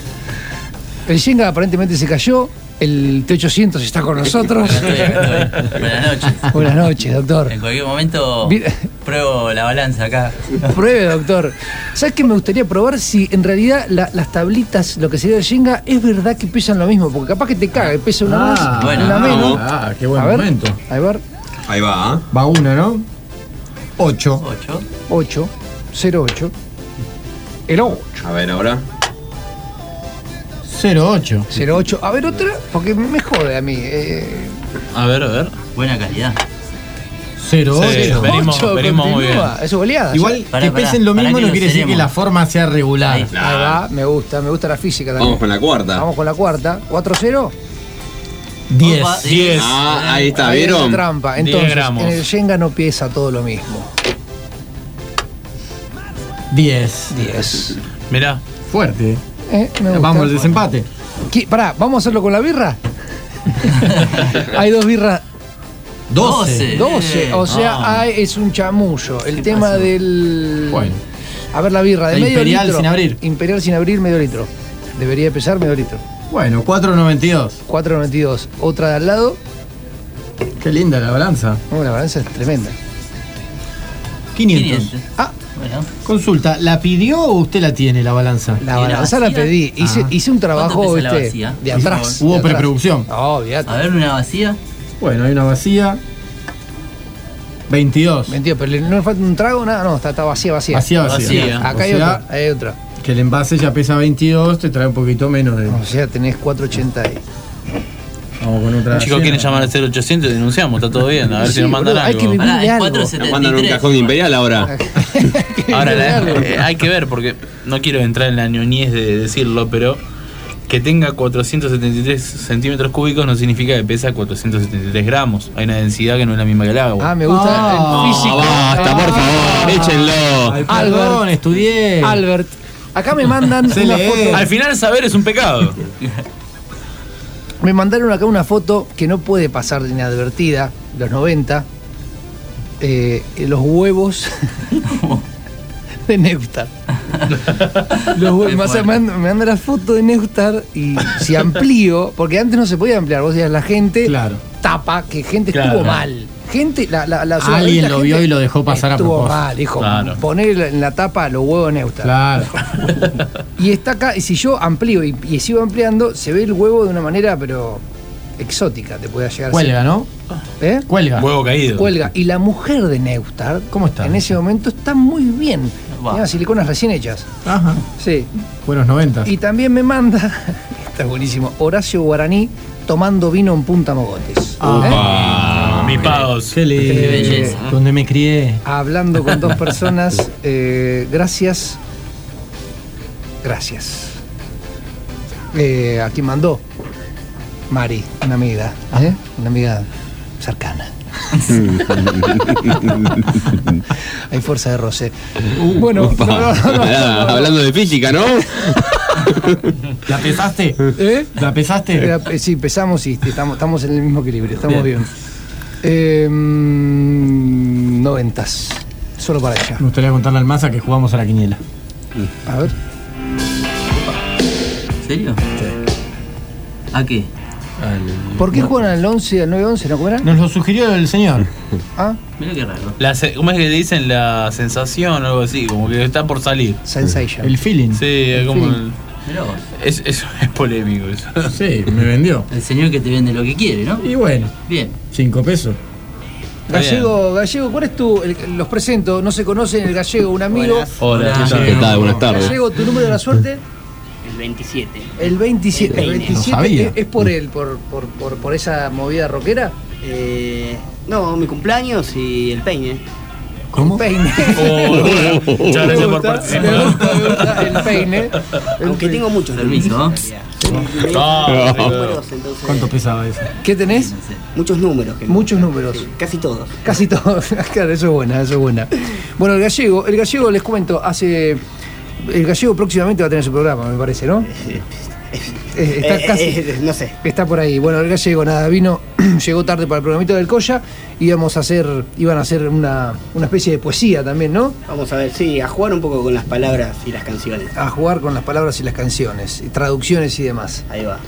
A: el Shenga aparentemente se cayó. El T800 está con nosotros.
V: Buenas noches.
A: ah. Buenas noches, doctor.
V: En cualquier momento
A: Bien.
V: pruebo la balanza acá.
A: Pruebe, doctor. ¿Sabes qué me gustaría probar si en realidad la- las tablitas, lo que sería el Shenga, es verdad que pesan lo mismo? Porque capaz que te caga, y pesa una más, una menos.
C: Ah, qué buen
A: A ver.
C: momento.
A: A ver.
J: Ahí va. ¿ah?
C: Va uno, ¿no? 8.
V: 8.
A: 8, 08. El 8.
J: A ver ahora.
C: 08.
A: 08. A ver otra, porque me jode a mí. eh.
D: A ver, a ver.
V: Buena calidad.
C: 08.
A: venimos- Ocho, venimos muy continúa. bien. Es goleada,
C: Igual
A: ya.
C: que
A: Pará, pará,
C: pesen lo
A: pará
C: mismo
A: que
C: no
A: lo
C: quiere decir que
A: seremos.
C: la forma sea regular.
A: Ahí va, me gusta, me gusta la física también.
J: Vamos con la cuarta.
A: Vamos con la cuarta. 4-0.
C: 10.
A: Opa,
J: 10. Ah, ahí está, ¿vieron?
A: es la trampa.
J: 10
A: Entonces,
J: gramos.
A: en el Shenga no piensa todo lo mismo.
C: 10.
A: 10.
D: Mirá.
C: Fuerte.
A: Eh, me gusta.
C: Vamos al desempate.
A: ¿Qué? Pará, ¿vamos a hacerlo con la birra? hay dos birras.
C: 12.
A: 12. O sea,
C: Ah.
A: hay- es un chamullo. El tema del.
C: Bueno.
A: A ver la birra, de
C: La
A: medio
C: Imperial
A: litro.
C: sin abrir.
A: Imperial sin abrir, medio litro. Debería pesar medio litro.
C: Bueno, 4.92.
A: 4.92. Otra de al lado.
C: Qué linda la balanza.
A: No, la balanza es tremenda.
C: 500.
A: Ah,
V: bueno.
C: Consulta, ¿la pidió o usted la tiene la balanza?
A: La balanza la pedí. Hice, hice un trabajo
C: pesa la
A: este,
C: vacía?
A: de atrás.
C: Hubo
A: de atrás.
C: preproducción.
A: Obviamente.
V: A ver, una vacía.
C: Bueno, hay una vacía. 22.
A: Mentira, pero le- no le falta un trago, nada. No, está, está vacía, vacía.
C: Vacía, vacía. Vacía.
A: Acá hay
C: O sea,
A: otra. Eh, Hay otra.
C: Que el envase ya pesa 22, te trae un poquito menos de. O
A: sea, tenés 480 ahí.
C: Vamos con otra.
D: Chicos, quieren llamar al 0800 y denunciamos, está todo bien. A ver
C: Sí,
D: si nos mandan
C: boludo, hay
D: algo.
C: que vivir Pará, de es algo.
J: Nos mandan un cajón imperial ahora.
D: Ahora,
J: vivir de
D: la-
J: algo.
D: eh, hay que ver, porque no quiero entrar en la ñoñez de decirlo, pero que tenga 473 centímetros cúbicos no significa que pesa 473 gramos. Hay una densidad que no es la misma que el agua.
A: Ah, me gusta el físico. Ah,
J: Basta, por favor, échenlo.
A: Albert.
C: estudié.
A: Albert. Acá me mandan una foto.
D: Al final saber es un pecado.
A: Me mandaron acá una foto que no puede pasar inadvertida, los 90. eh, los huevos de Neustar. Los hue- más- me, manda- me manda la foto de Neustar y si amplío, porque antes no se podía ampliar, vos decías la gente tapa, que gente
C: Claro.
A: estuvo mal. Gente, la, la, la-
C: Alguien
A: la
C: lo
A: gente
C: vio y lo dejó pasar a
A: Estuvo
C: propósito.
A: mal, hijo.
C: Claro.
A: Poner en la tapa los huevos de Neustar.
C: Claro.
A: Y está acá, y si yo amplío y, y sigo ampliando, se ve el huevo de una manera, pero exótica, te puede llegar. a
C: Cuelga,
A: ser.
C: ¿no?
A: ¿Eh?
C: Cuelga. Huevo caído.
A: Cuelga. Y la mujer de Neustard, ¿cómo está? En ese momento está muy bien. Tenía siliconas recién hechas.
C: Ajá.
A: Sí.
C: Buenos 90.
A: Y también me manda, está buenísimo, Horacio Guaraní tomando vino en Punta Mogotes. ¿Eh?
D: Mi pagos.
C: Ah. Qué lindo.
A: Qué belleza.
C: Donde me crié.
A: Hablando con dos personas, eh, gracias. Gracias. Eh, a quien mandó, Mari, una amiga,
J: Ah.
A: ¿eh? una amiga cercana. Mm. Hay fuerza de roce. bueno,
J: Upa.
A: no, no, no,
J: Ah, Hablando de física, ¿no?
C: ¿La pesaste?
A: ¿Eh?
C: ¿La pesaste?
A: Era- eh, sí, pesamos y estamos, estamos en el mismo equilibrio, estamos bien. Eh, mm, noventas. Solo para allá.
C: Me gustaría contarle al Massa que jugamos a la quiniela.
A: A ver.
V: ¿En serio? ¿A qué?
A: ¿Por qué juegan al 11 al 9-11? ¿No cobran?
C: Nos lo sugirió el señor.
A: ¿Ah?
D: Mira qué raro. ¿Cómo es que le dicen la sensación o algo así? Como que está por salir.
A: Sensation.
C: El feeling.
D: Sí, es como.
V: feeling.
D: el- Es, es, es polémico eso.
C: Sí, me vendió.
V: El señor que te vende lo que quiere, ¿no?
C: Y bueno.
V: Bien.
C: Cinco pesos.
A: Gallego, Gallego, ¿cuál es tu.? el- los presento, no se conocen, el Gallego, un amigo.
J: Hola, ¿qué tal? ¿Qué tal? Buenas tardes.
A: Gallego, tu número de la suerte,
B: El 27.
A: el 27. El
B: El
A: 27
B: No sabía.
A: ¿es, es por él, por, por, por, por esa movida rockera?
B: Eh, no, mi cumpleaños y el peine.
A: ¿Cómo? Peine. Oh,
B: Muchas
A: Me
B: gracias por
A: gusta,
B: participar.
A: me gusta, me gusta el peine.
B: Aunque tengo muchos permisos.
C: ¿Cuánto pesaba eso?
A: ¿Qué tenés?
B: Muchos números.
A: Muchos números.
B: Casi todos.
A: Casi todo. claro, eso es buena, eso es buena. Bueno, el gallego, el gallego les cuento, hace. El gallego próximamente va a tener su programa, me parece, ¿no? Eh, Está
B: Eh,
A: casi.
B: eh, no sé.
A: Está por ahí. Bueno, el gallego nada, vino, llegó tarde para el programito del Coya, íbamos a hacer, iban a hacer una, una especie de poesía también, ¿no?
B: Vamos a ver, sí, a jugar un poco con las palabras y las canciones.
A: A jugar con las palabras y las canciones, y traducciones y demás.
B: Ahí va.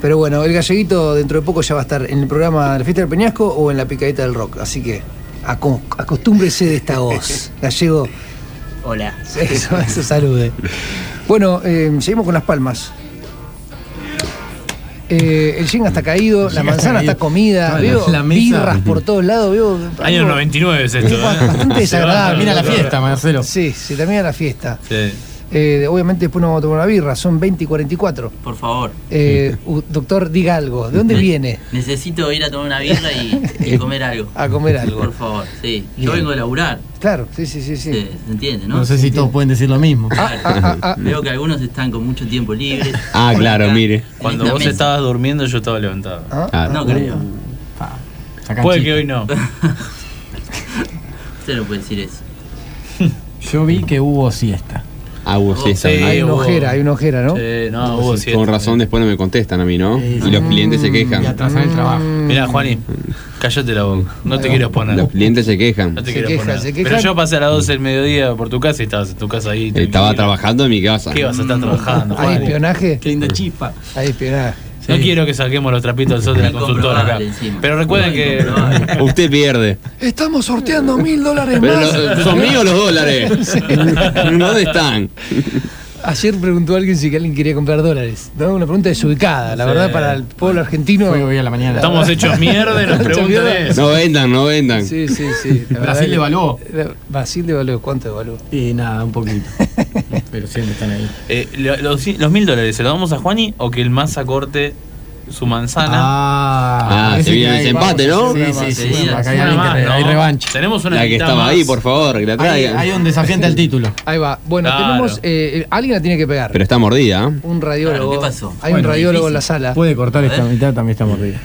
A: Pero bueno, el galleguito dentro de poco ya va a estar en el programa de la fiesta del Peñasco o en la picadita del rock, así que aco- acostúmbrese de esta voz. Gallego,
B: Hola.
A: eso, eso salude. Bueno, eh, seguimos con las palmas. Eh, el yenga está caído, la
D: Yenga está
A: manzana
D: caído.
A: está comida,
D: Ah,
A: veo
D: la mesa.
A: birras por todos lados, veo
D: Año 99 es esto. ¿eh?
A: Es bastante desagradable.
C: Marcelo.
A: Sí, se termina la fiesta.
D: Sí.
A: Eh, obviamente después nos vamos a tomar una birra, son 20 y 44.
V: Por favor.
A: Eh, u- doctor, diga algo, ¿de dónde
V: Ne-
A: viene?
V: Necesito ir a tomar una birra y, y comer algo.
A: A comer algo.
V: Por favor, sí. Yo
A: Bien.
V: vengo a laburar,
A: Claro, sí, sí, sí, sí.
V: sí, ¿se entiende, no?
C: No sé si todos pueden decir lo mismo.
A: ah, ah.
V: Veo que algunos están con mucho tiempo libre.
J: Ah, claro, mire.
D: Cuando
V: Linda
D: vos
V: mesa.
D: estabas durmiendo, yo estaba levantado.
V: No creo.
D: Puede que hoy no.
V: Usted no puede decir eso.
C: Yo vi que hubo siesta.
J: Ah, hubo siesta, ¿no?
A: hay una ojera, hay una ojera, ¿no?
D: no,
J: Con razón después no me contestan a mí, ¿no? Y los clientes se quejan.
D: atrasar el trabajo. Mm. Mirá, Juani, callate la boca. No te quiero exponer.
J: Los clientes se quejan.
D: No te quiero exponer. Pero yo pasé a las 12 del mediodía por tu casa y estabas en tu casa ahí.
J: Estaba trabajando en mi casa.
D: ¿Qué vas a estar trabajando,
A: ¿Hay
D: Juani?
A: espionaje?
C: Qué linda chispa.
A: Hay espionaje.
D: No quiero que saquemos los trapitos al sol de la consultora acá. Pero recuerden que.
J: Usted pierde.
A: Estamos sorteando mil dólares
J: Pero
A: más.
J: lo- son míos los dólares. ¿Dónde están?
A: Ayer preguntó alguien si que alguien quería comprar dólares. ¿no? Una pregunta desubicada, la verdad, para el pueblo argentino. Fue
C: hoy a la mañana.
D: Estamos hechos mierda y nos preguntan
J: No vendan, no vendan.
A: Sí, sí, sí. la verdad
C: Brasil
A: que-
C: devaluó.
A: la- Brasil devaluó. ¿Cuánto devaluó?
C: Y nada, un poquito. Pero siempre están ahí.
D: Eh, lo- los, los mil dólares, ¿se los damos a Juani o que el masa corte su manzana?
C: Ah,
J: Ah, se viene el desempate, ¿no?
D: Tenemos una
J: La que
D: guita
J: estaba
D: más.
J: ahí, por favor, que la
C: Hay,
J: traigan.
C: hay un desafiante al título.
A: Ahí va. Bueno,
C: Claro.
A: tenemos. eh, alguien la tiene que pegar.
J: Pero está mordida, ¿eh?
A: Un radiólogo.
V: Claro, ¿qué pasó?
A: Hay
V: Bueno,
A: un radiólogo
V: difícil.
A: en la sala.
C: Puede cortar esta mitad, también está mordida.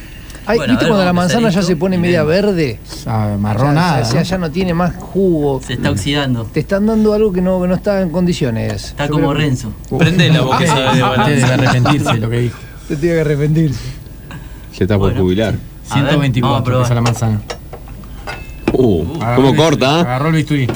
A: Ay,
V: Bueno, a
A: ¿Viste
V: ver,
A: cuando la
V: vamos a hacer
A: manzana ya
V: esto
A: se pone
V: y
A: media
V: vemos.
A: verde?
C: Ah,
A: Ya-
C: marrón nada.
A: ya, ya, ya no tiene más jugo.
V: Se está oxidando.
A: Te están dando algo que no, que no está en condiciones.
V: Está como Renzo.
D: Prende la boca esa de
C: Usted
D: balance.
C: debe arrepentirse de lo que dijo.
A: Te tiene que arrepentir.
J: Se está por jubilar.
V: A ver, vamos a
C: 124
V: probar.
C: pesa la manzana.
J: Uh,
C: Agarró
J: ¿Cómo
C: el-
J: corta?
C: Agarró el bisturí.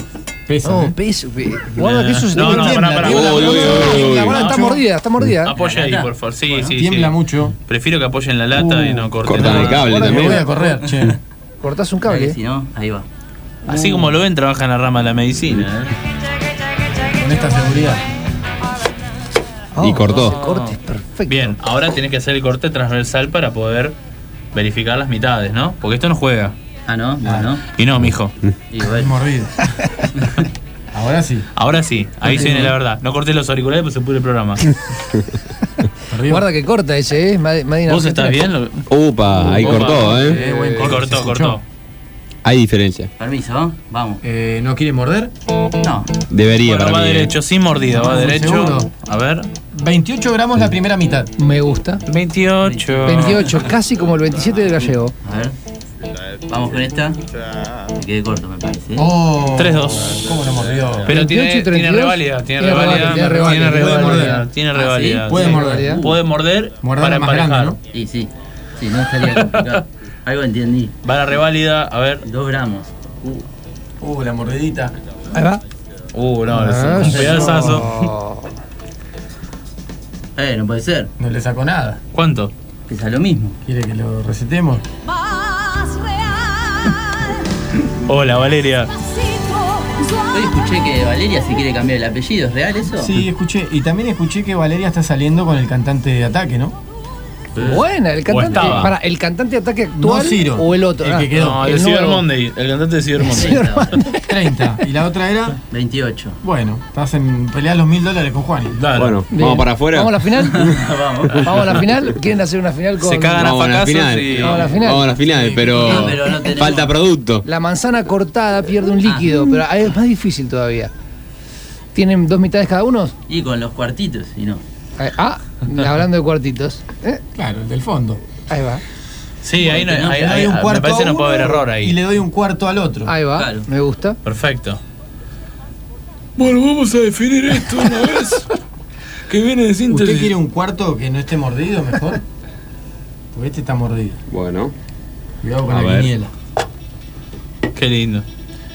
C: Pesa.
A: No,
C: ¿eh?
A: peso. pe- Guarda que eso se
C: No,
A: te
C: no,
A: tiembla,
C: pará, pará.
A: tiembla.
C: Uy, uy, uy, uy.
A: La bola está
C: Nacho.
A: mordida, está mordida.
D: Apoya ahí, por favor. Sí, sí, sí.
C: Tiembla mucho.
D: Prefiero que apoyen la lata y no corten.
J: cortan el
D: nada.
J: cable
C: Ahora me
J: también.
C: voy a correr, che.
A: Cortás un cable. eh.
V: Si no, ahí va.
D: Así como lo ven, trabaja en la rama de la medicina. ¿eh?
C: Con esta seguridad.
D: Oh,
J: Y cortó.
A: Corte es perfecto.
D: Bien, ahora tenés que hacer el corte transversal para poder verificar las mitades, ¿no? Porque esto no juega.
B: Ah, no, bueno.
D: Y no, mijo.
C: Es mordido. Ahora sí.
D: Ahora sí, ahí se viene la verdad. No cortes los auriculares porque se pudre el programa.
A: Guarda que corta ese, ¿eh? Made- Made in
D: ¿Vos
A: Argentina.
D: estás bien? Lo-
J: Upa, ahí
D: Opa.
J: cortó, ¿eh?
C: Eh, buen
D: Y
C: corte,
D: cortó,
C: se
D: cortó.
J: Hay diferencia.
V: Permiso, ¿eh? vamos.
C: Eh, ¿No quiere morder?
V: No,
J: Debería
D: Bueno,
J: para
D: va
J: mí. ¿eh?
D: derecho, sin mordida, va
C: Un
D: derecho.
C: segundo.
D: A ver.
C: 28 gramos la primera mitad.
A: Me gusta.
D: 28.
A: 28, casi como el 27 del gallego.
C: Ah.
V: a ver. Vamos con esta. Me quedé corto, me parece. ¿eh?
C: Oh.
D: 3-2.
C: ¿Cómo lo mordió?
D: Pero
A: 28
D: tiene,
A: y
D: tiene
A: 32.
D: reválida, tiene
A: Tiene
D: reválida, tiene
A: reválida,
D: reválida,
A: tiene
D: tiene
A: reválida.
D: reválida.
V: Ah, ¿sí?
C: Puede
D: sí.
C: morder.
D: Puede morder
C: Morder la
D: para
C: más grande,
D: emparejar.
C: ¿no?
V: Y sí, sí, no estaría complicado. Algo entendí.
D: Va la reválida, a ver.
V: Dos gramos.
C: Uh, la mordidita.
A: Ahí va.
D: Uh, no,
A: Ah,
D: es un pedazazo.
A: Oh.
V: Eh, no puede ser.
C: No le sacó nada.
D: ¿Cuánto?
V: Pesa lo mismo.
C: ¿Quiere que lo recetemos?
M: Hola, Valeria.
V: Hoy escuché que Valeria se quiere cambiar el apellido, ¿es real eso?
C: Sí, escuché. Y también escuché que Valeria está saliendo con el cantante de ataque, ¿no?
A: Buena, el cantante.
C: estaba.
A: Para, ¿El cantante de ataque actual
C: No, Ciro.
A: o el otro?
D: El
A: Ah,
D: que quedó. No, el,
A: nuevo.
D: Cyber Monday. El cantante de Cyber Monday.
C: 30. ¿Y la otra era?
V: 28.
C: Bueno, estás en pelear los mil dólares con Juan.
E: Bueno,
A: Bien.
E: vamos para afuera.
A: ¿Vamos a la final?
V: Vamos.
A: ¿Vamos a la final? ¿Quieren hacer una final con.?
E: Se cagan a
A: la
E: la final.
A: Vamos a la final.
E: Vamos a la final, pero,
A: No, pero no tenemos-
E: falta producto.
A: La manzana cortada pierde
C: Ah.
A: un líquido, pero ahí es más difícil todavía. ¿Tienen dos mitades cada uno?
V: Y con los cuartitos, y no.
A: Ah, Ah, hablando de cuartitos. ¿Eh?
C: Claro, el del fondo.
A: Ahí va.
D: Sí, ahí no,
C: Porque no,
D: ahí-
C: le doy
D: ahí-
C: un
D: me
C: cuarto
D: parece
C: a
D: no
C: uno
D: puede haber error
C: Y
D: ahí.
C: le doy un cuarto al otro.
A: Ahí va. Me gusta.
D: Perfecto.
C: Bueno, vamos a definir esto una vez. Que viene de
M: síntesis.
C: ¿Usted quiere un cuarto que no esté mordido mejor? Porque este está mordido.
E: Bueno.
C: Cuidado con
E: A
C: la
E: ver.
C: quiniela.
D: Qué lindo.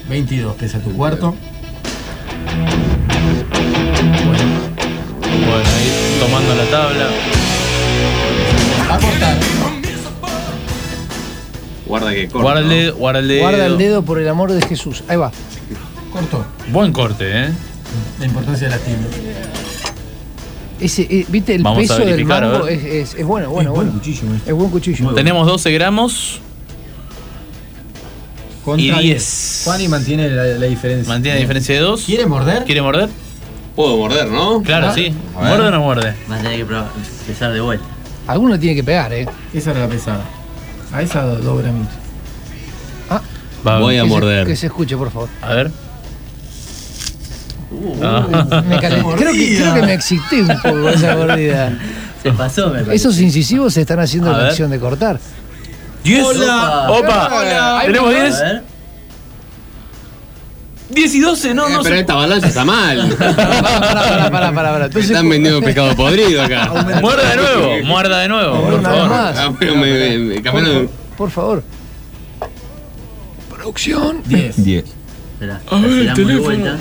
C: 22 pesa tu cuarto.
D: Bueno, ahí tomando la tabla.
E: Guarda que corto.
D: Guarda el dedo. Guarda el dedo.
A: Guarda el dedo por el amor de Jesús. Ahí va.
C: Corto.
D: Buen corte, ¿eh?
C: La importancia de las tiendas.
A: Ese, eh, ¿Viste? El
D: Vamos a
A: peso del
D: verificar, a
A: mango
D: ver.
A: es, es- es bueno, bueno,
D: Es buen
A: bueno. Es buen cuchillo.
D: Tenemos 12 gramos. Y
C: Contra
D: 10.
C: Juan y mantiene la, la diferencia.
D: Mantiene la diferencia de 2.
C: ¿Quiere morder?
D: ¿Quiere morder?
E: Puedo morder, ¿no?
D: Claro,
A: Ah.
D: sí.
E: A ver.
D: ¿Muerde o no muerde?
V: Vas a tener que probar- empezar de vuelta.
A: Alguno tiene que pegar, ¿eh?
C: Esa era la pesada. A esa do- dobra mucho.
D: Va, voy a
A: Que se-
D: morder.
A: que se escuche, por favor.
D: A ver. Ah.
A: Uh, me calenté. creo, que, creo que me excité un poco con esa mordida.
V: Se pasó, me parece.
A: Esos incisivos se están haciendo
V: A
A: la
V: ver.
A: acción de cortar.
D: 10.
V: Hola.
D: Opa.
A: Hola.
D: ¿Tenemos
A: Ahí va.
D: 10?
V: A ver.
D: 10 y 12, no,
E: Eh,
D: no.
E: pero
D: se-
E: esta balanza está mal.
A: Pará, pará, pará, pará.
E: Me están vendiendo pescado podrido acá.
D: Muerda de nuevo, muerda de nuevo, por
A: Una vez
D: favor.
A: más.
E: Ah, pero me, me, me cambiaron de-
A: Por favor. Producción.
C: 10.
E: 10.
V: Esperá,
C: A ver, el
V: giramos de
C: teléfono.
V: vuelta.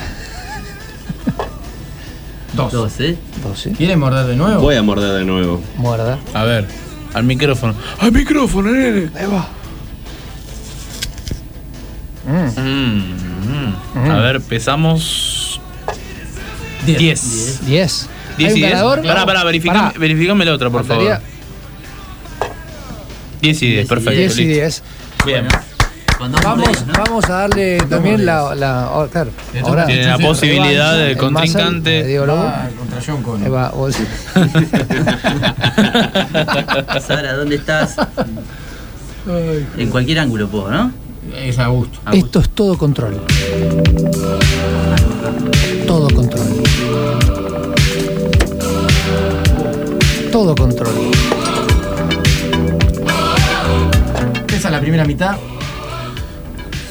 C: 2.
V: 12.
A: 12.
C: ¿Quiere morder de nuevo?
E: Voy a morder de nuevo.
A: Muerda.
D: A ver, al micrófono.
S: Al micrófono, nene.
A: Ahí va.
D: Mm, mm. A ver, pesamos.
C: 10.
D: 10.
A: 10. ¿Hay
D: 10 y
A: un
D: 10.
A: ganador?
D: Pará, pará, verificame,
A: Pará.
D: verificame la otra, por favor.
A: Faltaría
D: 10 y 10, perfecto.
A: 10 y
D: listo.
A: 10.
D: Bien.
V: Con dos
A: Vamos,
V: mordidas, ¿no?
A: vamos a darle también la. la oh, claro,
C: toca
A: ahora.
D: Tiene la
C: Entonces, revancha,
D: posibilidad del
A: el Mazzal, eh,
D: contrincante.
A: Diego Lobo.
C: Ah, contra John
A: Ahí
C: Connor.
A: va, vos.
V: Sara, ¿dónde estás? En cualquier ángulo puedo, ¿no?
C: Es a gusto.
V: A gusto.
A: Esto es todo control. Todo control. Todo control.
C: Pesa la primera mitad.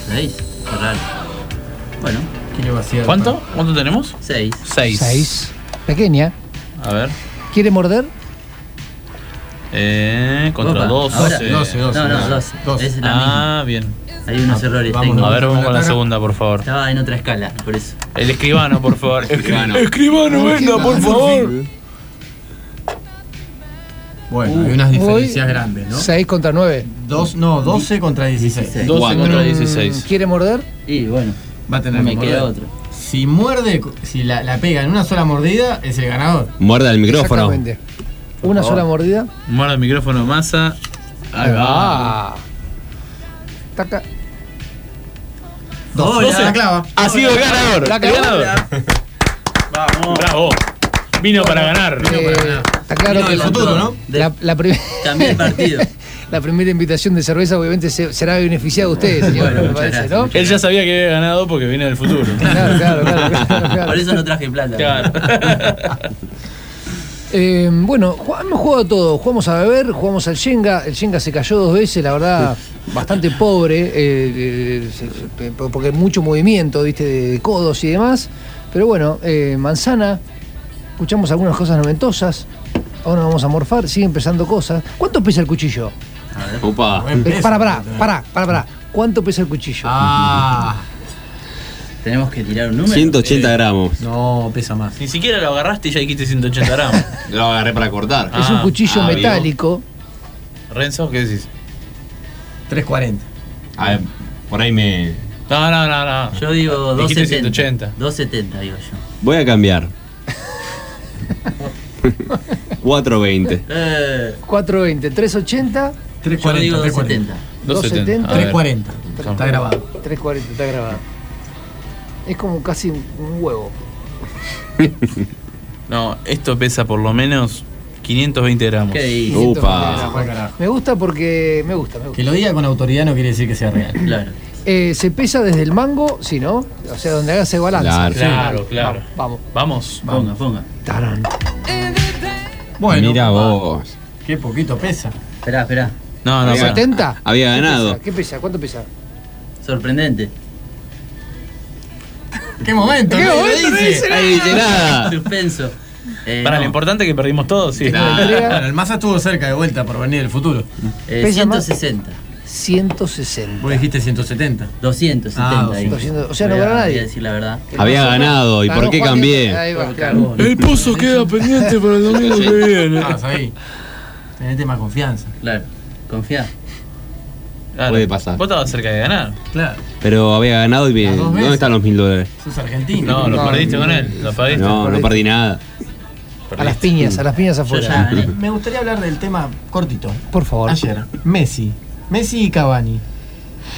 V: ¿Seis? Cerrar. Bueno,
C: Quiere vaciar.
D: ¿Cuánto? ¿Cuánto tenemos?
V: seis.
D: 6.
A: 6. Pequeña.
D: A ver.
A: ¿Quiere morder?
D: Eh, contra
V: Opa,
D: 12.
V: ahora-
C: 12, 12.
V: No, no, dos.
C: Doce.
V: Es la
D: Ah, bien.
V: misma. Hay unos errores
C: vamos,
V: técnicos.
D: A ver, vamos
C: la
D: con la
C: cara.
D: segunda, por favor.
V: Estaba en otra escala, por eso.
D: El escribano, por favor.
E: Escribano.
S: Escribano, venga, por favor.
C: Bueno, hay unas diferencias grandes, ¿no?
A: 6 contra 9.
C: Dos, no, 12 contra 16.
D: 12
E: Cuatro.
D: contra 16.
A: ¿Quiere morder?
V: Y bueno,
C: Va a tener
V: me
C: que
V: queda
C: morder.
V: otro.
C: Si muerde, si la, la pega en una sola mordida, es el ganador.
E: Muerda el micrófono.
A: Exactamente. Una sola mordida.
D: Muerde el micrófono, masa. Ahí va.
A: Taca.
C: Dos,
V: Hola.
C: doce la clava.
D: Ha sido el ganador.
A: La
D: el
A: clavó.
D: ganador.
V: Vamos.
D: Bravo. Vino para ganar.
A: Eh, está claro
V: Vino
A: que
V: del futuro, ¿no?
A: La, la prim-
V: Cambié el partido.
A: la primera invitación de cerveza obviamente se- será beneficiada a ustedes, señor,
V: Bueno,
A: me
V: muchas
A: parece,
V: gracias,
A: ¿no?
D: Él ya sabía que había ganado porque viene del futuro.
A: Claro, claro, claro. claro, claro.
V: Por eso no traje plata.
D: Claro.
A: Eh, bueno, ju- hemos jugado todo. Jugamos a beber, jugamos al Shenga. El Shenga se cayó dos veces, la verdad, bastante pobre, eh, eh, se- se- po- porque mucho movimiento, viste, de, de codos y demás. Pero bueno, eh, manzana, escuchamos algunas cosas noventosas. Ahora vamos a morfar, siguen pesando cosas. ¿Cuánto pesa el cuchillo?
E: Opa.
C: Buen
A: Eh,
C: peso.
A: Pará, pará, pará, pará, pará. ¿Cuánto pesa el cuchillo?
C: Ah,
V: Tenemos que tirar un número. Eh,
E: 180 gramos.
C: no, pesa más.
D: Ni siquiera lo agarraste y ya dijiste 180 gramos.
E: Lo agarré para cortar.
A: es un cuchillo
E: ah,
A: metálico
D: Renzo, ¿qué decís?
C: 3.40.
J: A ver, por ahí me.
D: No, no, no, no.
V: Yo digo
D: Dijiste
V: 270. 270 digo yo.
J: Voy a cambiar. 420.
A: 420, 380.
C: 340,
A: Yo digo
C: 340.
A: 270.
C: 340.
A: Está grabado. 340, está grabado. Es como casi un un huevo.
D: No, esto pesa por lo menos 520 gramos.
A: ¿Qué dices? Me gusta porque me gusta, me gusta.
C: Que lo diga con autoridad no quiere decir que sea real. Claro.
A: Eh, se pesa desde el mango, si no, o sea, donde haga ese balance.
D: Claro,
A: Sí.
D: claro. claro.
A: Vamos.
D: Vamos. Ponga, ponga.
C: Bueno,
J: Mira vos.
C: Qué poquito pesa.
V: Esperá, esperá.
J: No, no,
A: ¿Había
J: pará.
A: 70?
J: Había
A: ¿Qué
J: ganado.
A: pesa? ¿Qué pesa? ¿Cuánto pesa?
V: Sorprendente.
C: ¿Qué momento?
A: ¿Qué
V: Nadie lo
A: momento? No dice
V: Nadie
A: nada.
V: Suspenso. Eh,
D: Para
V: no.
D: lo importante es que perdimos todos, sí.
C: Bueno, el Massa estuvo cerca de vuelta por venir del futuro.
V: Eh, Pesa más. 160.
A: 160.
C: Vos dijiste 170.
V: 270.
C: Ah,
V: ahí.
A: 200, o sea, no
V: Voy a-
A: ganó nadie.
V: Voy a decir la verdad.
J: Había ganado, ¿y por qué
A: Ahí
J: cambié?
A: va, claro.
V: El
C: pozo queda pendiente para el
V: domingo que viene.
C: Estás ahí. Tenés más confianza.
V: Claro. Confía.
J: Puede pasar.
D: Vos estabas cerca de ganar.
C: Claro.
J: Pero había ganado y me-
C: dos
J: ¿Dónde
C: veces.
J: están los mil dólares?
C: Sos argentino.
D: No, lo perdiste con él. Lo perdiste.
J: No, no perdí nada.
A: A las piñas, a las piñas afuera.
C: Me gustaría hablar del tema cortito.
A: Por favor.
C: Ayer, Messi. Messi y Cavani.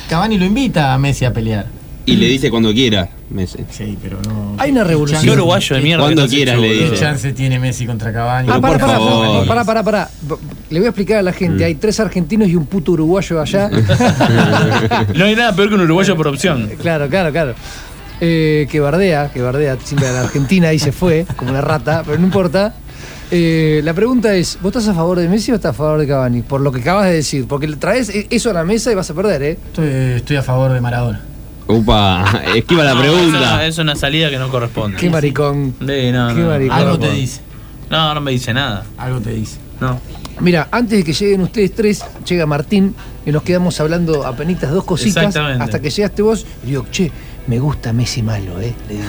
C: Cavani lo invita a Messi a pelear.
J: Y le dice cuando quiera, Messi.
C: Sí, pero no.
A: Hay una revolución.
J: Qué uruguayo de mierda Cuando que te quieras, hace le chulo, dice.
C: ¿Qué chance tiene Messi contra Cavani?
A: Ah, pará,
J: por
A: pará,
J: favor. Mm.
A: pará, pará, pará. Le voy a explicar a la gente. Hay tres argentinos y un puto uruguayo allá.
D: No hay nada peor que un uruguayo por opción.
A: Claro, claro, claro. Eh, que bardea, que bardea siempre a la Argentina y se fue, como una rata, pero no importa. Eh, la pregunta es, ¿vos estás a favor de Messi o estás a favor de Cavani? Por lo que acabas de decir, porque le traes e- eso a la mesa y vas a perder, ¿eh?
C: Estoy, estoy a favor de Maradona.
J: Upa, esquiva la
D: No, eso
J: pregunta.
D: Es una salida que no corresponde.
A: Qué maricón.
D: Sí, no,
A: Qué
D: no,
A: maricón.
D: no corresponde.
A: Algo te
C: dice.
D: No, no me dice nada.
C: Algo te dice.
D: No.
A: Mira, antes de que lleguen ustedes tres, llega Martín y nos quedamos hablando apenas dos cositas
D: Exactamente.
A: hasta que llegaste vos y digo, che, me gusta Messi malo, ¿eh? Le digo.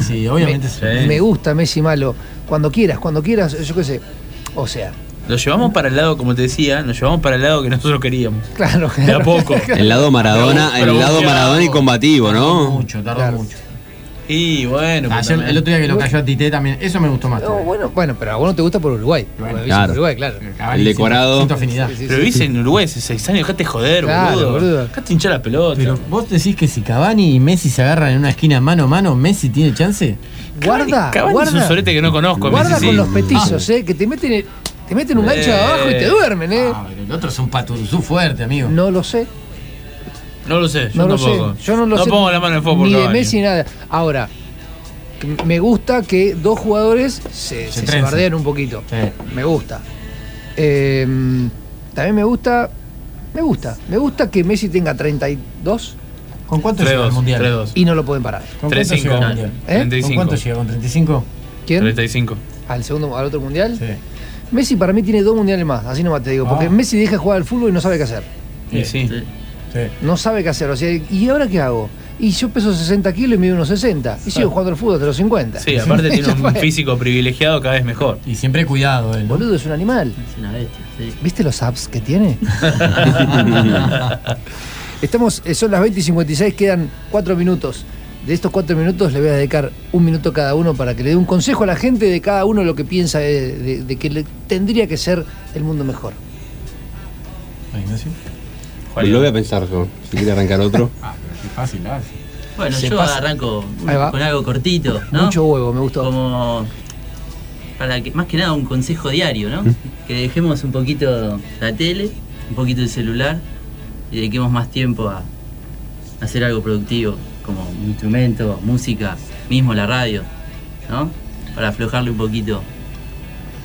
C: Sí, sí, obviamente sí.
D: Sí.
A: Me gusta Messi malo. Cuando quieras, cuando quieras, yo qué sé. O sea,
D: Lo llevamos para el lado, como te decía, nos llevamos para el lado que nosotros queríamos.
A: claro.
D: De a poco.
J: El lado Maradona, el lado Maradona y combativo, ¿no?
C: Mucho, tardó mucho.
D: Y bueno, pero
C: Ayer,
D: también-
C: Ah, el otro día que lo cayó a Tite también, eso me gustó más.
A: No, bueno, bueno, pero a vos no te gusta por Uruguay. Por
J: claro.
A: Uruguay, claro.
J: El decorado.
C: Siento afinidad.
D: Pero viste en Uruguay hace seis años, dejate joder,
A: Claro,
D: boludo.
A: boludo.
D: Dejate hinchar la pelota.
C: Pero vos decís que si Cavani y Messi se agarran en una esquina mano a mano, ¿Messi tiene chance?
A: Guarda,
D: Cavani es un
A: guarda,
D: sorete que no conozco. a mí
A: guarda
D: sí,
A: con
D: sí.
A: los petizos, eh, que te meten, te meten un gancho
D: Eh.
A: abajo y te duermen, eh.
C: Ah, pero el otro es un paturuzú fuerte, amigo.
A: No lo sé,
D: No lo sé, yo
A: no lo
D: tampoco.
A: sé. Yo no lo sé.
D: pongo la mano en el fuego por
A: Ni de
D: Cavani.
A: Messi ni nada. Ahora, que me gusta que dos jugadores se, se, se
C: trenzan.
A: bardeen un poquito.
C: Sí.
A: Me gusta. Eh, también me gusta. Me gusta. Me gusta que Messi tenga 32
C: ¿Con cuánto llega al
D: 3-2,
C: mundial?
D: 3-2.
A: y no lo pueden parar.
C: ¿Con cuánto
D: 3-5.
C: llega al mundial?
A: ¿Eh?
C: ¿Con
D: 35.
C: cuánto llega? ¿Con 35?
A: ¿Quién?
D: 35.
A: ¿Al segundo, al otro mundial?
C: Sí.
A: Messi para mí tiene dos mundiales más, así nomás te digo, porque
C: Ah.
A: Messi deja de jugar al fútbol y no sabe qué hacer.
D: Y sí.
C: Sí.
A: No sabe qué hacer, o sea, ¿y ahora qué hago? Y yo peso 60 kilos y mido unos 60. Y sigo jugando al fútbol hasta los 50.
D: Sí, aparte tiene
A: Ya fue.
D: un físico privilegiado cada vez mejor.
C: Y siempre cuidado él. ¿no?
A: Boludo, es un animal.
V: Es una bestia, sí.
A: ¿Viste los apps que tiene? Estamos, eh, son las 20 y 56, quedan 4 minutos. De estos 4 minutos le voy a dedicar un minuto cada uno para que le dé un consejo a la gente de cada uno lo que piensa de, de- de que le- tendría que ser el mundo mejor.
C: Ay, Ignacio.
J: Lo voy a pensar yo. Si quiere arrancar otro.
C: Ah, pero qué fácil la hace.
V: Bueno,
A: Se
V: yo
A: pasa.
V: arranco
A: Ahí va.
V: con algo cortito, ¿no?
A: Mucho huevo, me gustó.
V: Como para que más que nada un consejo diario, ¿no?
D: Mm.
V: que dejemos un poquito la tele, un poquito el celular y dediquemos más tiempo a hacer algo productivo, como un instrumento, música, mismo la radio, ¿no? Para aflojarle un poquito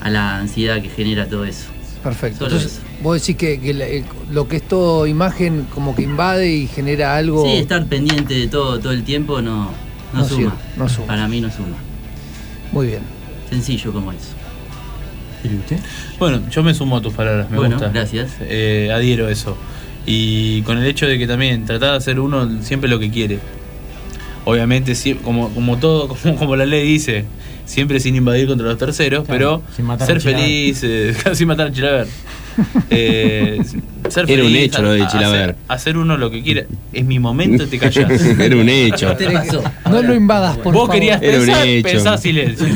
V: a la ansiedad que genera todo eso.
A: Perfecto.
V: Solo
A: Entonces, vos decís que, que la- eh, lo que es todo imagen como que invade y genera algo.
V: Sí, estar pendiente de todo todo el tiempo no, no,
A: No
V: suma.
A: sirve, no suma.
V: Para mí no suma.
A: Muy bien.
V: Sencillo como eso.
C: ¿Y usted?
D: Bueno, yo me sumo a tus palabras, me
V: Bueno,
D: gusta.
V: gracias.
D: Eh, adhiero a eso. Y con el hecho de que también tratar de hacer uno siempre lo que quiere. Obviamente, sí, como, como todo, como, como la ley dice, siempre sin invadir contra los terceros,
C: Claro,
D: pero
C: sin matar
D: ser
C: a Chilaver.
D: feliz, eh, sin matar a Chilaver. Eh, ser
E: Era un
D: feliz,
E: hecho lo de Chilaver.
D: Hacer, hacer uno lo que quiera. Es mi momento, te callas.
E: Era un hecho.
A: No lo invadas, por
D: Vos
A: favor.
D: querías
E: Era un
D: pensar,
E: hecho.
D: pensá silencio.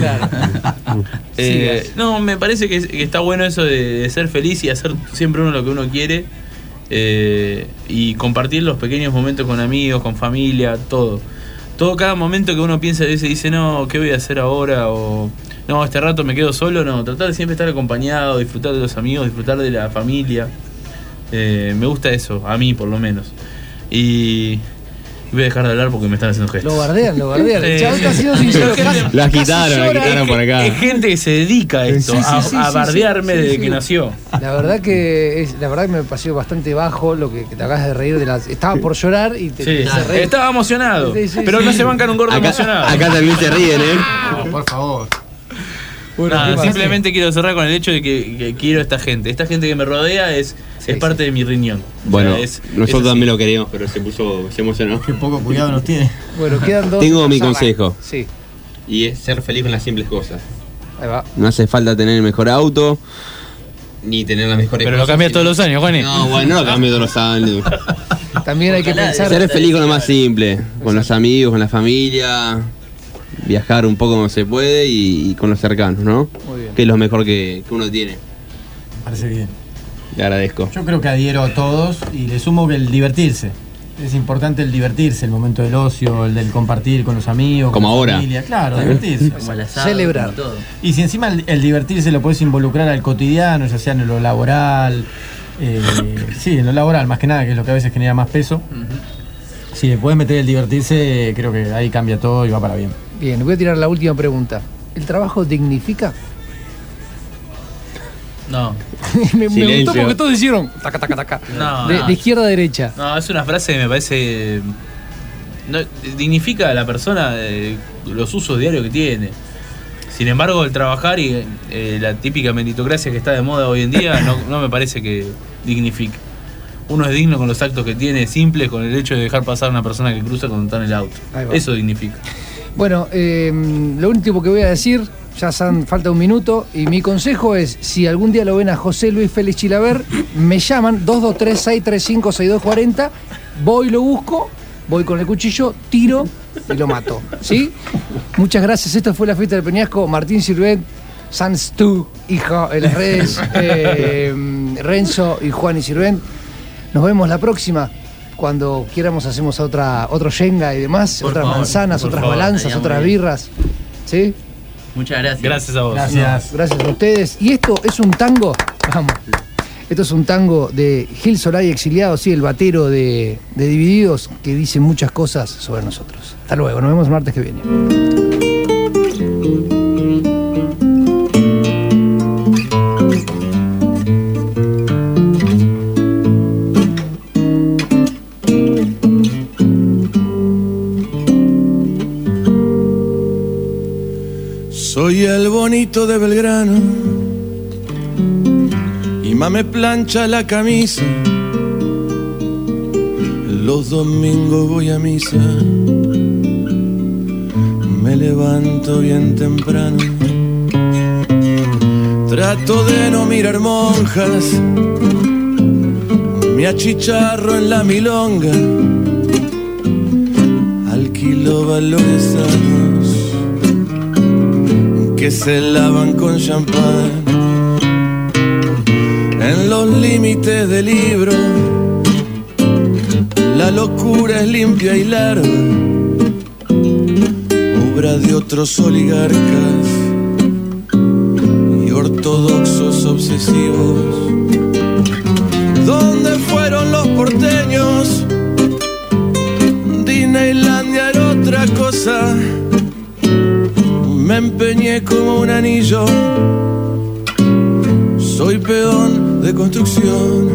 D: Eh,
A: Sigas.
D: no, me parece que, que está bueno eso de, de ser feliz y hacer siempre uno lo que uno quiere. eh, y compartir los pequeños momentos con amigos, con familia, todo. Todo cada momento que uno piensa y dice, dice, no, ¿qué voy a hacer ahora? O no, este rato me quedo solo. No, tratar de siempre estar acompañado, disfrutar de los amigos, disfrutar de la familia. Eh, me gusta eso, a mí por lo menos. Y voy a dejar de hablar porque me están haciendo gestos.
A: Lo bardean, lo bardean. El
D: Sí,
A: chabón
D: sí.
A: está siendo sincero.
D: Creo que-
A: Casi-
E: Las
A: casi
E: quitaron, las
A: llora.
E: quitaron por acá.
D: Es gente que se dedica a esto,
A: Sí, sí,
D: a,
A: sí,
D: a
A: sí,
D: bardearme
A: sí, sí,
D: desde
A: sí.
D: que nació.
A: La verdad que es, la verdad que me pareció bastante bajo lo que, que te acabas de reír de las. Estaba por llorar y te,
D: Sí.
A: te hace reír.
D: Estaba emocionado.
A: Sí, sí,
D: pero
A: sí.
D: no se bancan un gordo
E: Acá,
D: emocionado.
E: acá también se ríen, ¿eh?
A: No, por favor.
D: Nada,
A: ¿qué pasa?
D: simplemente quiero cerrar con el hecho de que, que quiero esta gente. Esta gente que me rodea es, es parte de mi riñón. O sea,
E: Bueno,
D: es-
E: nosotros
D: es así.
E: también lo queríamos, pero se puso, se emocionó. Qué
C: poco cuidado nos tiene.
A: Bueno, quedan dos.
E: Tengo mi
A: Saba.
E: consejo.
A: Sí,
E: Y es ser feliz con las simples cosas.
A: ahí va.
E: No hace falta tener el mejor auto, ni tener las mejores
C: Pero lo
E: cosas.
C: cambias todos los años, Juani.
E: No, bueno, no lo cambio todos los años.
A: También hay que
V: Ojalá,
A: pensar.
E: Ser feliz con lo más simple, con los amigos, con la familia, viajar un poco como se puede y, y con los cercanos, ¿no?
A: Muy bien.
E: Que es lo mejor que, que uno tiene.
C: Parece bien.
E: Le agradezco.
C: Yo creo que adhiero a todos y le sumo que el divertirse. Es importante el divertirse, el momento del ocio, el del compartir con los amigos.
E: Como
C: con la
E: ahora.
C: Familia. Claro,
E: Sí.
C: divertirse.
V: Como el asado,
A: Celebrar.
V: como todo.
C: Y si encima el, el divertirse lo puedes involucrar al cotidiano, ya sea en lo laboral, eh, sí, en lo laboral más que nada, que es lo que a veces genera más peso. Si le puedes meter el divertirse, creo que ahí cambia todo y va para bien.
A: Bien, voy a tirar la última pregunta. ¿El trabajo dignifica?
D: No,
A: me, me
E: Silencio.
A: gustó porque todos hicieron taca, taca, taca.
D: no,
A: De,
D: no.
A: de izquierda a derecha.
D: No, es una frase que me parece. No, dignifica a la persona eh, los usos diarios que tiene. Sin embargo, el trabajar y eh, la típica meritocracia que está de moda hoy en día no, no me parece que dignifique. Uno es digno con los actos que tiene, simple, con el hecho de dejar pasar a una persona que cruza cuando está en el auto.
A: Ahí va.
D: Eso dignifica.
A: Bueno, eh, lo último que voy a decir, ya san- falta un minuto, y mi consejo es, si algún día lo ven a José Luis Félix Chilaver, me llaman 223-635-6240, voy, lo busco, voy con el cuchillo, tiro y lo mato. ¿Sí? Muchas gracias, esto fue la fiesta del Peñasco, Martín Sirvet, Sans Tu, hijo, en las redes, eh, Renzo y Juan y Sirven. Nos vemos la próxima. Cuando quieramos hacemos otra, otro yenga y demás,
D: Por
A: otras
D: favor,
A: manzanas,
D: por
A: otras
D: favor,
A: balanzas,
V: estaría muy
A: otras
V: bien.
A: birras. ¿Sí?
V: Muchas gracias.
D: Gracias a vos.
C: Gracias.
A: Gracias a ustedes. Y esto es un tango. Vamos. Esto es un tango de Gil Solari exiliado, sí, el batero de, de Divididos, que dice muchas cosas sobre nosotros. Hasta luego, nos vemos el martes que viene.
X: Soy el bonito de Belgrano y más me plancha la camisa. Los domingos voy a misa, me levanto bien temprano. Trato de no mirar monjas, me achicharro en la milonga, alquilo valores sanos que se lavan con champán. En los límites del libro, la locura es limpia y larga, obra de otros oligarcas y ortodoxos obsesivos. ¿Dónde fueron los porteños? Disneylandia era otra cosa me empeñé como un anillo. Soy peón de construcción.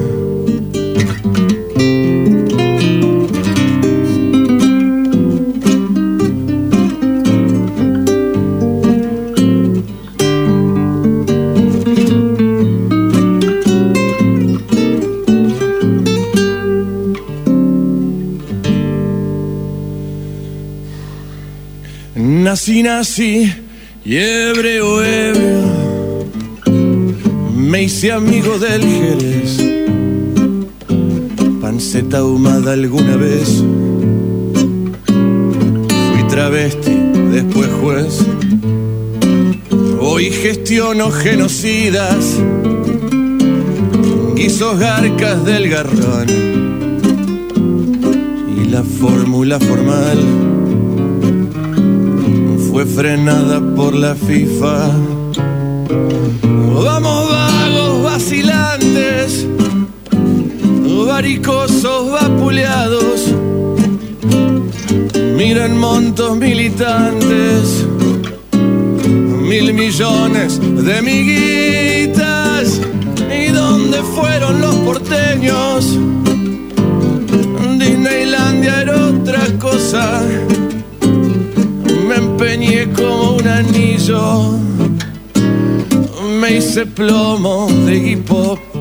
X: Nací, nací y hebreo, hebreo. Me hice amigo del Jerez. Panceta ahumada alguna vez. Fui travesti, después juez. Hoy gestiono genocidas. Guisos garcas del garrón. Y la fórmula formal fue frenada por la FIFA. Vamos vagos vacilantes, varicosos vapuleados. Miran montos militantes, mil millones de miguitas. ¿Y dónde fueron los porteños? Disneylandia era otra cosa. Me empeñé como un anillo me hice plomo de hip hop